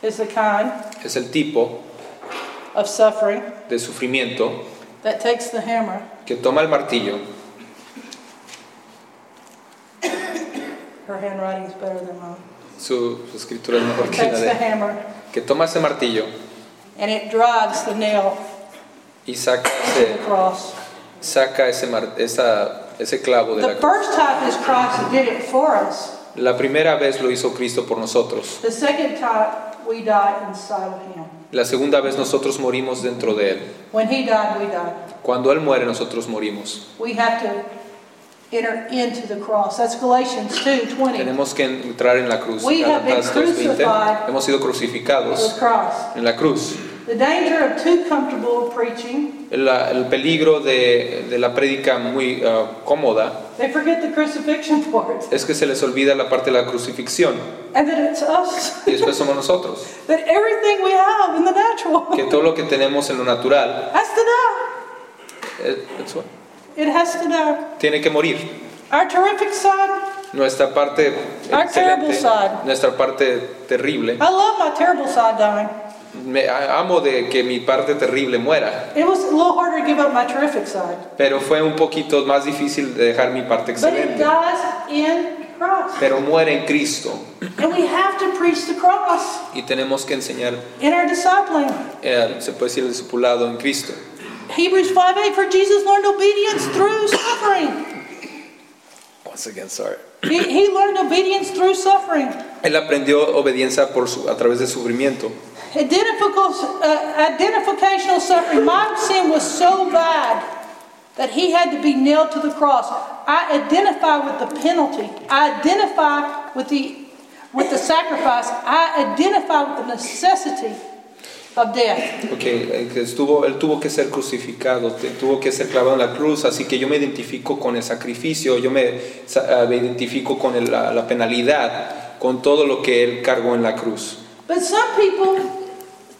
[SPEAKER 1] is the kind
[SPEAKER 2] es el tipo
[SPEAKER 1] of suffering
[SPEAKER 2] de sufrimiento
[SPEAKER 1] that takes the hammer
[SPEAKER 2] que toma el martillo.
[SPEAKER 1] Her handwriting is better than mine.
[SPEAKER 2] Su su escritura es mejor que la
[SPEAKER 1] Takes the
[SPEAKER 2] de...
[SPEAKER 1] hammer
[SPEAKER 2] Que toma ese martillo
[SPEAKER 1] and it drives the nail
[SPEAKER 2] y saca
[SPEAKER 1] to the
[SPEAKER 2] ese,
[SPEAKER 1] cross.
[SPEAKER 2] saca ese, mar- esa- ese clavo de
[SPEAKER 1] The
[SPEAKER 2] la cruz.
[SPEAKER 1] first type is Christ did it for us.
[SPEAKER 2] La primera vez lo hizo Cristo por nosotros.
[SPEAKER 1] The second type, we die inside of Him.
[SPEAKER 2] La segunda vez nosotros morimos dentro de Él.
[SPEAKER 1] When He died, we died.
[SPEAKER 2] Cuando Él muere nosotros morimos.
[SPEAKER 1] We have to enter into the cross. That's Galatians 2 20
[SPEAKER 2] Tenemos que entrar en la cruz.
[SPEAKER 1] We have been
[SPEAKER 2] Gálatas 2:20.
[SPEAKER 1] crucified
[SPEAKER 2] Hemos sido
[SPEAKER 1] with
[SPEAKER 2] crucificados
[SPEAKER 1] Christ.
[SPEAKER 2] en la cruz.
[SPEAKER 1] The danger of too comfortable preaching,
[SPEAKER 2] La- el peligro de, de la prédica muy ah, cómoda
[SPEAKER 1] they forget the crucifixion part
[SPEAKER 2] es que se les olvida la parte de la crucifixión.
[SPEAKER 1] and that it's us,
[SPEAKER 2] Y después somos nosotros.
[SPEAKER 1] that everything we have in the natural
[SPEAKER 2] Que todo lo que tenemos en lo natural
[SPEAKER 1] has to die.
[SPEAKER 2] eh, eso,
[SPEAKER 1] It has to die.
[SPEAKER 2] tiene que morir.
[SPEAKER 1] Our terrific side.
[SPEAKER 2] Nuestra parte
[SPEAKER 1] Our
[SPEAKER 2] excelente,
[SPEAKER 1] terrible side.
[SPEAKER 2] nuestra parte terrible.
[SPEAKER 1] I love my terrible side dying.
[SPEAKER 2] Me a- amo de que mi parte terrible muera,
[SPEAKER 1] It was a little harder to give up my terrific side.
[SPEAKER 2] pero fue un poquito más difícil de dejar mi parte
[SPEAKER 1] But it
[SPEAKER 2] excelente.
[SPEAKER 1] dies in Christ.
[SPEAKER 2] Pero muere en Cristo
[SPEAKER 1] And we have to preach the cross
[SPEAKER 2] y tenemos que enseñar,
[SPEAKER 1] in our discipling.
[SPEAKER 2] eh, se puede decir, el discipulado en Cristo.
[SPEAKER 1] Hebrews 5 8, for Jesus learned obedience through suffering.
[SPEAKER 2] Once again, sorry.
[SPEAKER 1] He, he learned obedience through suffering.
[SPEAKER 2] Él aprendió obediencia por su- a través de sufrimiento.
[SPEAKER 1] Identifical, uh, identificational suffering. My sin was so bad that he had to be nailed to the cross. I identify with the penalty. I identify with the with the sacrifice. I identify with the necessity of death.
[SPEAKER 2] Okay, eh, que estuvo, él tuvo que ser crucificado, te- tuvo que ser clavado en la cruz, así que yo me identifico con el sacrificio, yo me, sa- ah, me identifico con el- la- la penalidad, con todo lo que él cargó en la cruz.
[SPEAKER 1] But some people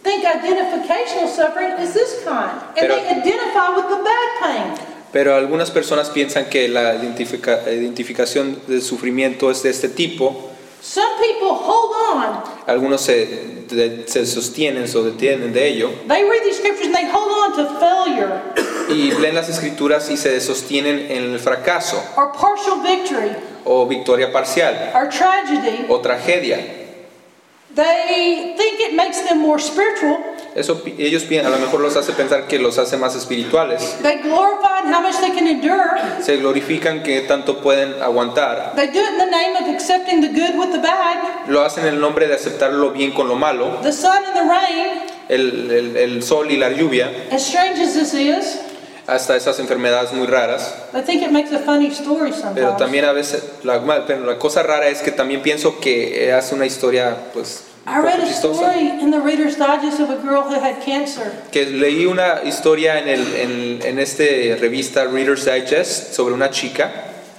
[SPEAKER 1] think identificational suffering is this kind, and they
[SPEAKER 2] Pero-
[SPEAKER 1] identify with the bad pain.
[SPEAKER 2] Pero algunas personas piensan que la identifica- identificación del sufrimiento es de este tipo.
[SPEAKER 1] Some people hold on.
[SPEAKER 2] Algunos se, de- se sostienen o detienen de ello
[SPEAKER 1] They read these scriptures and they hold on to failure
[SPEAKER 2] y leen las escrituras y se sostienen en el fracaso
[SPEAKER 1] or partial victory
[SPEAKER 2] o victoria parcial
[SPEAKER 1] or tragedy,
[SPEAKER 2] o tragedia.
[SPEAKER 1] they think it makes them more spiritual.
[SPEAKER 2] Eso pi- ellos pi- a lo mejor los hace pensar que los hace más espirituales.
[SPEAKER 1] They glorify in how much they can endure.
[SPEAKER 2] Se glorifican que tanto pueden aguantar.
[SPEAKER 1] They do it in the name of accepting the good with the bad,
[SPEAKER 2] Lo hacen en el nombre de aceptar lo bien con lo malo,
[SPEAKER 1] the sun and the rain.
[SPEAKER 2] el- el- el sol y la lluvia,
[SPEAKER 1] As strange as this is,
[SPEAKER 2] hasta esas enfermedades muy raras.
[SPEAKER 1] they think it makes a funny story
[SPEAKER 2] Pero
[SPEAKER 1] sometimes.
[SPEAKER 2] también a veces, la, ma- pero la cosa rara es que también pienso que hace una eh, historia, pues,
[SPEAKER 1] I read a
[SPEAKER 2] Cristosa.
[SPEAKER 1] story in the Reader's Digest of a girl who had cancer.
[SPEAKER 2] Que leí una historia en, el, en, en este revista Reader's Digest sobre una chica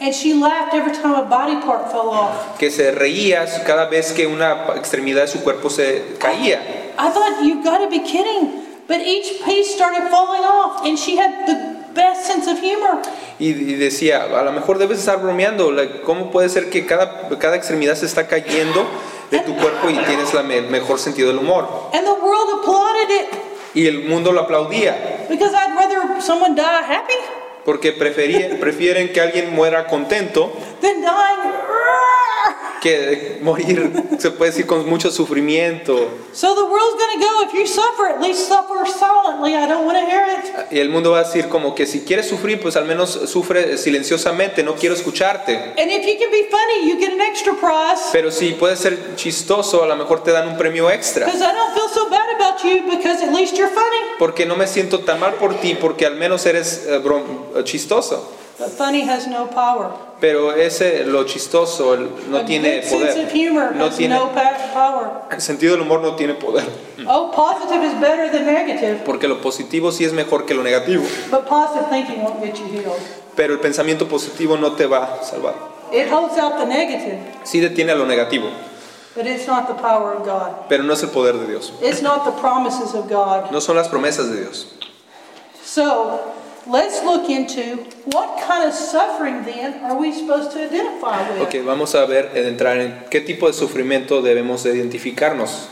[SPEAKER 1] And she laughed every time a body part fell off.
[SPEAKER 2] que se reía cada vez que una extremidad de su cuerpo se caía.
[SPEAKER 1] I thought, you've got to be kidding. But each piece started falling off, and she had the best sense of humor.
[SPEAKER 2] Y, y decía, a lo mejor debes estar bromeando, like, ¿cómo puede ser que cada, cada extremidad se está cayendo de tu cuerpo y tienes el mejor sentido del humor?
[SPEAKER 1] And the world applauded it
[SPEAKER 2] Y el mundo lo aplaudía,
[SPEAKER 1] because I'd rather someone die happy
[SPEAKER 2] porque prefería- prefieren que alguien muera contento
[SPEAKER 1] than dying.
[SPEAKER 2] que morir, se puede decir, con mucho sufrimiento.
[SPEAKER 1] So the world's going to go, if you suffer, at least suffer silently. I don't want to hear it.
[SPEAKER 2] Y el mundo va a decir como que si quieres sufrir, pues al menos sufre silenciosamente, no quiero escucharte.
[SPEAKER 1] And if you can be funny, you get an extra prize
[SPEAKER 2] Pero si puedes ser chistoso, a lo mejor te dan un premio extra.
[SPEAKER 1] because I don't feel so bad about you because at least you're funny.
[SPEAKER 2] Porque no me siento tan mal por ti, porque al menos eres eh, brom- eh, chistoso.
[SPEAKER 1] But funny has no power.
[SPEAKER 2] Pero ese, lo chistoso, el- no
[SPEAKER 1] A
[SPEAKER 2] tiene
[SPEAKER 1] good sense of
[SPEAKER 2] poder.
[SPEAKER 1] humor
[SPEAKER 2] No
[SPEAKER 1] has
[SPEAKER 2] tiene, Hmm.
[SPEAKER 1] no pa- power.
[SPEAKER 2] el sentido del humor no tiene poder.
[SPEAKER 1] Oh, positive is better than negative,
[SPEAKER 2] Porque lo positivo sí es mejor que lo negativo.
[SPEAKER 1] but positive thinking won't get you healed.
[SPEAKER 2] Pero el pensamiento positivo no te va a salvar.
[SPEAKER 1] It holds out the negative,
[SPEAKER 2] Sí detiene a lo negativo,
[SPEAKER 1] but it's not the power of God.
[SPEAKER 2] pero no es el poder de Dios.
[SPEAKER 1] It's not the promises of God.
[SPEAKER 2] No son las promesas de Dios.
[SPEAKER 1] So let's look into what kind of suffering then are we supposed to identify with?
[SPEAKER 2] Ok, vamos a ver, eh, entrar en qué tipo de sufrimiento debemos de identificarnos.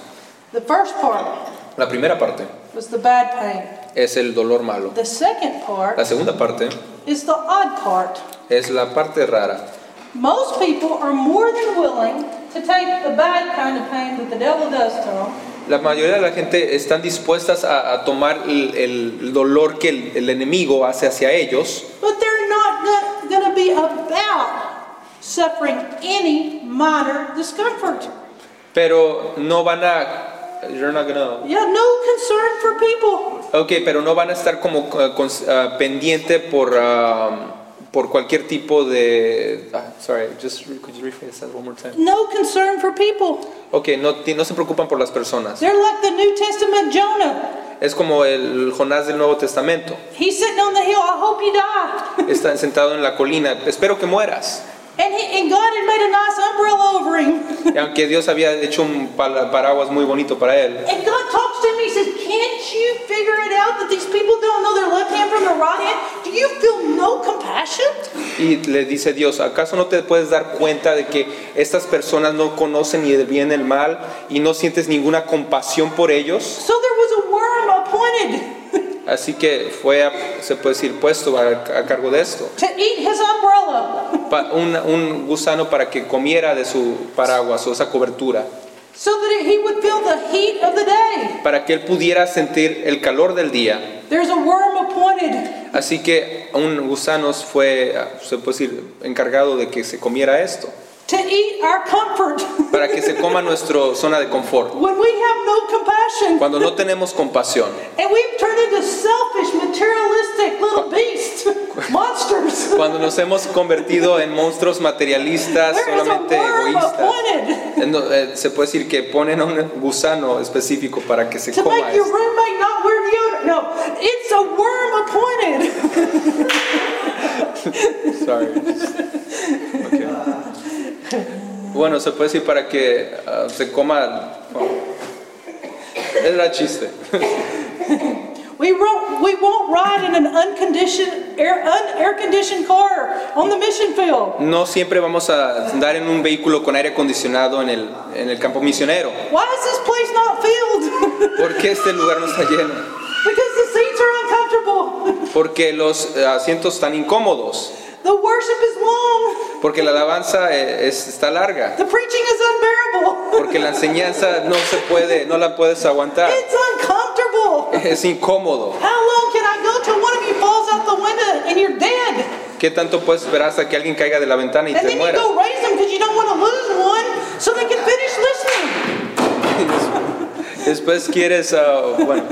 [SPEAKER 1] The first part
[SPEAKER 2] La primera parte
[SPEAKER 1] was the bad pain.
[SPEAKER 2] es el dolor malo.
[SPEAKER 1] The second part
[SPEAKER 2] La segunda parte
[SPEAKER 1] is the odd part.
[SPEAKER 2] es la parte rara.
[SPEAKER 1] Most people are more than willing to take the bad kind of pain that the devil does to them
[SPEAKER 2] La mayoría de la gente están dispuestas a, a tomar el, el dolor que el, el enemigo hace hacia ellos,
[SPEAKER 1] But they're not going to be about suffering any minor discomfort.
[SPEAKER 2] pero no van a... you're not gonna-
[SPEAKER 1] Yeah, no concern for people.
[SPEAKER 2] Ok, pero no van a estar como eh, con- ah, pendiente por, ah, por cualquier tipo de... ah, sorry, just re- could you rephrase that one more time?
[SPEAKER 1] No concern for people.
[SPEAKER 2] Ok, no, ti- no se preocupan por las personas.
[SPEAKER 1] They're like the New Testament Jonah.
[SPEAKER 2] Es como el Jonás del Nuevo Testamento.
[SPEAKER 1] He's sitting on the hill. I hope you die.
[SPEAKER 2] Está sentado en la colina. Espero que mueras.
[SPEAKER 1] And, he, and God had made a nice umbrella over him.
[SPEAKER 2] Y aunque Dios había hecho un pala- paraguas muy bonito para él.
[SPEAKER 1] And God talks to him. He says, Can't you figure it out that these people don't know their left hand from their right hand? Do you feel no compassion?
[SPEAKER 2] Y le dice Dios, ¿acaso no te puedes dar cuenta de que estas personas no conocen ni el bien ni el mal y no sientes ninguna compasión por ellos?
[SPEAKER 1] So there was a worm appointed
[SPEAKER 2] Así que fue, a- se puede decir, puesto a, a cargo de esto.
[SPEAKER 1] to eat his umbrella.
[SPEAKER 2] Pa- un, un gusano para que comiera de su paraguas o esa cobertura.
[SPEAKER 1] so that he would feel the heat of the day.
[SPEAKER 2] Para que él pudiera sentir el calor del día
[SPEAKER 1] There's a worm appointed.
[SPEAKER 2] Así que un gusano fue, se puede decir, encargado de que se comiera esto,
[SPEAKER 1] To eat our comfort
[SPEAKER 2] para que se coma nuestra zona de confort.
[SPEAKER 1] when we have no compassion
[SPEAKER 2] Cuando no tenemos compasión,
[SPEAKER 1] and we've turned into selfish, materialistic little beasts, monsters.
[SPEAKER 2] cuando nos hemos convertido en monstruos materialistas,
[SPEAKER 1] There is a
[SPEAKER 2] solamente
[SPEAKER 1] worm
[SPEAKER 2] egoístas,
[SPEAKER 1] appointed
[SPEAKER 2] eh, no, eh, se puede decir que ponen a un gusano específico para que se
[SPEAKER 1] to
[SPEAKER 2] coma
[SPEAKER 1] make your
[SPEAKER 2] esto.
[SPEAKER 1] roommate not wear deodorant. No, it's a worm appointed.
[SPEAKER 2] Sorry. Ok. Bueno, se puede decir para que ah, se coma... Era chiste.
[SPEAKER 1] We won't, we won't ride in an unconditioned, air, un-air-conditioned car on the mission field.
[SPEAKER 2] No siempre vamos a andar en un vehículo con aire acondicionado en el, en el campo misionero.
[SPEAKER 1] Why is this place not filled?
[SPEAKER 2] ¿Por qué este lugar no está lleno?
[SPEAKER 1] because the seats are uncomfortable.
[SPEAKER 2] Porque los eh, asientos están incómodos.
[SPEAKER 1] The worship is long.
[SPEAKER 2] Porque la alabanza eh, es- está larga.
[SPEAKER 1] The preaching is unbearable.
[SPEAKER 2] Porque la enseñanza no se puede, no la puedes aguantar.
[SPEAKER 1] It's uncomfortable.
[SPEAKER 2] Es incómodo.
[SPEAKER 1] How long can I go till one of you falls out the window and you're dead?
[SPEAKER 2] ¿Qué tanto puedes esperar hasta que alguien caiga de la ventana y
[SPEAKER 1] And
[SPEAKER 2] te
[SPEAKER 1] then you
[SPEAKER 2] muera?
[SPEAKER 1] go raise them because you don't want to lose one so they can finish listening.
[SPEAKER 2] Después quieres, ah, bueno,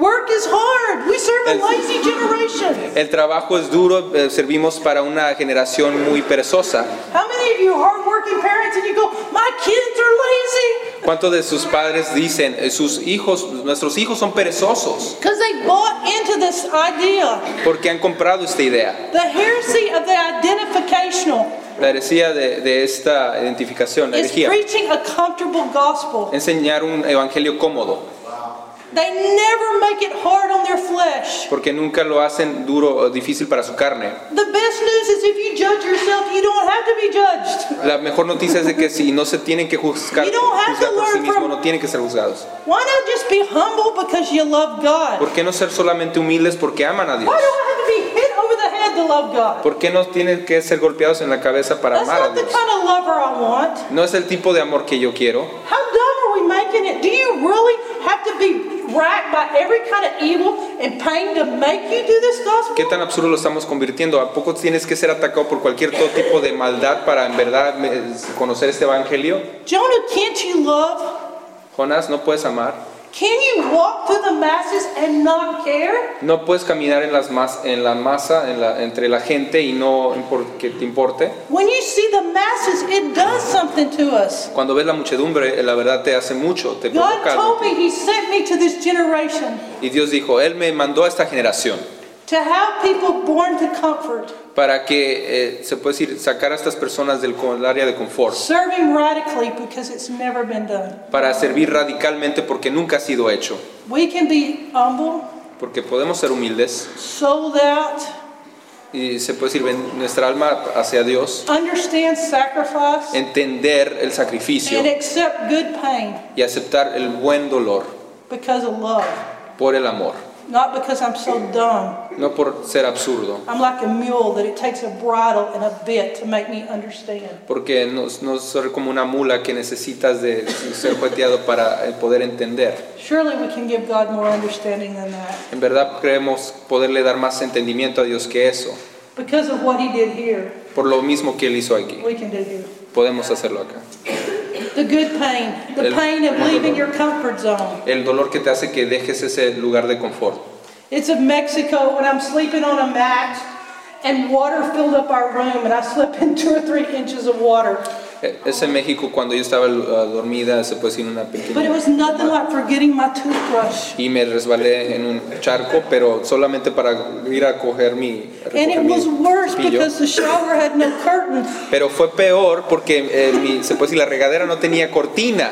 [SPEAKER 1] Work is hard. We serve a
[SPEAKER 2] Es-
[SPEAKER 1] lazy generation.
[SPEAKER 2] el trabajo es duro, eh, servimos para una generación muy perezosa.
[SPEAKER 1] How many of you are hard working parents and you go, my kids are lazy
[SPEAKER 2] ¿Cuántos de sus padres dicen, eh, sus hijos, nuestros hijos son perezosos?
[SPEAKER 1] because they bought into this idea,
[SPEAKER 2] Porque han comprado esta idea.
[SPEAKER 1] the heresy of the identificational.
[SPEAKER 2] La heresía de, de esta identificación, la
[SPEAKER 1] is
[SPEAKER 2] herejía.
[SPEAKER 1] preaching a comfortable gospel.
[SPEAKER 2] Enseñar un evangelio cómodo,
[SPEAKER 1] They never make it hard on their flesh.
[SPEAKER 2] porque nunca lo hacen duro o difícil para su carne.
[SPEAKER 1] The best news is if you judge yourself, you don't have to be judged.
[SPEAKER 2] La mejor noticia es de que si no se tienen que juzgar,
[SPEAKER 1] You don't have
[SPEAKER 2] juzgar
[SPEAKER 1] to
[SPEAKER 2] por sí
[SPEAKER 1] learn
[SPEAKER 2] mismos,
[SPEAKER 1] from-
[SPEAKER 2] no tienen que ser juzgados.
[SPEAKER 1] Why not just be humble because you love God?
[SPEAKER 2] ¿Por qué no ser solamente humildes porque aman a Dios?
[SPEAKER 1] Why do I have to be hit over the head to love God?
[SPEAKER 2] ¿Por qué no tienen que ser golpeados en la cabeza para
[SPEAKER 1] That's
[SPEAKER 2] amar a
[SPEAKER 1] not the
[SPEAKER 2] Dios?
[SPEAKER 1] kind of lover I want.
[SPEAKER 2] No es el tipo de amor que yo quiero.
[SPEAKER 1] How dumb are we making it? Do you really have to be racked by every kind of evil and pain to make you do this
[SPEAKER 2] ¿Qué
[SPEAKER 1] gospel?
[SPEAKER 2] tan absurdo lo estamos convirtiendo? ¿A poco tienes que ser atacado por cualquier todo tipo de maldad para en verdad eh, conocer este evangelio?
[SPEAKER 1] Jonah, can't you love?
[SPEAKER 2] Jonás, no puedes amar.
[SPEAKER 1] Can you walk through the masses and not care?
[SPEAKER 2] No puedes caminar en, las mas- en la masa, en la- entre la gente y no porque te importe.
[SPEAKER 1] When you see the masses, it does something to us.
[SPEAKER 2] Cuando ves la muchedumbre, eh, la verdad te hace mucho, te
[SPEAKER 1] God
[SPEAKER 2] provoca. algo.
[SPEAKER 1] told me He sent me to this generation
[SPEAKER 2] Y Dios dijo, Él me mandó a esta generación
[SPEAKER 1] to have people born to comfort,
[SPEAKER 2] para que, eh, se puede decir, sacar a estas personas del co- del área de confort,
[SPEAKER 1] serving radically because it's never been done.
[SPEAKER 2] para servir radicalmente porque nunca ha sido hecho.
[SPEAKER 1] We can be humble,
[SPEAKER 2] Porque podemos ser humildes
[SPEAKER 1] sold out,
[SPEAKER 2] y se puede decir, ven- nuestra alma hacia Dios.
[SPEAKER 1] understand sacrifice,
[SPEAKER 2] entender el sacrificio
[SPEAKER 1] and accept good pain
[SPEAKER 2] y aceptar el buen dolor
[SPEAKER 1] because of love,
[SPEAKER 2] por el amor,
[SPEAKER 1] not because I'm so dumb.
[SPEAKER 2] no por ser absurdo,
[SPEAKER 1] I'm like a mule that it takes a bridle and a bit to make me understand.
[SPEAKER 2] porque no, no ser como una mula que necesitas de ser jugueteado para el poder entender.
[SPEAKER 1] Surely we can give God more understanding than that.
[SPEAKER 2] En verdad creemos poderle dar más entendimiento a Dios que eso,
[SPEAKER 1] Because of what he did here,
[SPEAKER 2] por lo mismo que él hizo aquí.
[SPEAKER 1] we can do here.
[SPEAKER 2] Podemos hacerlo acá.
[SPEAKER 1] The good pain, the pain of leaving your comfort zone.
[SPEAKER 2] El dolor que te hace que dejes ese lugar de confort.
[SPEAKER 1] It's in Mexico when I'm sleeping on a mat and water filled up our room and I slept in two or three inches of water.
[SPEAKER 2] Eh, Es en México cuando yo estaba eh, dormida, se puede decir una
[SPEAKER 1] But it
[SPEAKER 2] pequeña...
[SPEAKER 1] was nothing like forgetting my toothbrush.
[SPEAKER 2] y me resbalé en un charco, pero solamente para ir a coger mi, a recoger
[SPEAKER 1] And it
[SPEAKER 2] mi
[SPEAKER 1] was worse
[SPEAKER 2] cepillo.
[SPEAKER 1] because the shower had no curtain.
[SPEAKER 2] Pero fue peor porque eh, mi- se puede decir, la regadera no tenía cortina.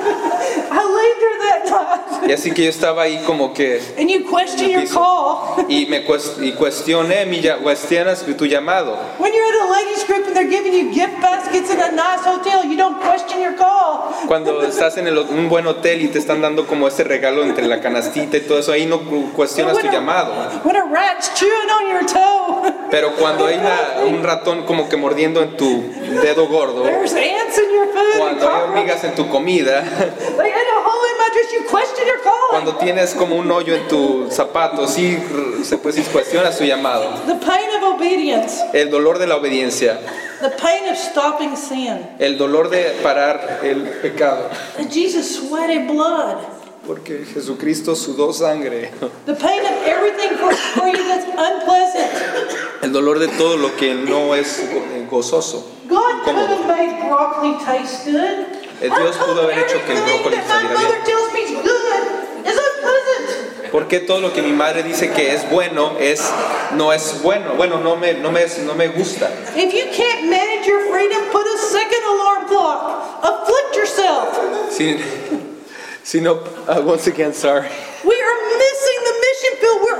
[SPEAKER 1] I laid there that night.
[SPEAKER 2] Y así que yo estaba ahí como que...
[SPEAKER 1] And you question your call
[SPEAKER 2] Y me cues- y cuestioné mi ya- cuestionas tu llamado.
[SPEAKER 1] when you're at a ladies group and they're giving you gift baskets in a nice hotel. You don't question your call.
[SPEAKER 2] Cuando estás en el- un buen hotel y te están dando como ese regalo entre la canastita y todo eso, ahí no cu- cuestionas tu
[SPEAKER 1] When a-
[SPEAKER 2] llamado.
[SPEAKER 1] When a rat's chewing on your toe,
[SPEAKER 2] Pero cuando hay una- un ratón como que mordiendo en tu dedo gordo,
[SPEAKER 1] there's ants in your food. and
[SPEAKER 2] cuando hay
[SPEAKER 1] cockroaches.
[SPEAKER 2] hormigas en tu comida,
[SPEAKER 1] They had a hole in my dress. You question your calling.
[SPEAKER 2] Cuando tienes como un hoyo en tu zapato, sí r- se pues sí cuestiona su llamado.
[SPEAKER 1] The pain of obedience,
[SPEAKER 2] El dolor de la obediencia,
[SPEAKER 1] the pain of stopping sin.
[SPEAKER 2] el dolor de parar el pecado,
[SPEAKER 1] That Jesus sweated blood.
[SPEAKER 2] porque Jesucristo sudó sangre.
[SPEAKER 1] The pain of everything for free that's unpleasant.
[SPEAKER 2] El dolor de todo lo que no es go- gozoso.
[SPEAKER 1] God could
[SPEAKER 2] Incómodo.
[SPEAKER 1] have made broccoli taste good.
[SPEAKER 2] Eh, Dios
[SPEAKER 1] How come
[SPEAKER 2] pudo haber hecho que el
[SPEAKER 1] everything
[SPEAKER 2] brócoli
[SPEAKER 1] that my
[SPEAKER 2] saliera
[SPEAKER 1] mother
[SPEAKER 2] bien?
[SPEAKER 1] tells me is good is unpleasant.
[SPEAKER 2] Porque todo lo que mi madre dice que es bueno es no es bueno. Bueno, no me no me es- no me gusta.
[SPEAKER 1] If you can't manage your freedom, put a second alarm clock. Afflict yourself.
[SPEAKER 2] Si, si no, ah, once again, sorry.
[SPEAKER 1] We are missing the mission field. We're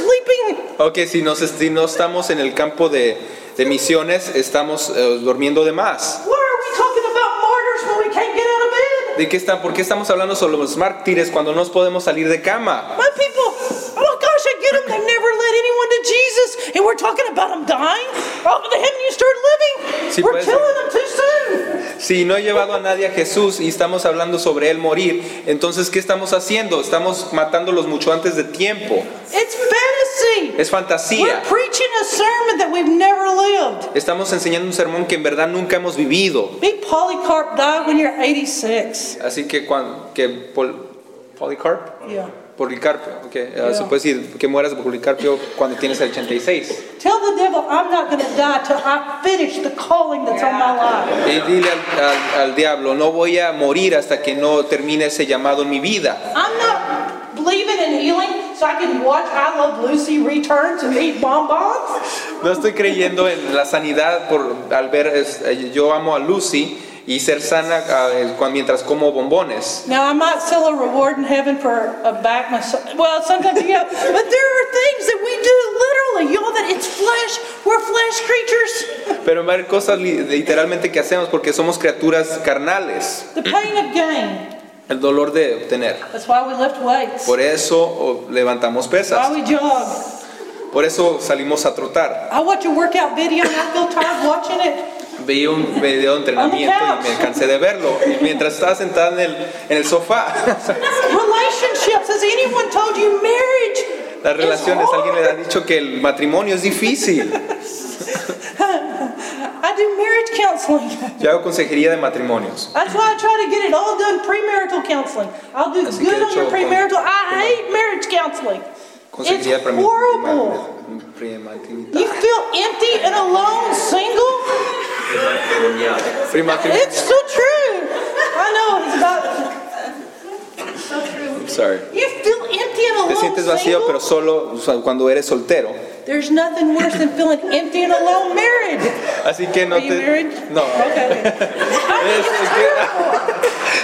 [SPEAKER 1] oversleeping.
[SPEAKER 2] Ok, si, nos, si no estamos en el campo de, de misiones, estamos eh, durmiendo de más.
[SPEAKER 1] Why are we talking about martyrs when we can't get out of bed?
[SPEAKER 2] ¿De qué están? ¿Por qué estamos hablando sobre los mártires cuando no nos podemos salir de cama?
[SPEAKER 1] My people, oh gosh, I get them. They never led anyone to Jesus, and we're talking about them dying. Oh, but they haven't even started living.
[SPEAKER 2] Sí,
[SPEAKER 1] we're
[SPEAKER 2] puede ser.
[SPEAKER 1] killing them too soon.
[SPEAKER 2] Si no he llevado a nadie a Jesús y estamos hablando sobre él morir, entonces ¿qué estamos haciendo? Estamos matándolos mucho antes de tiempo.
[SPEAKER 1] It's fantasy.
[SPEAKER 2] Es fantasía.
[SPEAKER 1] We're preaching a sermon that we've never lived.
[SPEAKER 2] Estamos enseñando un sermón que en verdad nunca hemos vivido.
[SPEAKER 1] Big Polycarp died when you're 86.
[SPEAKER 2] Así que cuando que Pol- Polycarp
[SPEAKER 1] Yeah.
[SPEAKER 2] por Policarpio, ok. ah, se puede decir que mueras de Policarpio cuando tienes el 86.
[SPEAKER 1] Tell the devil I'm not going to die till I finish the calling that's on my life.
[SPEAKER 2] Y dile al, al- al diablo, no voy a morir hasta que no termine ese llamado en mi vida.
[SPEAKER 1] I'm not believing in healing so I can watch I Love Lucy returns and eat bonbons.
[SPEAKER 2] No estoy creyendo en la sanidad por, al ver, es- eh, yo amo a Lucy y ser sana ah, eh, cuan- mientras como bombones.
[SPEAKER 1] Now I might sell a reward in heaven for a back massage. Well, sometimes you have, but there are things that we do literally, y'all. That it's flesh. We're flesh creatures.
[SPEAKER 2] Pero hay cosas li- literalmente que hacemos porque somos criaturas carnales.
[SPEAKER 1] The pain of gain.
[SPEAKER 2] El dolor de obtener.
[SPEAKER 1] That's why we lift weights.
[SPEAKER 2] Por eso oh, levantamos
[SPEAKER 1] Why
[SPEAKER 2] pesas.
[SPEAKER 1] we jog.
[SPEAKER 2] Por eso salimos a trotar.
[SPEAKER 1] I watch a workout video and I feel tired watching it.
[SPEAKER 2] Vi un video de entrenamiento y me cansé de verlo. Y mientras estaba sentada en el, en el sofá,
[SPEAKER 1] Relationships. Has anyone told you marriage?
[SPEAKER 2] las
[SPEAKER 1] is
[SPEAKER 2] relaciones,
[SPEAKER 1] hard?
[SPEAKER 2] alguien le ha dicho que el matrimonio es difícil.
[SPEAKER 1] I do marriage counseling.
[SPEAKER 2] Yo hago consejería de matrimonios.
[SPEAKER 1] That's why I try to get it all done premarital counseling. I'll do
[SPEAKER 2] Así que
[SPEAKER 1] good
[SPEAKER 2] de
[SPEAKER 1] on your
[SPEAKER 2] hecho, con-
[SPEAKER 1] premarital. I hate marriage counseling.
[SPEAKER 2] Consejería
[SPEAKER 1] It's
[SPEAKER 2] para mi
[SPEAKER 1] horrible. You feel empty and alone, single? It's so true. I know it's about.
[SPEAKER 2] Sorry.
[SPEAKER 1] You feel empty and
[SPEAKER 2] Te
[SPEAKER 1] alone,
[SPEAKER 2] sientes vacío, pero
[SPEAKER 1] single.
[SPEAKER 2] solo o sea, cuando eres soltero.
[SPEAKER 1] There's nothing worse than feeling empty and alone, married.
[SPEAKER 2] Así que no
[SPEAKER 1] Are you
[SPEAKER 2] te.
[SPEAKER 1] married?
[SPEAKER 2] No.
[SPEAKER 1] Okay.
[SPEAKER 2] Es- es que-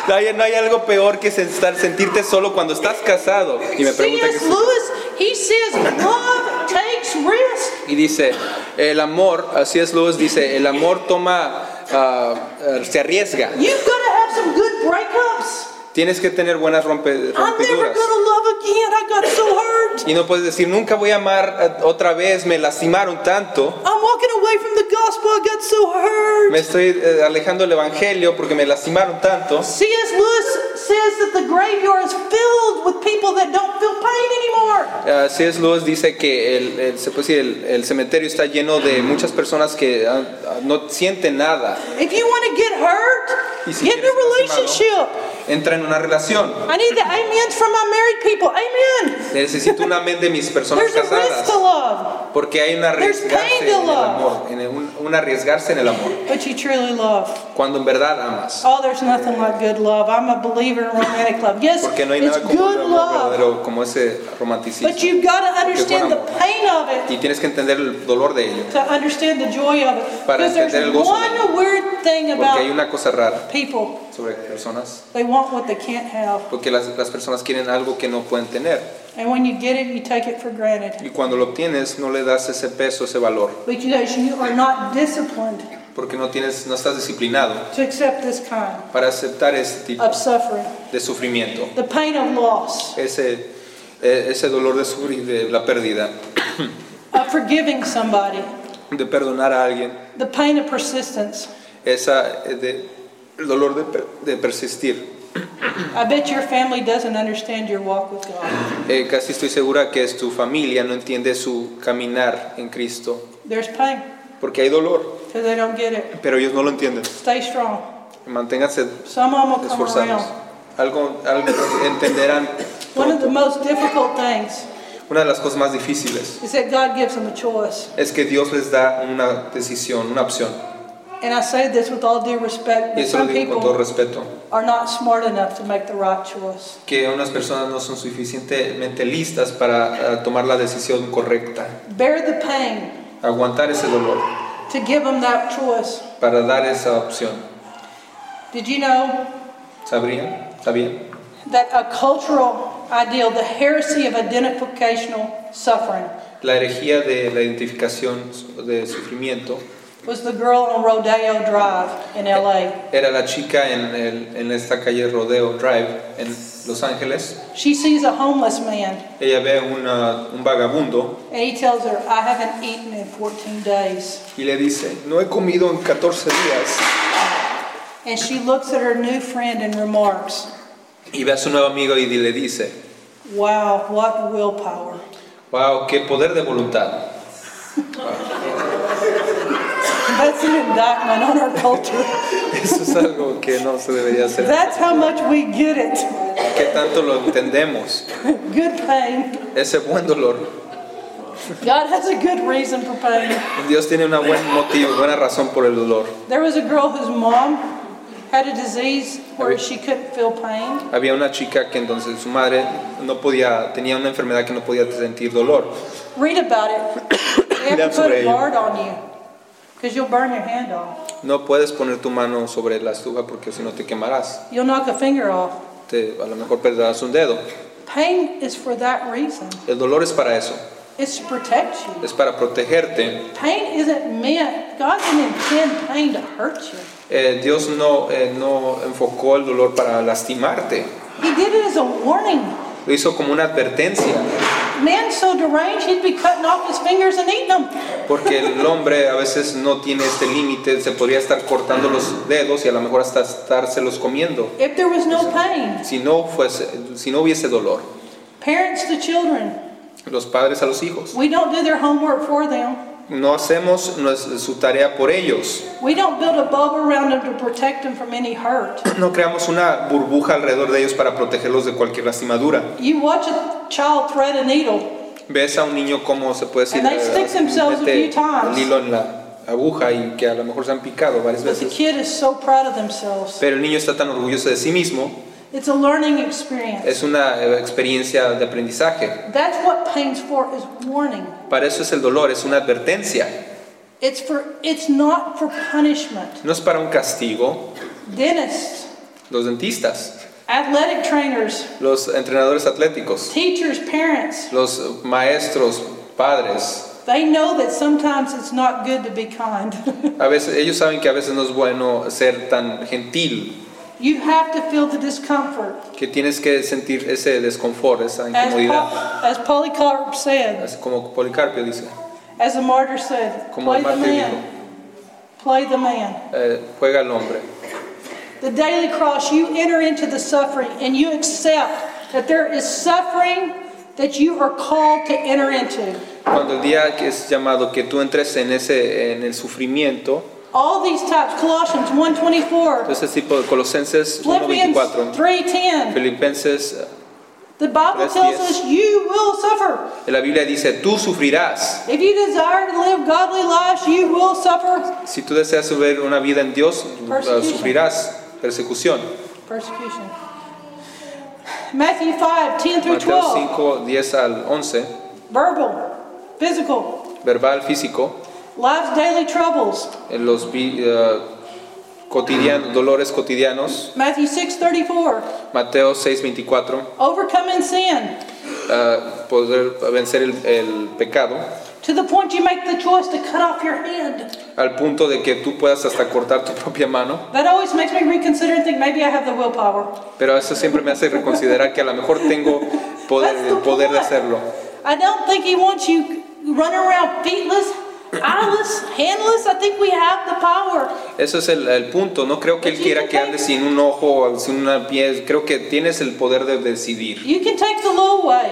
[SPEAKER 2] no, hay, no hay algo peor que sentar- sentirte solo cuando estás casado. Y me pregunta que
[SPEAKER 1] C.S. Lewis, he says love takes risk.
[SPEAKER 2] y dice el amor, así es Luz, dice el amor toma, ah, ah, se arriesga.
[SPEAKER 1] You've got to have some good breakups.
[SPEAKER 2] Tienes que tener buenas rompe-
[SPEAKER 1] I'm never
[SPEAKER 2] rompeduras.
[SPEAKER 1] gonna love again. I got so hurt.
[SPEAKER 2] Y no puedes decir nunca voy a amar ah, otra vez, me lastimaron tanto.
[SPEAKER 1] I'm walking away from the gospel. I got so hurt.
[SPEAKER 2] Me estoy eh, alejando del evangelio porque me lastimaron tanto.
[SPEAKER 1] C.S. Lewis says that the graveyard is filled with people that don't feel pain anymore.
[SPEAKER 2] Así es, Luz dice que el, el- se puede decir, el- el cementerio está lleno de muchas personas que ah, ah, no sienten nada.
[SPEAKER 1] If you want to get hurt,
[SPEAKER 2] Y si
[SPEAKER 1] get in a
[SPEAKER 2] quieres lastimado,
[SPEAKER 1] relationship.
[SPEAKER 2] entra en una relación.
[SPEAKER 1] I need the amens from my married people. Amen.
[SPEAKER 2] Necesito un amén de mis personas
[SPEAKER 1] There's a risk
[SPEAKER 2] casadas.
[SPEAKER 1] to love,
[SPEAKER 2] Porque hay un arriesgarse
[SPEAKER 1] pain
[SPEAKER 2] en
[SPEAKER 1] to
[SPEAKER 2] el
[SPEAKER 1] love.
[SPEAKER 2] amor, en el- un, un arriesgarse en el amor,
[SPEAKER 1] but you truly love.
[SPEAKER 2] cuando en verdad amas.
[SPEAKER 1] Oh, there's nothing like good love. I'm a believer in romantic love. Yes,
[SPEAKER 2] Porque no hay
[SPEAKER 1] it's
[SPEAKER 2] nada como un
[SPEAKER 1] good
[SPEAKER 2] amor
[SPEAKER 1] love,
[SPEAKER 2] verdadero, como ese romanticismo.
[SPEAKER 1] but you've got to understand the
[SPEAKER 2] amor.
[SPEAKER 1] pain of it.
[SPEAKER 2] Y tienes que entender el dolor de ello,
[SPEAKER 1] to understand the joy of it.
[SPEAKER 2] Para
[SPEAKER 1] Because there's
[SPEAKER 2] entender el gozo de
[SPEAKER 1] one weird thing
[SPEAKER 2] porque hay
[SPEAKER 1] about
[SPEAKER 2] una cosa rara
[SPEAKER 1] people.
[SPEAKER 2] sobre personas,
[SPEAKER 1] They want what they can't have.
[SPEAKER 2] porque las, las personas quieren algo que no pueden tener.
[SPEAKER 1] And when you get it, you take it for granted.
[SPEAKER 2] Y cuando lo obtienes, no le das ese peso, ese valor,
[SPEAKER 1] Because you are not disciplined
[SPEAKER 2] porque no, tienes, no estás disciplinado
[SPEAKER 1] to accept this kind
[SPEAKER 2] para aceptar ese tipo
[SPEAKER 1] of suffering.
[SPEAKER 2] de sufrimiento,
[SPEAKER 1] The pain of loss,
[SPEAKER 2] ese, eh, ese dolor de, sufrir, de la pérdida,
[SPEAKER 1] of forgiving somebody,
[SPEAKER 2] de perdonar a alguien.
[SPEAKER 1] the pain of persistence.
[SPEAKER 2] esa eh, de- el dolor de, per- de persistir.
[SPEAKER 1] I bet your family doesn't understand your walk with God.
[SPEAKER 2] Eh, casi estoy segura que es tu familia no entiende su caminar en Cristo,
[SPEAKER 1] There's pain
[SPEAKER 2] porque hay dolor,
[SPEAKER 1] because they don't get it.
[SPEAKER 2] pero ellos no lo entienden.
[SPEAKER 1] Stay strong.
[SPEAKER 2] Manténganse
[SPEAKER 1] Some of them will come
[SPEAKER 2] esforzados.
[SPEAKER 1] around.
[SPEAKER 2] Algo, algo entenderán.
[SPEAKER 1] One of the most difficult things
[SPEAKER 2] Una de las cosas más difíciles
[SPEAKER 1] is that God gives them a choice.
[SPEAKER 2] es que Dios les da una decisión, una opción.
[SPEAKER 1] And I say this with all due respect,
[SPEAKER 2] Y
[SPEAKER 1] but
[SPEAKER 2] eso lo
[SPEAKER 1] some
[SPEAKER 2] digo con todo
[SPEAKER 1] people
[SPEAKER 2] respeto,
[SPEAKER 1] are not smart enough to make the right choice.
[SPEAKER 2] que unas personas no son suficientemente listas para ah, tomar la decisión correcta.
[SPEAKER 1] Bear the pain
[SPEAKER 2] Aguantar ese dolor
[SPEAKER 1] to give them that choice.
[SPEAKER 2] para dar esa opción.
[SPEAKER 1] Did you know
[SPEAKER 2] ¿Sabrían? ¿Sabían?
[SPEAKER 1] that a cultural ideal, the heresy of identificational suffering,
[SPEAKER 2] La herejía de la identificación de sufrimiento
[SPEAKER 1] was the girl on Rodeo Drive in LA?
[SPEAKER 2] era la chica en, el- en esta calle Rodeo Drive en Los Ángeles.
[SPEAKER 1] She sees a homeless man
[SPEAKER 2] Ella ve una- un vagabundo
[SPEAKER 1] and he tells her, I haven't eaten in 14 days.
[SPEAKER 2] y le dice, no he comido en 14 días.
[SPEAKER 1] And she looks at her new friend and remarks,
[SPEAKER 2] Y ve a su nuevo amigo y le dice,
[SPEAKER 1] Wow, what willpower.
[SPEAKER 2] wow, qué poder de voluntad.
[SPEAKER 1] That's an indictment on our culture.
[SPEAKER 2] Eso es algo que no se debería hacer.
[SPEAKER 1] That's how much we get it.
[SPEAKER 2] ¿Qué tanto lo entendemos?
[SPEAKER 1] Good pain.
[SPEAKER 2] Ese buen dolor.
[SPEAKER 1] God has a good reason for pain.
[SPEAKER 2] Dios tiene un buen motivo, buena razón por el dolor.
[SPEAKER 1] There was a girl whose mom had a disease where she couldn't feel pain.
[SPEAKER 2] Había una chica que entonces su madre no podía, tenía una enfermedad que no podía sentir dolor.
[SPEAKER 1] Read about it. You have
[SPEAKER 2] Lean
[SPEAKER 1] to put
[SPEAKER 2] sobre
[SPEAKER 1] a
[SPEAKER 2] ello.
[SPEAKER 1] guard on you because you'll burn your hand off.
[SPEAKER 2] No puedes poner tu mano sobre la estufa porque si no te quemarás.
[SPEAKER 1] You'll knock a finger off.
[SPEAKER 2] Te, a lo mejor perderás un dedo.
[SPEAKER 1] Pain is for that reason.
[SPEAKER 2] El dolor es para eso,
[SPEAKER 1] It's to protect you.
[SPEAKER 2] es para protegerte.
[SPEAKER 1] Pain isn't meant, God didn't intend pain to hurt you.
[SPEAKER 2] Eh, Dios no, eh, no enfocó el dolor para lastimarte,
[SPEAKER 1] He did it as a warning.
[SPEAKER 2] lo hizo como una advertencia,
[SPEAKER 1] Man's so deranged, he'd be cutting off his fingers and eating them.
[SPEAKER 2] porque el hombre a veces no tiene este límite, se podría estar cortando los dedos y a lo mejor hasta estárselos comiendo.
[SPEAKER 1] If there was no pain,
[SPEAKER 2] Si no, fuese, si no hubiese dolor,
[SPEAKER 1] parents to children,
[SPEAKER 2] los padres a los hijos,
[SPEAKER 1] we don't do their homework for them.
[SPEAKER 2] no hacemos nues- su tarea por ellos,
[SPEAKER 1] We don't build a bubble around them to protect them from any hurt.
[SPEAKER 2] no creamos una burbuja alrededor de ellos para protegerlos de cualquier lastimadura.
[SPEAKER 1] You watch a child thread a needle,
[SPEAKER 2] ves a un niño cómo se puede decir
[SPEAKER 1] And
[SPEAKER 2] eh,
[SPEAKER 1] they stick themselves a
[SPEAKER 2] mete
[SPEAKER 1] few times. Pues
[SPEAKER 2] el hilo en la aguja y que a lo mejor se han picado varias
[SPEAKER 1] but the
[SPEAKER 2] veces
[SPEAKER 1] kid is so proud of themselves.
[SPEAKER 2] pero el niño está tan orgulloso de sí mismo
[SPEAKER 1] It's a learning experience.
[SPEAKER 2] es una eh, experiencia de aprendizaje
[SPEAKER 1] That's what pain's for, is warning.
[SPEAKER 2] para eso es el dolor es una advertencia
[SPEAKER 1] It's for it's not for punishment.
[SPEAKER 2] no es para un castigo
[SPEAKER 1] Dentists,
[SPEAKER 2] los dentistas
[SPEAKER 1] athletic trainers,
[SPEAKER 2] los entrenadores atléticos
[SPEAKER 1] teachers, parents,
[SPEAKER 2] los eh, maestros padres
[SPEAKER 1] they know that sometimes it's not good to be kind.
[SPEAKER 2] a veces ellos saben que a veces no es bueno ser tan gentil
[SPEAKER 1] you have to feel the discomfort.
[SPEAKER 2] que tienes que sentir ese desconfort esa
[SPEAKER 1] As,
[SPEAKER 2] incomodidad
[SPEAKER 1] Paul, as Polycarp said,
[SPEAKER 2] así como Policarpio dice
[SPEAKER 1] as the martyr said,
[SPEAKER 2] como
[SPEAKER 1] play
[SPEAKER 2] el
[SPEAKER 1] the
[SPEAKER 2] mártir dijo
[SPEAKER 1] man. Play the man.
[SPEAKER 2] Eh, juega el hombre.
[SPEAKER 1] The daily cross, you enter into the suffering and you accept that there is suffering that you are called to enter into.
[SPEAKER 2] Cuando el día que es llamado que tú entres en ese en el sufrimiento,
[SPEAKER 1] All these types, Colossians 1.24,
[SPEAKER 2] entonces tipo de Colosenses
[SPEAKER 1] Philippians
[SPEAKER 2] 1:24,
[SPEAKER 1] 3.10,
[SPEAKER 2] Filipenses, eh,
[SPEAKER 1] the Bible tells us you will suffer.
[SPEAKER 2] eh, la Biblia dice, tú sufrirás.
[SPEAKER 1] If you desire to live godly lives, you will suffer
[SPEAKER 2] Si tú deseas vivir una vida en Dios, eh,
[SPEAKER 1] Persecution.
[SPEAKER 2] sufrirás persecución.
[SPEAKER 1] persecution. Matthew 5, 10 through
[SPEAKER 2] Mateo
[SPEAKER 1] 12,
[SPEAKER 2] 5, 10 al 11,
[SPEAKER 1] verbal, physical,
[SPEAKER 2] verbal, físico,
[SPEAKER 1] life's daily troubles.
[SPEAKER 2] en los vi- eh, cotidianos, dolores cotidianos,
[SPEAKER 1] Matthew 6, 34,
[SPEAKER 2] Mateo 6, 24,
[SPEAKER 1] overcoming sin.
[SPEAKER 2] eh, poder vencer el- el pecado.
[SPEAKER 1] To the point you make the choice to cut off your hand.
[SPEAKER 2] al punto de que tú puedas hasta cortar tu propia mano,
[SPEAKER 1] That always makes me reconsider and think maybe I have the willpower.
[SPEAKER 2] pero eso siempre me hace reconsiderar que a lo mejor tengo poder,
[SPEAKER 1] That's the
[SPEAKER 2] el poder de
[SPEAKER 1] point.
[SPEAKER 2] hacerlo.
[SPEAKER 1] I don't think he wants you running around feetless, eyeless, handless. I think we have the power.
[SPEAKER 2] Eso es el, el punto, no creo que él quiera que andes sin un ojo o sin una piel, creo que tienes el poder de decidir,
[SPEAKER 1] You can take the low way.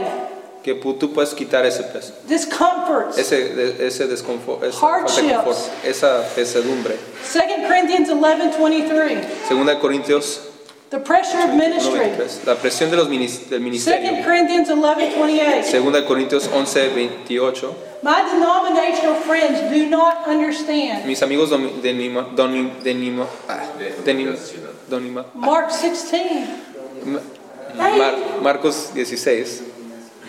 [SPEAKER 2] que pu- tú puedes quitar ese peso,
[SPEAKER 1] Discomforts.
[SPEAKER 2] ese, de- ese desconfort, esa falta de
[SPEAKER 1] Hardships.
[SPEAKER 2] confort, esa pesadumbre.
[SPEAKER 1] 2 Corinthians 11 23.
[SPEAKER 2] Segunda de Corintios
[SPEAKER 1] The pressure of ministry.
[SPEAKER 2] 1:23, la presión de los minis-
[SPEAKER 1] 2
[SPEAKER 2] del ministerio.
[SPEAKER 1] Corinthians 11 28.
[SPEAKER 2] Segunda de Corintios 11, 28.
[SPEAKER 1] My denominational friends do not understand.
[SPEAKER 2] Mis amigos domi- de Nima, doni- de Nima- ah, de Nima- donima-
[SPEAKER 1] Mark 16.
[SPEAKER 2] Mar- Marcos 16.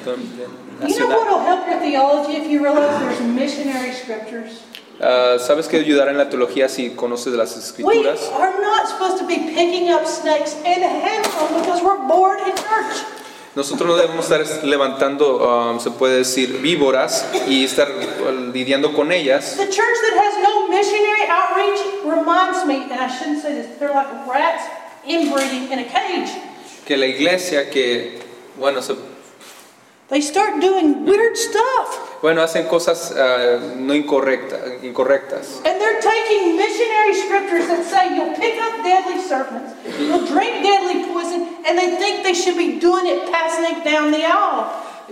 [SPEAKER 2] don- de-
[SPEAKER 1] You know what
[SPEAKER 2] nacional.
[SPEAKER 1] will help your theology if you realize there's missionary scriptures?
[SPEAKER 2] Ah, ¿Sabes que ayudará en la teología si conoces las
[SPEAKER 1] We
[SPEAKER 2] escrituras?
[SPEAKER 1] are not supposed to be picking up snakes and handling them because we're bored in church.
[SPEAKER 2] Nosotros no debemos estar levantando, ah, se puede decir, víboras y estar ah, lidiando con ellas.
[SPEAKER 1] The church that has no missionary outreach reminds me, and I shouldn't say this, they're like rats inbreeding in a cage.
[SPEAKER 2] Que la iglesia que, bueno, se-
[SPEAKER 1] They start doing weird stuff,
[SPEAKER 2] bueno hacen cosas ah, no incorrecta- incorrectas.
[SPEAKER 1] and they're taking missionary scriptures that say you'll pick up deadly serpents, you'll drink deadly poison, and they think they should be doing it passing it down the aisle.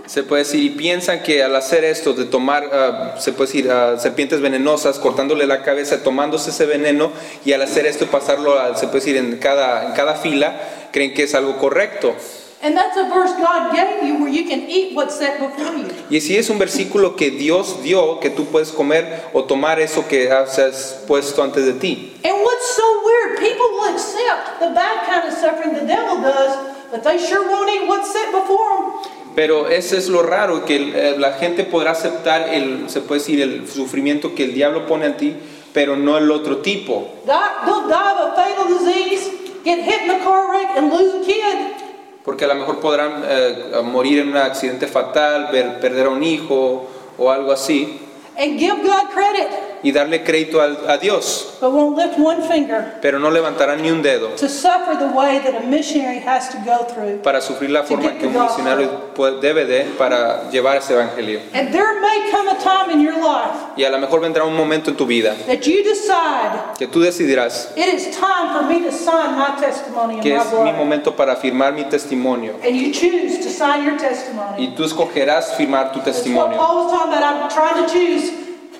[SPEAKER 2] Se puede decir, y piensan que al hacer esto, de tomar, ah, se puede decir, ah, serpientes venenosas, cortándole la cabeza, tomándose ese veneno, y al hacer esto pasarlo, a- se puede decir, en cada, en cada fila, creen que es algo correcto.
[SPEAKER 1] And that's a verse God gave you where you can eat what's set before you.
[SPEAKER 2] Y si es un versículo que Dios dio, que tú puedes comer o tomar eso que has has puesto antes de ti.
[SPEAKER 1] And what's so weird, people will accept the bad kind of suffering the devil does, but they sure won't eat what's set before them.
[SPEAKER 2] Pero eso es lo raro, que eh, la gente podrá aceptar el, se puede decir, el sufrimiento que el diablo pone a ti, pero no el otro tipo.
[SPEAKER 1] Die, they'll die of a fatal disease, get hit in a car wreck, and lose a kid.
[SPEAKER 2] Porque a lo mejor podrán eh, morir en un accidente fatal, ver- perder a un hijo o algo así,
[SPEAKER 1] And give God credit,
[SPEAKER 2] y darle crédito al- a Dios,
[SPEAKER 1] but won't lift one finger
[SPEAKER 2] pero no levantarán ni un dedo
[SPEAKER 1] to suffer the way that a missionary has to go through.
[SPEAKER 2] para sufrir la forma que un misionario puede- debe de para llevar ese evangelio.
[SPEAKER 1] And there may come a time in your life
[SPEAKER 2] Y a lo mejor vendrá un momento en tu vida
[SPEAKER 1] that you decide
[SPEAKER 2] que tú decidirás
[SPEAKER 1] it is time for me to sign my testimony in
[SPEAKER 2] que es
[SPEAKER 1] my
[SPEAKER 2] mi
[SPEAKER 1] blood.
[SPEAKER 2] momento para firmar mi testimonio.
[SPEAKER 1] And you choose to sign your testimony.
[SPEAKER 2] Y tú escogerás firmar tu
[SPEAKER 1] That's what
[SPEAKER 2] testimonio.
[SPEAKER 1] Paul was talking about. I'm trying to choose.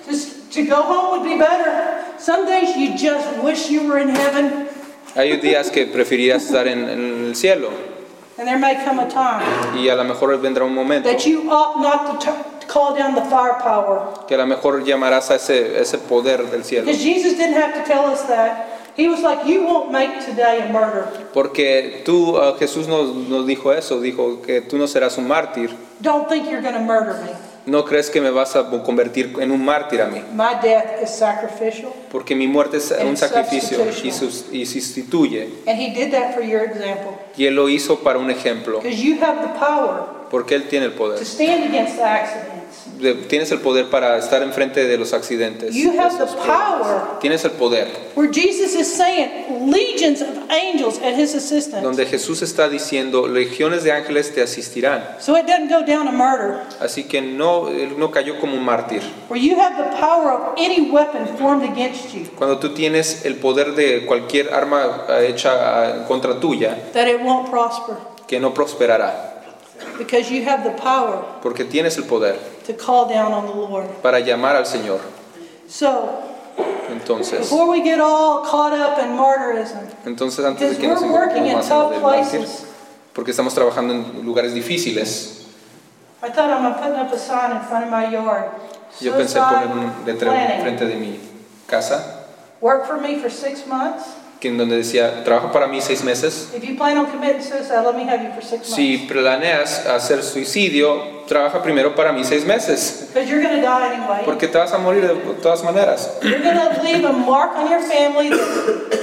[SPEAKER 1] Just to go home would be better. Some days you just wish you were in heaven,
[SPEAKER 2] Hay días que preferirás estar en, en el cielo
[SPEAKER 1] and there may come a time
[SPEAKER 2] y a lo mejor vendrá un momento
[SPEAKER 1] that you ought not to, t- to call down the firepower.
[SPEAKER 2] que a lo mejor llamarás a ese, ese poder del cielo.
[SPEAKER 1] Because Jesus didn't have to tell us that. He was like, You won't make today a murder.
[SPEAKER 2] Porque tú, ah, Jesús nos, nos dijo eso, dijo que tú no serás un mártir.
[SPEAKER 1] Don't think you're going to murder me.
[SPEAKER 2] No crees que me vas a convertir en un mártir a mí,
[SPEAKER 1] My death is sacrificial.
[SPEAKER 2] porque mi muerte es un sacrificio y,
[SPEAKER 1] Substitution.
[SPEAKER 2] sus- y sustituye.
[SPEAKER 1] And He did that for your example.
[SPEAKER 2] Y Él lo hizo para un ejemplo,
[SPEAKER 1] Because you have the power
[SPEAKER 2] porque Él tiene el
[SPEAKER 1] to
[SPEAKER 2] poder.
[SPEAKER 1] stand against the accidents,
[SPEAKER 2] De- Tienes el poder para estar enfrente de los accidentes.
[SPEAKER 1] you have the power.
[SPEAKER 2] Tienes el poder.
[SPEAKER 1] where Jesus is saying legions of angels at his assistance.
[SPEAKER 2] donde Jesús está diciendo, legiones de ángeles te asistirán.
[SPEAKER 1] So it doesn't go down to murder,
[SPEAKER 2] Así que no, él no cayó como un mártir.
[SPEAKER 1] where you have the power of any weapon formed against you,
[SPEAKER 2] Cuando tú tienes el poder de cualquier arma eh, hecha eh, contra tuya,
[SPEAKER 1] that it won't prosper,
[SPEAKER 2] que no prosperará,
[SPEAKER 1] because you have the power
[SPEAKER 2] porque tienes el poder
[SPEAKER 1] to call down on the Lord.
[SPEAKER 2] para llamar al Señor.
[SPEAKER 1] So
[SPEAKER 2] Entonces,
[SPEAKER 1] before we get all caught up in martyrism,
[SPEAKER 2] entonces antes de
[SPEAKER 1] because
[SPEAKER 2] que nos
[SPEAKER 1] we're working in
[SPEAKER 2] encontremos más en lo
[SPEAKER 1] tough
[SPEAKER 2] del mártir,
[SPEAKER 1] places.
[SPEAKER 2] porque estamos trabajando en lugares difíciles,
[SPEAKER 1] I thought I'm gonna put up a sign in front of my yard.
[SPEAKER 2] yo pensé poner un
[SPEAKER 1] Suicide
[SPEAKER 2] letrero
[SPEAKER 1] planning.
[SPEAKER 2] frente de mi casa,
[SPEAKER 1] Work for me for six months.
[SPEAKER 2] que en donde decía, trabajo para mí seis meses,
[SPEAKER 1] If you plan on committing suicide, let me have you for six months.
[SPEAKER 2] Si planeas hacer suicidio, trabaja primero para mí seis meses,
[SPEAKER 1] Because you're gonna die anyway.
[SPEAKER 2] porque te vas a morir de todas maneras.
[SPEAKER 1] You're going to leave a mark on your family that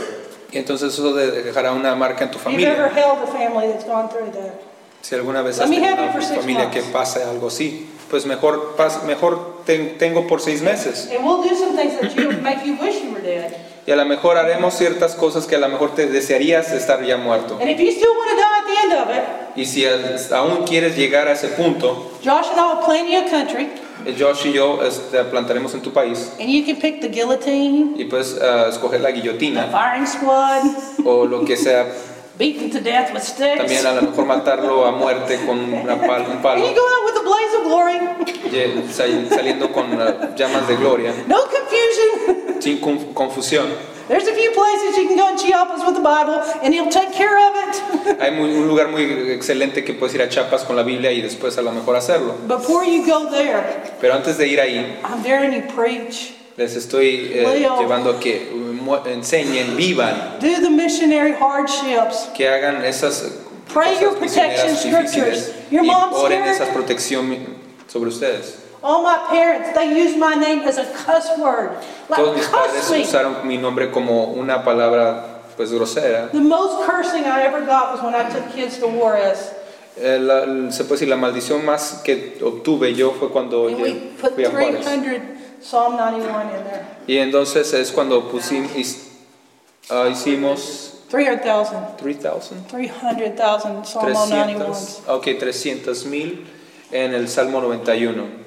[SPEAKER 2] Y entonces eso de- dejará una marca en tu
[SPEAKER 1] you've ever
[SPEAKER 2] familia.
[SPEAKER 1] held a family that's gone through that.
[SPEAKER 2] Si alguna vez
[SPEAKER 1] Let
[SPEAKER 2] has
[SPEAKER 1] me
[SPEAKER 2] tenido
[SPEAKER 1] have you
[SPEAKER 2] una
[SPEAKER 1] for six
[SPEAKER 2] familia que
[SPEAKER 1] months.
[SPEAKER 2] pase algo así, pues mejor, pas- mejor ten- tengo por seis meses.
[SPEAKER 1] And we'll do some things that you make you wish you were dead.
[SPEAKER 2] Y a lo mejor haremos ciertas cosas que a lo mejor te desearías estar ya muerto.
[SPEAKER 1] And if you still want to die at the end of
[SPEAKER 2] Y si a- aún quieres llegar a ese punto,
[SPEAKER 1] it, Josh and I will plan you a country,
[SPEAKER 2] eh, Josh y yo este, plantaremos en tu país
[SPEAKER 1] and you can pick the guillotine,
[SPEAKER 2] y puedes ah, escoger la guillotina
[SPEAKER 1] firing squad,
[SPEAKER 2] o lo que sea
[SPEAKER 1] beaten to death with sticks.
[SPEAKER 2] También a lo mejor matarlo a muerte con una pal- un
[SPEAKER 1] And you
[SPEAKER 2] palo,
[SPEAKER 1] go out with a blaze of glory.
[SPEAKER 2] ye- sal- saliendo con eh, llamas de gloria,
[SPEAKER 1] No confusion.
[SPEAKER 2] sin con- confusión.
[SPEAKER 1] There's a few places you can go in Chiapas with the Bible, and he'll take care of it.
[SPEAKER 2] Hay muy- un lugar muy excelente que puedes ir a Chiapas con la Biblia y después a lo mejor hacerlo.
[SPEAKER 1] Before you go there,
[SPEAKER 2] Pero antes de ir ahí,
[SPEAKER 1] I'm daring you preach.
[SPEAKER 2] les estoy eh,
[SPEAKER 1] Leo.
[SPEAKER 2] llevando a que mu- enseñen, vivan,
[SPEAKER 1] Do the missionary hardships.
[SPEAKER 2] que hagan esas
[SPEAKER 1] Pray your
[SPEAKER 2] cosas misioneras
[SPEAKER 1] protection
[SPEAKER 2] difíciles
[SPEAKER 1] scriptures. Your
[SPEAKER 2] y
[SPEAKER 1] mom's
[SPEAKER 2] oren
[SPEAKER 1] scared.
[SPEAKER 2] esas protección sobre ustedes.
[SPEAKER 1] All my parents, they used my name as a cuss word.
[SPEAKER 2] Todos
[SPEAKER 1] Like,
[SPEAKER 2] mis
[SPEAKER 1] cuss
[SPEAKER 2] padres
[SPEAKER 1] me.
[SPEAKER 2] usaron mi nombre como una palabra pues grosera.
[SPEAKER 1] The most cursing I ever got was when I took kids to Juarez.
[SPEAKER 2] Eh, la- el- se puede decir, la maldición más que obtuve yo fue cuando
[SPEAKER 1] And
[SPEAKER 2] yo
[SPEAKER 1] we put
[SPEAKER 2] fui a Juárez.
[SPEAKER 1] 300 Psalm 91 in there.
[SPEAKER 2] Y entonces es cuando pusim- his- ah, hicimos
[SPEAKER 1] 300,000.
[SPEAKER 2] 3,000,
[SPEAKER 1] 300,000 Psalm 91.
[SPEAKER 2] 300, ok, 300 mil en el Salmo 91.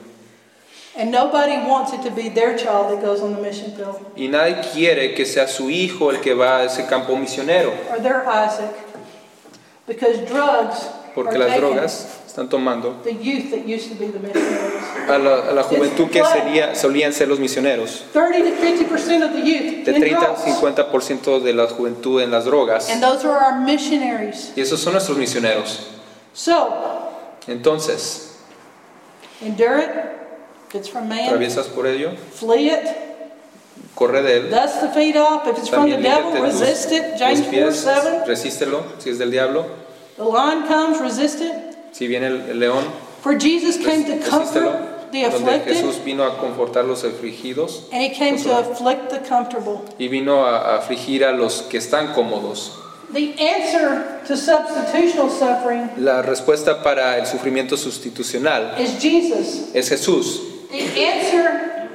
[SPEAKER 1] And nobody wants it to be their child that goes on the mission field
[SPEAKER 2] Y nadie quiere que sea su hijo el que va a ese campo misionero,
[SPEAKER 1] or their Isaac because drugs
[SPEAKER 2] porque las drogas están tomando
[SPEAKER 1] the youth that used to be the missionaries.
[SPEAKER 2] a la, a la juventud que sería, solían ser los misioneros.
[SPEAKER 1] 30 to 50% of the youth
[SPEAKER 2] De
[SPEAKER 1] in
[SPEAKER 2] 30 a
[SPEAKER 1] drugs.
[SPEAKER 2] 50% de la juventud en las drogas.
[SPEAKER 1] And those are our missionaries.
[SPEAKER 2] Y esos son nuestros misioneros.
[SPEAKER 1] So,
[SPEAKER 2] Entonces,
[SPEAKER 1] endure it. If it's from man,
[SPEAKER 2] atraviesas por ello,
[SPEAKER 1] flee it.
[SPEAKER 2] corre de él.
[SPEAKER 1] Dust the feet off. If it's from the
[SPEAKER 2] También
[SPEAKER 1] devil,
[SPEAKER 2] líbrate tus,
[SPEAKER 1] resist it. James
[SPEAKER 2] tus
[SPEAKER 1] 4
[SPEAKER 2] pies,
[SPEAKER 1] 7.
[SPEAKER 2] resístelo si es del diablo.
[SPEAKER 1] The lion comes, resist it.
[SPEAKER 2] Si viene el, el león,
[SPEAKER 1] For Jesus came to
[SPEAKER 2] Pues, resístelo.
[SPEAKER 1] comfort the
[SPEAKER 2] Donde
[SPEAKER 1] afflicted,
[SPEAKER 2] Jesús vino a confortar los afligidos.
[SPEAKER 1] and he came to afflict the comfortable.
[SPEAKER 2] y vino a a afligir a los que están cómodos.
[SPEAKER 1] The answer to substitutional suffering
[SPEAKER 2] La respuesta para el sufrimiento sustitucional
[SPEAKER 1] is Jesus.
[SPEAKER 2] es Jesús.
[SPEAKER 1] The answer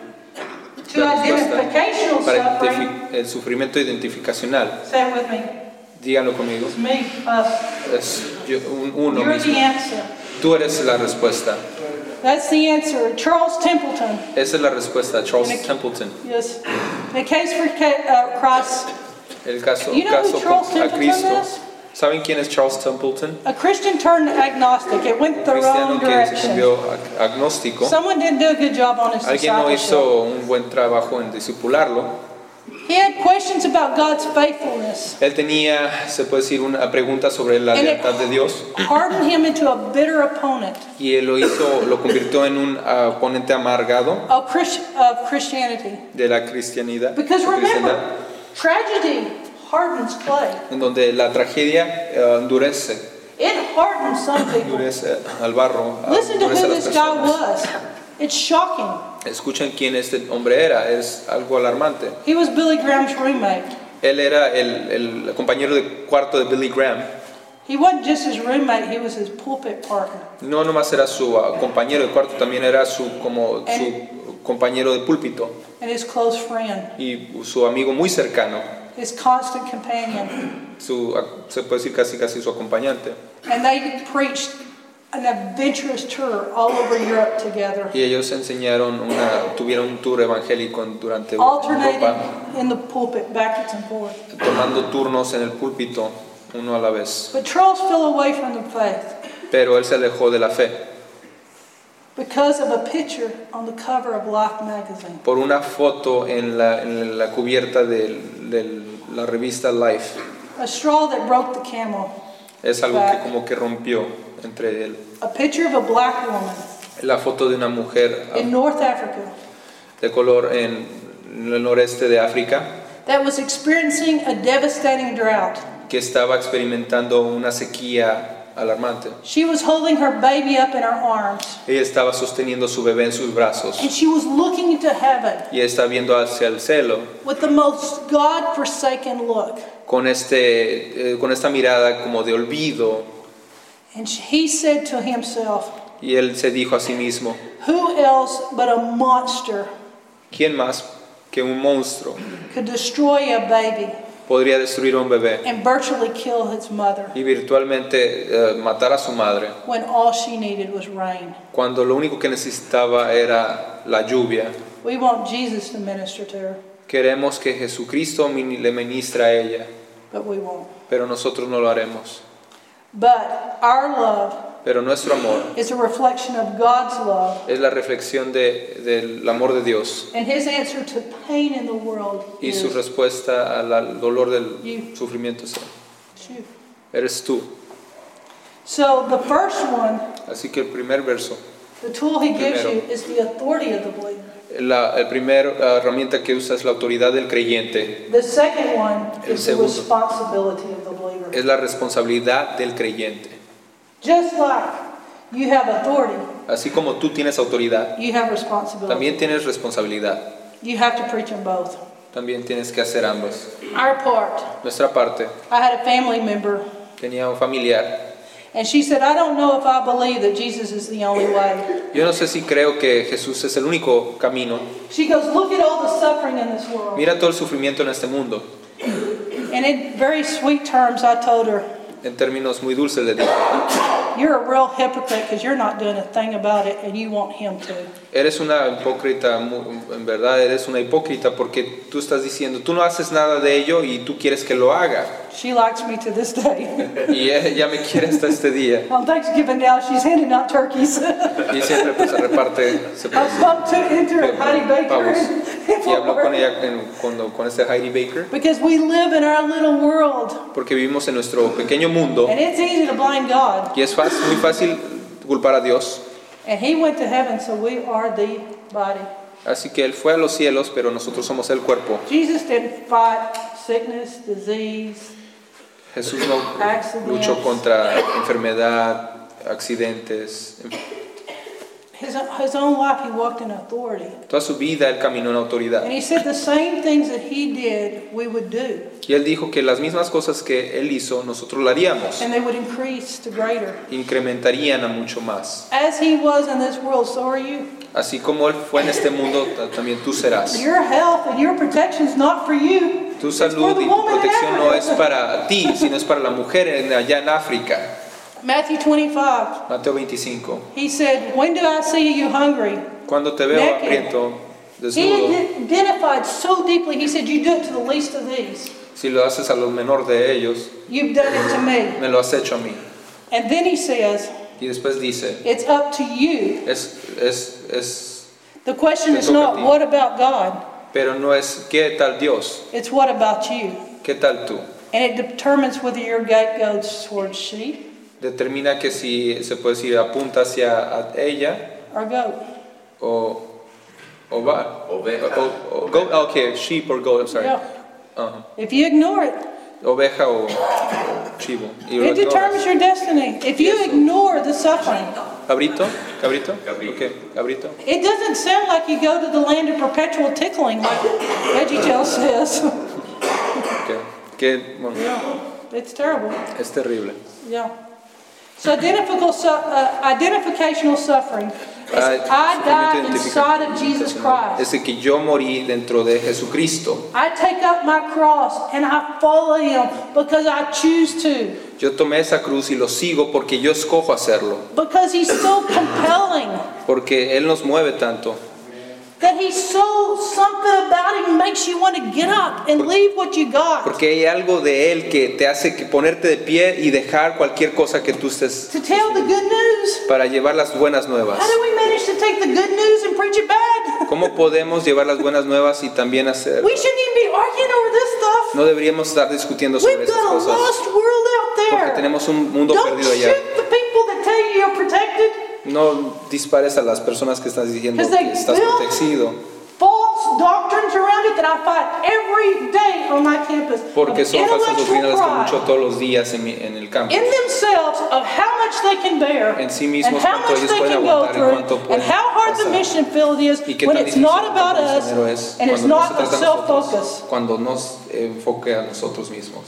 [SPEAKER 1] to
[SPEAKER 2] La respuesta
[SPEAKER 1] identificational
[SPEAKER 2] para
[SPEAKER 1] suffering,
[SPEAKER 2] identifi- el sufrimiento identificacional.
[SPEAKER 1] say it with me,
[SPEAKER 2] Díganlo conmigo.
[SPEAKER 1] it's me, us.
[SPEAKER 2] Es yo- un- uno
[SPEAKER 1] You're the
[SPEAKER 2] mismo.
[SPEAKER 1] answer.
[SPEAKER 2] Tú eres la respuesta.
[SPEAKER 1] That's the answer. Charles Templeton.
[SPEAKER 2] Esa es la respuesta. Charles Templeton.
[SPEAKER 1] Yes. The case for Ca- uh, Christ.
[SPEAKER 2] El caso,
[SPEAKER 1] You know
[SPEAKER 2] caso
[SPEAKER 1] who Charles
[SPEAKER 2] con- a
[SPEAKER 1] Templeton
[SPEAKER 2] Cristo.
[SPEAKER 1] is?
[SPEAKER 2] ¿Saben quién es Charles Templeton?
[SPEAKER 1] A Christian turned agnostic. It went the
[SPEAKER 2] Cristiano
[SPEAKER 1] wrong
[SPEAKER 2] que se
[SPEAKER 1] direction.
[SPEAKER 2] volvió ag- agnóstico.
[SPEAKER 1] Someone didn't do a good job on his
[SPEAKER 2] Pues Alguien no
[SPEAKER 1] discipleship.
[SPEAKER 2] hizo un buen trabajo en discipularlo.
[SPEAKER 1] He had questions about God's faithfulness
[SPEAKER 2] Él tenía, se puede decir, una pregunta sobre la
[SPEAKER 1] And it-
[SPEAKER 2] lealtad de Dios
[SPEAKER 1] hardened him into a bitter opponent
[SPEAKER 2] y él lo hizo, lo convirtió en un ah, oponente amargado
[SPEAKER 1] of, Chris, of Christianity.
[SPEAKER 2] de la cristianidad,
[SPEAKER 1] Because
[SPEAKER 2] cristiandad,
[SPEAKER 1] remember, tragedy hardens clay.
[SPEAKER 2] en donde la tragedia ah, endurece,
[SPEAKER 1] It hardens some people.
[SPEAKER 2] endurece al barro, ah,
[SPEAKER 1] Listen to
[SPEAKER 2] endurece
[SPEAKER 1] who
[SPEAKER 2] a las
[SPEAKER 1] this guy
[SPEAKER 2] personas.
[SPEAKER 1] was. It's shocking.
[SPEAKER 2] Escuchen quién este hombre era, es algo alarmante.
[SPEAKER 1] He was Billy Graham's roommate.
[SPEAKER 2] Él era el, el compañero de cuarto de Billy Graham.
[SPEAKER 1] He wasn't just his roommate, he was his pulpit partner.
[SPEAKER 2] No nomás era su ah, compañero de cuarto, también era su, como, su compañero de púlpito
[SPEAKER 1] and his close friend,
[SPEAKER 2] y su amigo muy cercano.
[SPEAKER 1] his constant companion.
[SPEAKER 2] su, se puede decir casi casi su acompañante.
[SPEAKER 1] And they preached an adventurous tour all over Europe together,
[SPEAKER 2] Y ellos enseñaron una, tuvieron un tour evangélico en- durante Europa,
[SPEAKER 1] alternating in the pulpit backwards and forth.
[SPEAKER 2] tomando turnos en el púlpito, uno a la vez.
[SPEAKER 1] But Charles fell away from the faith
[SPEAKER 2] Pero él se alejó de la fe
[SPEAKER 1] because of a picture on the cover of Life magazine.
[SPEAKER 2] por una foto en la, en la cubierta del- del- de la revista Life.
[SPEAKER 1] A straw that broke the camel.
[SPEAKER 2] Es algo que como que rompió entre él.
[SPEAKER 1] A picture of a black woman
[SPEAKER 2] La foto de una mujer
[SPEAKER 1] in
[SPEAKER 2] ah,
[SPEAKER 1] North Africa
[SPEAKER 2] de color en, en el noreste de África
[SPEAKER 1] that was experiencing a devastating drought.
[SPEAKER 2] que estaba experimentando una sequía alarmante.
[SPEAKER 1] She was holding her baby up in her arms
[SPEAKER 2] Ella estaba sosteniendo su bebé en sus brazos
[SPEAKER 1] and she was looking to heaven.
[SPEAKER 2] y está viendo hacia el cielo
[SPEAKER 1] with the most God forsaken look.
[SPEAKER 2] con, este, eh, con esta mirada como de olvido.
[SPEAKER 1] And he said to himself,
[SPEAKER 2] Y él se dijo a sí mismo,
[SPEAKER 1] Who else but a monster
[SPEAKER 2] ¿quién más que un monstruo
[SPEAKER 1] could destroy a baby
[SPEAKER 2] podría destruir a un bebé
[SPEAKER 1] and virtually kill its mother
[SPEAKER 2] y virtualmente eh, matar a su madre
[SPEAKER 1] when all she needed was rain?
[SPEAKER 2] cuando lo único que necesitaba era la lluvia?
[SPEAKER 1] We want Jesus to minister to her,
[SPEAKER 2] Queremos que Jesucristo min- le ministra a ella,
[SPEAKER 1] but we won't.
[SPEAKER 2] pero nosotros no lo haremos.
[SPEAKER 1] But our love
[SPEAKER 2] Pero nuestro amor
[SPEAKER 1] is a reflection of God's love,
[SPEAKER 2] es la reflexión de- del amor de Dios
[SPEAKER 1] and his answer to pain in the world
[SPEAKER 2] y su
[SPEAKER 1] is
[SPEAKER 2] respuesta al- al dolor del sufrimiento. es-
[SPEAKER 1] you.
[SPEAKER 2] Eres tú.
[SPEAKER 1] So the first one,
[SPEAKER 2] Así que el primer verso,
[SPEAKER 1] the tool he gives you
[SPEAKER 2] Primero.
[SPEAKER 1] is the authority of the believer.
[SPEAKER 2] la el primer ah, herramienta que usa es la autoridad del creyente,
[SPEAKER 1] The second one
[SPEAKER 2] El
[SPEAKER 1] is the
[SPEAKER 2] segundo.
[SPEAKER 1] responsibility of the believer.
[SPEAKER 2] es la responsabilidad del creyente.
[SPEAKER 1] Just like you have authority,
[SPEAKER 2] Así como tú tienes autoridad,
[SPEAKER 1] you have responsibility.
[SPEAKER 2] también tienes responsabilidad,
[SPEAKER 1] You have to preach them both.
[SPEAKER 2] también tienes que hacer ambas.
[SPEAKER 1] Our part.
[SPEAKER 2] Nuestra parte,
[SPEAKER 1] I had a family member,
[SPEAKER 2] tenía un familiar.
[SPEAKER 1] and she said, I don't know if I believe that Jesus is the only way.
[SPEAKER 2] Yo no sé si creo que Jesús es el único camino.
[SPEAKER 1] She goes, Look at all the suffering in this world.
[SPEAKER 2] Mira todo el sufrimiento en este mundo.
[SPEAKER 1] And in very sweet terms, I told her,
[SPEAKER 2] En términos muy dulces le digo,
[SPEAKER 1] You're a real hypocrite because you're not doing a thing about it, and you want him to.
[SPEAKER 2] eres una hipócrita, mu- en verdad eres una hipócrita porque tú estás diciendo, tú no haces nada de ello y tú quieres que lo haga.
[SPEAKER 1] She likes me to this day.
[SPEAKER 2] Y ella ella me quiere hasta este día.
[SPEAKER 1] On Thanksgiving now, she's handing out turkeys. I
[SPEAKER 2] Y siempre pues, se reparte. se-
[SPEAKER 1] bumped to- into her, Heidi Baker.
[SPEAKER 2] Pavos.
[SPEAKER 1] in- in
[SPEAKER 2] Y habló
[SPEAKER 1] Florida.
[SPEAKER 2] con ella en- cuando- con este Heidi Baker.
[SPEAKER 1] Because we live in our little world,
[SPEAKER 2] Porque vivimos en nuestro pequeño mundo.
[SPEAKER 1] and it's easy to blame God.
[SPEAKER 2] Y es fácil- muy fácil culpar a Dios.
[SPEAKER 1] And He went to heaven, so we are the body.
[SPEAKER 2] Así que Él fue a los cielos, pero nosotros somos el cuerpo.
[SPEAKER 1] Jesus didn't fight sickness, disease.
[SPEAKER 2] Jesús no luchó contra enfermedad, accidentes.
[SPEAKER 1] His, his own life, He walked in authority.
[SPEAKER 2] Toda su vida Él caminó en autoridad.
[SPEAKER 1] And He said the same things that He did, we would do,
[SPEAKER 2] Y Él dijo que las mismas cosas que Él hizo, nosotros lo haríamos.
[SPEAKER 1] and they would increase to greater.
[SPEAKER 2] Incrementarían a mucho más.
[SPEAKER 1] As He was in this world, so are you.
[SPEAKER 2] Así como Él fue en este mundo, ta- también tú serás.
[SPEAKER 1] Your health and your protection is not for you.
[SPEAKER 2] Tu
[SPEAKER 1] It's for
[SPEAKER 2] salud
[SPEAKER 1] the
[SPEAKER 2] y tu
[SPEAKER 1] woman in
[SPEAKER 2] protección no es
[SPEAKER 1] Africa.
[SPEAKER 2] para ti, sino es para la mujer en- allá en África.
[SPEAKER 1] Matthew 25.
[SPEAKER 2] Mateo 25.
[SPEAKER 1] He said, When do I see you hungry?
[SPEAKER 2] Cuando te veo hambriento,
[SPEAKER 1] He
[SPEAKER 2] desnudo,
[SPEAKER 1] identified so deeply. He said, You do it to the least of these.
[SPEAKER 2] si lo haces a lo menor de ellos,
[SPEAKER 1] You've done it to me.
[SPEAKER 2] me lo has hecho a mí.
[SPEAKER 1] And then he says,
[SPEAKER 2] Y después dice,
[SPEAKER 1] It's up to you.
[SPEAKER 2] es, es, es,
[SPEAKER 1] The question
[SPEAKER 2] Te
[SPEAKER 1] is
[SPEAKER 2] toca a
[SPEAKER 1] not
[SPEAKER 2] ti.
[SPEAKER 1] what about God,
[SPEAKER 2] pero no es qué tal Dios,
[SPEAKER 1] it's what about you.
[SPEAKER 2] qué tal tú.
[SPEAKER 1] And it determines whether your gate goes towards sheep
[SPEAKER 2] Determina que si se puede decir apunta hacia a ella
[SPEAKER 1] or goat.
[SPEAKER 2] o, o va.
[SPEAKER 3] Oveja.
[SPEAKER 2] O, o- goat, ah, ok, sheep or goat, I'm sorry.
[SPEAKER 1] Yeah.
[SPEAKER 2] Ajá.
[SPEAKER 1] If you ignore it,
[SPEAKER 2] Oveja o, o chivo. Y lo
[SPEAKER 1] it determines
[SPEAKER 2] ignoras.
[SPEAKER 1] your destiny. If you ignore the suffering,
[SPEAKER 2] ¿Cabrito? ¿Cabrito?
[SPEAKER 3] Cabrito.
[SPEAKER 2] Ok, cabrito.
[SPEAKER 1] It doesn't sound like you go to the land of perpetual tickling, like VeggieTales says.
[SPEAKER 2] ok. Que, bueno,
[SPEAKER 1] yeah, it's terrible.
[SPEAKER 2] es terrible.
[SPEAKER 1] Yeah. So identifical su- uh, identificational suffering. It's,
[SPEAKER 2] Ah,
[SPEAKER 1] I died
[SPEAKER 2] sufrimiento
[SPEAKER 1] inside of
[SPEAKER 2] identificativo.
[SPEAKER 1] Jesus Christ.
[SPEAKER 2] Es de que yo morí dentro de Jesucristo.
[SPEAKER 1] I take up my cross and I follow Him because I choose to.
[SPEAKER 2] Yo tomé esa cruz y lo sigo porque yo escojo hacerlo.
[SPEAKER 1] Because He's so compelling.
[SPEAKER 2] Porque Él nos mueve tanto.
[SPEAKER 1] That He's so something about Him makes you want to get up and leave what you got.
[SPEAKER 2] Porque hay algo de Él que te hace que ponerte de pie y dejar cualquier cosa que tú estés
[SPEAKER 1] To tell the good news.
[SPEAKER 2] para llevar las buenas nuevas.
[SPEAKER 1] How do we manage to take the good news and preach it bad?
[SPEAKER 2] ¿Cómo podemos llevar las buenas nuevas y también hacer?
[SPEAKER 1] We shouldn't even be arguing over this stuff.
[SPEAKER 2] No deberíamos estar discutiendo sobre
[SPEAKER 1] We've
[SPEAKER 2] estas
[SPEAKER 1] got a
[SPEAKER 2] cosas.
[SPEAKER 1] lost world out
[SPEAKER 2] Porque
[SPEAKER 1] there.
[SPEAKER 2] tenemos un mundo
[SPEAKER 1] Don't
[SPEAKER 2] perdido allá.
[SPEAKER 1] shoot the people that tell you you're protected.
[SPEAKER 2] No dispares a las personas que están diciendo que estás protegido.
[SPEAKER 1] False doctrines around it that I fight every day on my campus. of
[SPEAKER 2] Porque son falsas
[SPEAKER 1] intellectual
[SPEAKER 2] doctrinas las que lucho
[SPEAKER 1] pride
[SPEAKER 2] todos los días en, mi- en el campo.
[SPEAKER 1] In themselves of how much they can bear
[SPEAKER 2] En sí mismos,
[SPEAKER 1] and how
[SPEAKER 2] cuánto
[SPEAKER 1] much
[SPEAKER 2] ellos
[SPEAKER 1] they
[SPEAKER 2] pueden
[SPEAKER 1] can go
[SPEAKER 2] aguantar y cuánto
[SPEAKER 1] through and
[SPEAKER 2] pueden
[SPEAKER 1] how hard the
[SPEAKER 2] pasar.
[SPEAKER 1] mission field is
[SPEAKER 2] Y qué
[SPEAKER 1] when
[SPEAKER 2] tan
[SPEAKER 1] it's
[SPEAKER 2] difícil
[SPEAKER 1] not
[SPEAKER 2] el
[SPEAKER 1] about
[SPEAKER 2] campo
[SPEAKER 1] us
[SPEAKER 2] misionero es
[SPEAKER 1] and it's
[SPEAKER 2] cuando no
[SPEAKER 1] not
[SPEAKER 2] se
[SPEAKER 1] about
[SPEAKER 2] trata de nosotros,
[SPEAKER 1] self-focus.
[SPEAKER 2] cuando nos enfoque a nosotros mismos.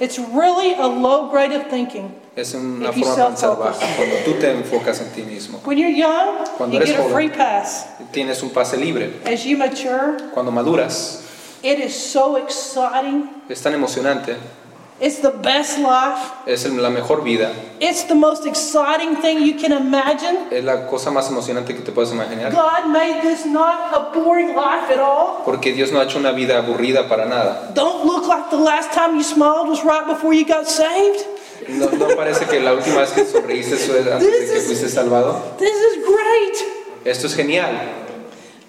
[SPEAKER 1] It's really a low grade of thinking.
[SPEAKER 2] Es una
[SPEAKER 1] If you
[SPEAKER 2] forma tan
[SPEAKER 1] self-focus.
[SPEAKER 2] salvaje cuando tú te enfocas en ti mismo.
[SPEAKER 1] When you're young,
[SPEAKER 2] Cuando
[SPEAKER 1] you
[SPEAKER 2] eres
[SPEAKER 1] get a
[SPEAKER 2] joven.
[SPEAKER 1] free pass.
[SPEAKER 2] Tienes un pase libre.
[SPEAKER 1] As you mature,
[SPEAKER 2] Cuando maduras,
[SPEAKER 1] it is so exciting.
[SPEAKER 2] es tan emocionante.
[SPEAKER 1] It's the best life.
[SPEAKER 2] Es el- la mejor vida.
[SPEAKER 1] It's the most exciting thing you can imagine.
[SPEAKER 2] Es la cosa más emocionante que te puedas imaginar.
[SPEAKER 1] God made this not a boring life at all.
[SPEAKER 2] Porque Dios no ha hecho una vida aburrida para nada.
[SPEAKER 1] Don't look like the last time you smiled was right before you got saved.
[SPEAKER 2] No, no parece que la última vez que sonreíste fue antes de que fuiste salvado.
[SPEAKER 1] This is great.
[SPEAKER 2] Esto es genial.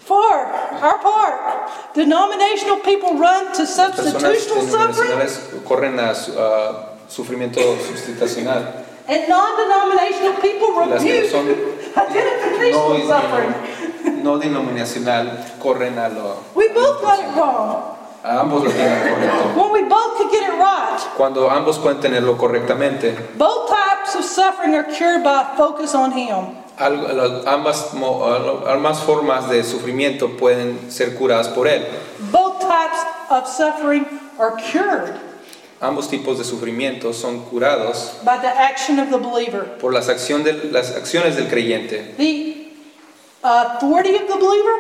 [SPEAKER 1] For our part, denominational people run to
[SPEAKER 2] Personas
[SPEAKER 1] substitutional suffering,
[SPEAKER 2] denominacionales corren a, su- a sufrimiento substitucional.
[SPEAKER 1] and non-denominational people
[SPEAKER 2] Las que
[SPEAKER 1] refuse
[SPEAKER 2] son no,
[SPEAKER 1] identificational suffering.
[SPEAKER 2] no denominacional corren a lo...
[SPEAKER 1] We both got it wrong.
[SPEAKER 2] A ambos lo tienen correcto.
[SPEAKER 1] When we both could get it right,
[SPEAKER 2] Cuando ambos pueden tenerlo correctamente,
[SPEAKER 1] both types of suffering are cured by a focus on Him.
[SPEAKER 2] algo- lo- ambas, mo- ambas formas de sufrimiento pueden ser curadas por Él.
[SPEAKER 1] Both types of suffering are cured
[SPEAKER 2] Ambos tipos de sufrimiento son curados
[SPEAKER 1] by the action of the believer.
[SPEAKER 2] por las, acción del- las acciones del creyente.
[SPEAKER 1] The authority of the believer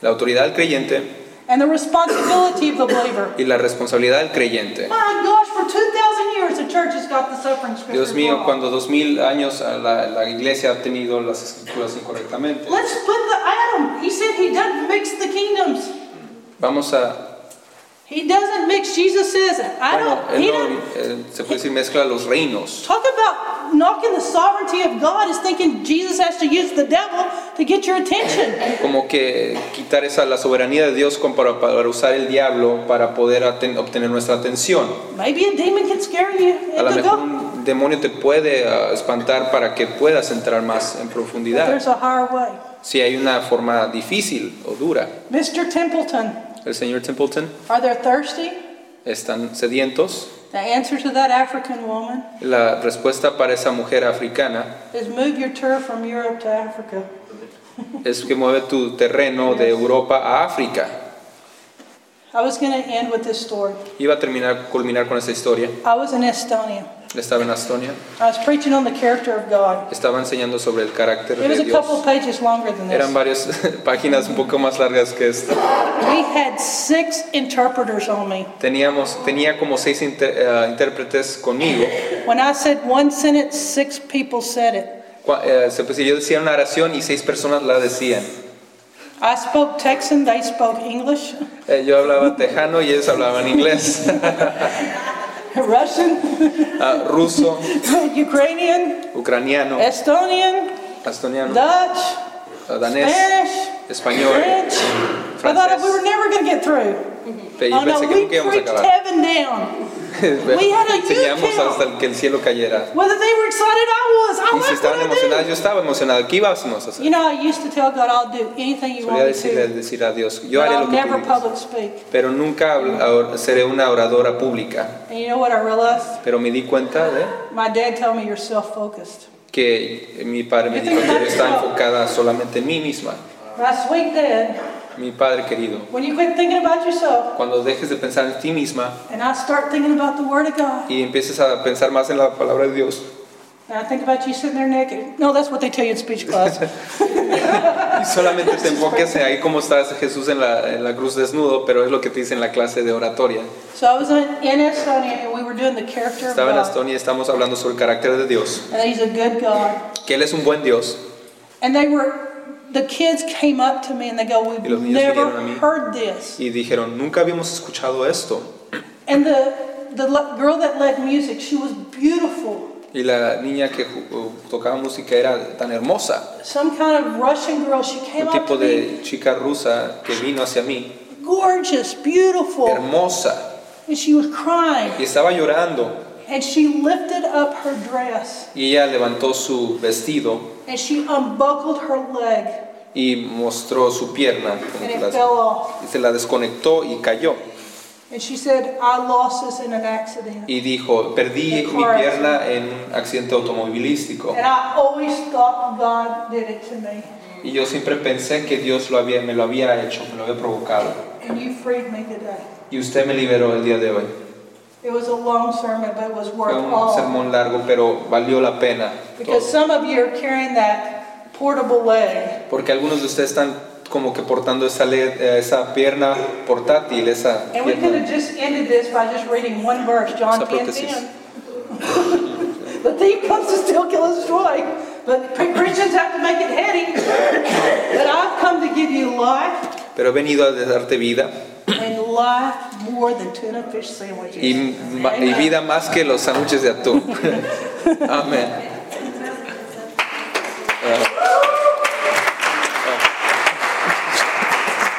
[SPEAKER 2] La autoridad del creyente
[SPEAKER 1] and the responsibility of the believer.
[SPEAKER 2] y la responsabilidad del creyente.
[SPEAKER 1] My gosh, for 2,000 years, the church has got the suffering scriptures
[SPEAKER 2] Dios mío,
[SPEAKER 1] wrong.
[SPEAKER 2] cuando dos mil años a la, la iglesia ha tenido las escrituras incorrectamente.
[SPEAKER 1] Let's split the atom. He said he doesn't mix the kingdoms.
[SPEAKER 2] Vamos a...
[SPEAKER 1] He doesn't mix. Jesus says, I
[SPEAKER 2] Bueno,
[SPEAKER 1] don't.
[SPEAKER 2] él
[SPEAKER 1] He
[SPEAKER 2] no,
[SPEAKER 1] don't-
[SPEAKER 2] eh, se puede decir mezcla los reinos.
[SPEAKER 1] Talk about knocking the sovereignty of God is thinking Jesus has to use the devil to get your attention.
[SPEAKER 2] Como que quitar esa la soberanía de Dios con- para, para usar el diablo para poder aten- obtener nuestra atención.
[SPEAKER 1] Maybe a demon can scare you
[SPEAKER 2] A lo
[SPEAKER 1] into
[SPEAKER 2] mejor
[SPEAKER 1] God.
[SPEAKER 2] un demonio te puede ah, espantar para que puedas entrar más en
[SPEAKER 1] But
[SPEAKER 2] profundidad.
[SPEAKER 1] there's a higher way.
[SPEAKER 2] Si hay una forma difícil o dura.
[SPEAKER 1] Mr. Templeton,
[SPEAKER 2] El señor Templeton,
[SPEAKER 1] are they thirsty?
[SPEAKER 2] están sedientos.
[SPEAKER 1] The answer to that African woman
[SPEAKER 2] La respuesta para esa mujer africana
[SPEAKER 1] is move your turf from Europe to Africa.
[SPEAKER 2] es que mueve tu terreno de Europa a África.
[SPEAKER 1] I was going to end with this story.
[SPEAKER 2] Iba a terminar, culminar con esta historia.
[SPEAKER 1] I was in Estonia.
[SPEAKER 2] Estaba en Estonia,
[SPEAKER 1] I was preaching on the character of God.
[SPEAKER 2] estaba enseñando sobre el carácter
[SPEAKER 1] It was
[SPEAKER 2] de
[SPEAKER 1] a couple
[SPEAKER 2] Dios.
[SPEAKER 1] pages longer than this.
[SPEAKER 2] Eran varias páginas un poco más largas que esta.
[SPEAKER 1] We had six interpreters on me.
[SPEAKER 2] Teníamos, tenía como seis inter- eh, intérpretes conmigo.
[SPEAKER 1] When I said one sentence, six people said it.
[SPEAKER 2] Cua- eh, se- pues, yo decía una oración y seis personas la decían.
[SPEAKER 1] I spoke Texan, they spoke English,
[SPEAKER 2] Eh, yo hablaba tejano y ellos hablaban inglés,
[SPEAKER 1] Russian,
[SPEAKER 2] Ah, ruso,
[SPEAKER 1] Ukrainian,
[SPEAKER 2] ucraniano,
[SPEAKER 1] Eh, Estonian,
[SPEAKER 2] estoniano,
[SPEAKER 1] Dutch,
[SPEAKER 2] ah, danés,
[SPEAKER 1] Spanish,
[SPEAKER 2] español.
[SPEAKER 1] French. I thought we were never going to get through.
[SPEAKER 2] Pe-
[SPEAKER 1] Oh no,
[SPEAKER 2] Yo pensé que
[SPEAKER 1] we
[SPEAKER 2] nunca íbamos a
[SPEAKER 1] preached
[SPEAKER 2] acabar.
[SPEAKER 1] heaven down. We had a huge
[SPEAKER 2] Enseñamos
[SPEAKER 1] hill.
[SPEAKER 2] hasta que el cielo cayera.
[SPEAKER 1] Whether they were excited, I was. I
[SPEAKER 2] Y si
[SPEAKER 1] liked what
[SPEAKER 2] estaban
[SPEAKER 1] I
[SPEAKER 2] emocionados,
[SPEAKER 1] do.
[SPEAKER 2] yo estaba emocionado. ¿Qué íbamos a hacer?
[SPEAKER 1] You know, I used to tell God, I'll do anything you
[SPEAKER 2] Solía
[SPEAKER 1] want me
[SPEAKER 2] decirle,
[SPEAKER 1] to,
[SPEAKER 2] decir a Dios, yo
[SPEAKER 1] but
[SPEAKER 2] haré
[SPEAKER 1] I'll
[SPEAKER 2] lo que tú
[SPEAKER 1] never
[SPEAKER 2] digas,
[SPEAKER 1] public speak.
[SPEAKER 2] pero nunca habl- ahor- seré una oradora pública.
[SPEAKER 1] And you know what I realized?
[SPEAKER 2] Pero me di cuenta de
[SPEAKER 1] My dad told me you're self-focused.
[SPEAKER 2] que mi padre me
[SPEAKER 1] Yo
[SPEAKER 2] dijo que
[SPEAKER 1] tengo
[SPEAKER 2] yo estaba
[SPEAKER 1] tanto-
[SPEAKER 2] enfocada solamente en mí misma.
[SPEAKER 1] My sweet dad,
[SPEAKER 2] Mi padre querido,
[SPEAKER 1] when you quit thinking about yourself
[SPEAKER 2] cuando dejes de pensar en ti misma
[SPEAKER 1] and I start thinking about the Word of God,
[SPEAKER 2] y empieces a pensar más en la palabra de Dios
[SPEAKER 1] and I think about you sitting there naked. No, that's what they tell you in speech class.
[SPEAKER 2] y solamente te enfoques en ahí como estás Jesús en la, en la cruz desnudo, pero es lo que te dice en la clase de oratoria.
[SPEAKER 1] so I was in in Estonia and we were doing the character of
[SPEAKER 2] Estaba en
[SPEAKER 1] God.
[SPEAKER 2] Astonia y estamos hablando sobre el carácter de Dios,
[SPEAKER 1] And He's a good God.
[SPEAKER 2] que Él es un buen Dios.
[SPEAKER 1] And they were, the kids came up to me and they go,
[SPEAKER 2] Y los
[SPEAKER 1] we've
[SPEAKER 2] niños
[SPEAKER 1] never
[SPEAKER 2] vinieron a mí.
[SPEAKER 1] heard this.
[SPEAKER 2] Y dijeron, nunca habíamos escuchado esto.
[SPEAKER 1] And the, the le- girl that led music, she was beautiful.
[SPEAKER 2] Y la niña que ju- uh, tocaba música era tan hermosa.
[SPEAKER 1] Some kind of Russian girl, she came
[SPEAKER 2] Un
[SPEAKER 1] up
[SPEAKER 2] tipo
[SPEAKER 1] to me,
[SPEAKER 2] de chica rusa que vino hacia mí,
[SPEAKER 1] gorgeous, beautiful,
[SPEAKER 2] hermosa,
[SPEAKER 1] and she was crying.
[SPEAKER 2] y estaba llorando.
[SPEAKER 1] And she lifted up her dress
[SPEAKER 2] Y ella levantó su vestido
[SPEAKER 1] and she unbuckled her leg
[SPEAKER 2] y mostró su pierna. como
[SPEAKER 1] and
[SPEAKER 2] que
[SPEAKER 1] it
[SPEAKER 2] las-
[SPEAKER 1] fell off.
[SPEAKER 2] y se la desconectó y cayó.
[SPEAKER 1] And she said, I lost this in an accident.
[SPEAKER 2] Y dijo, perdí
[SPEAKER 1] En
[SPEAKER 2] mi
[SPEAKER 1] car
[SPEAKER 2] pierna en un accidente automovilístico.
[SPEAKER 1] And I always thought God did it to me.
[SPEAKER 2] Y yo siempre pensé que Dios lo había, me lo había hecho, me lo había provocado.
[SPEAKER 1] And you freed me today.
[SPEAKER 2] Y usted me liberó el día de hoy.
[SPEAKER 1] It was a long sermon, but it was worth
[SPEAKER 2] Fue un
[SPEAKER 1] all.
[SPEAKER 2] sermón largo, pero valió la pena. todo.
[SPEAKER 1] Because some of you are carrying that portable leg.
[SPEAKER 2] Porque algunos de ustedes están como que portando esa, le- eh, esa pierna portátil, esa
[SPEAKER 1] And we could
[SPEAKER 2] pierna-
[SPEAKER 1] have just ended this by just reading one verse, John
[SPEAKER 2] esa
[SPEAKER 1] 10
[SPEAKER 2] prótesis.
[SPEAKER 1] The thief comes to steal, kill, and destroy. But pre- Christians have to make it heading. But I've come to give you life,
[SPEAKER 2] Pero he venido a darte vida
[SPEAKER 1] and life more than tuna fish
[SPEAKER 2] y,
[SPEAKER 1] sandwiches.
[SPEAKER 2] ma- y vida más que los sándwiches de atún. Amén.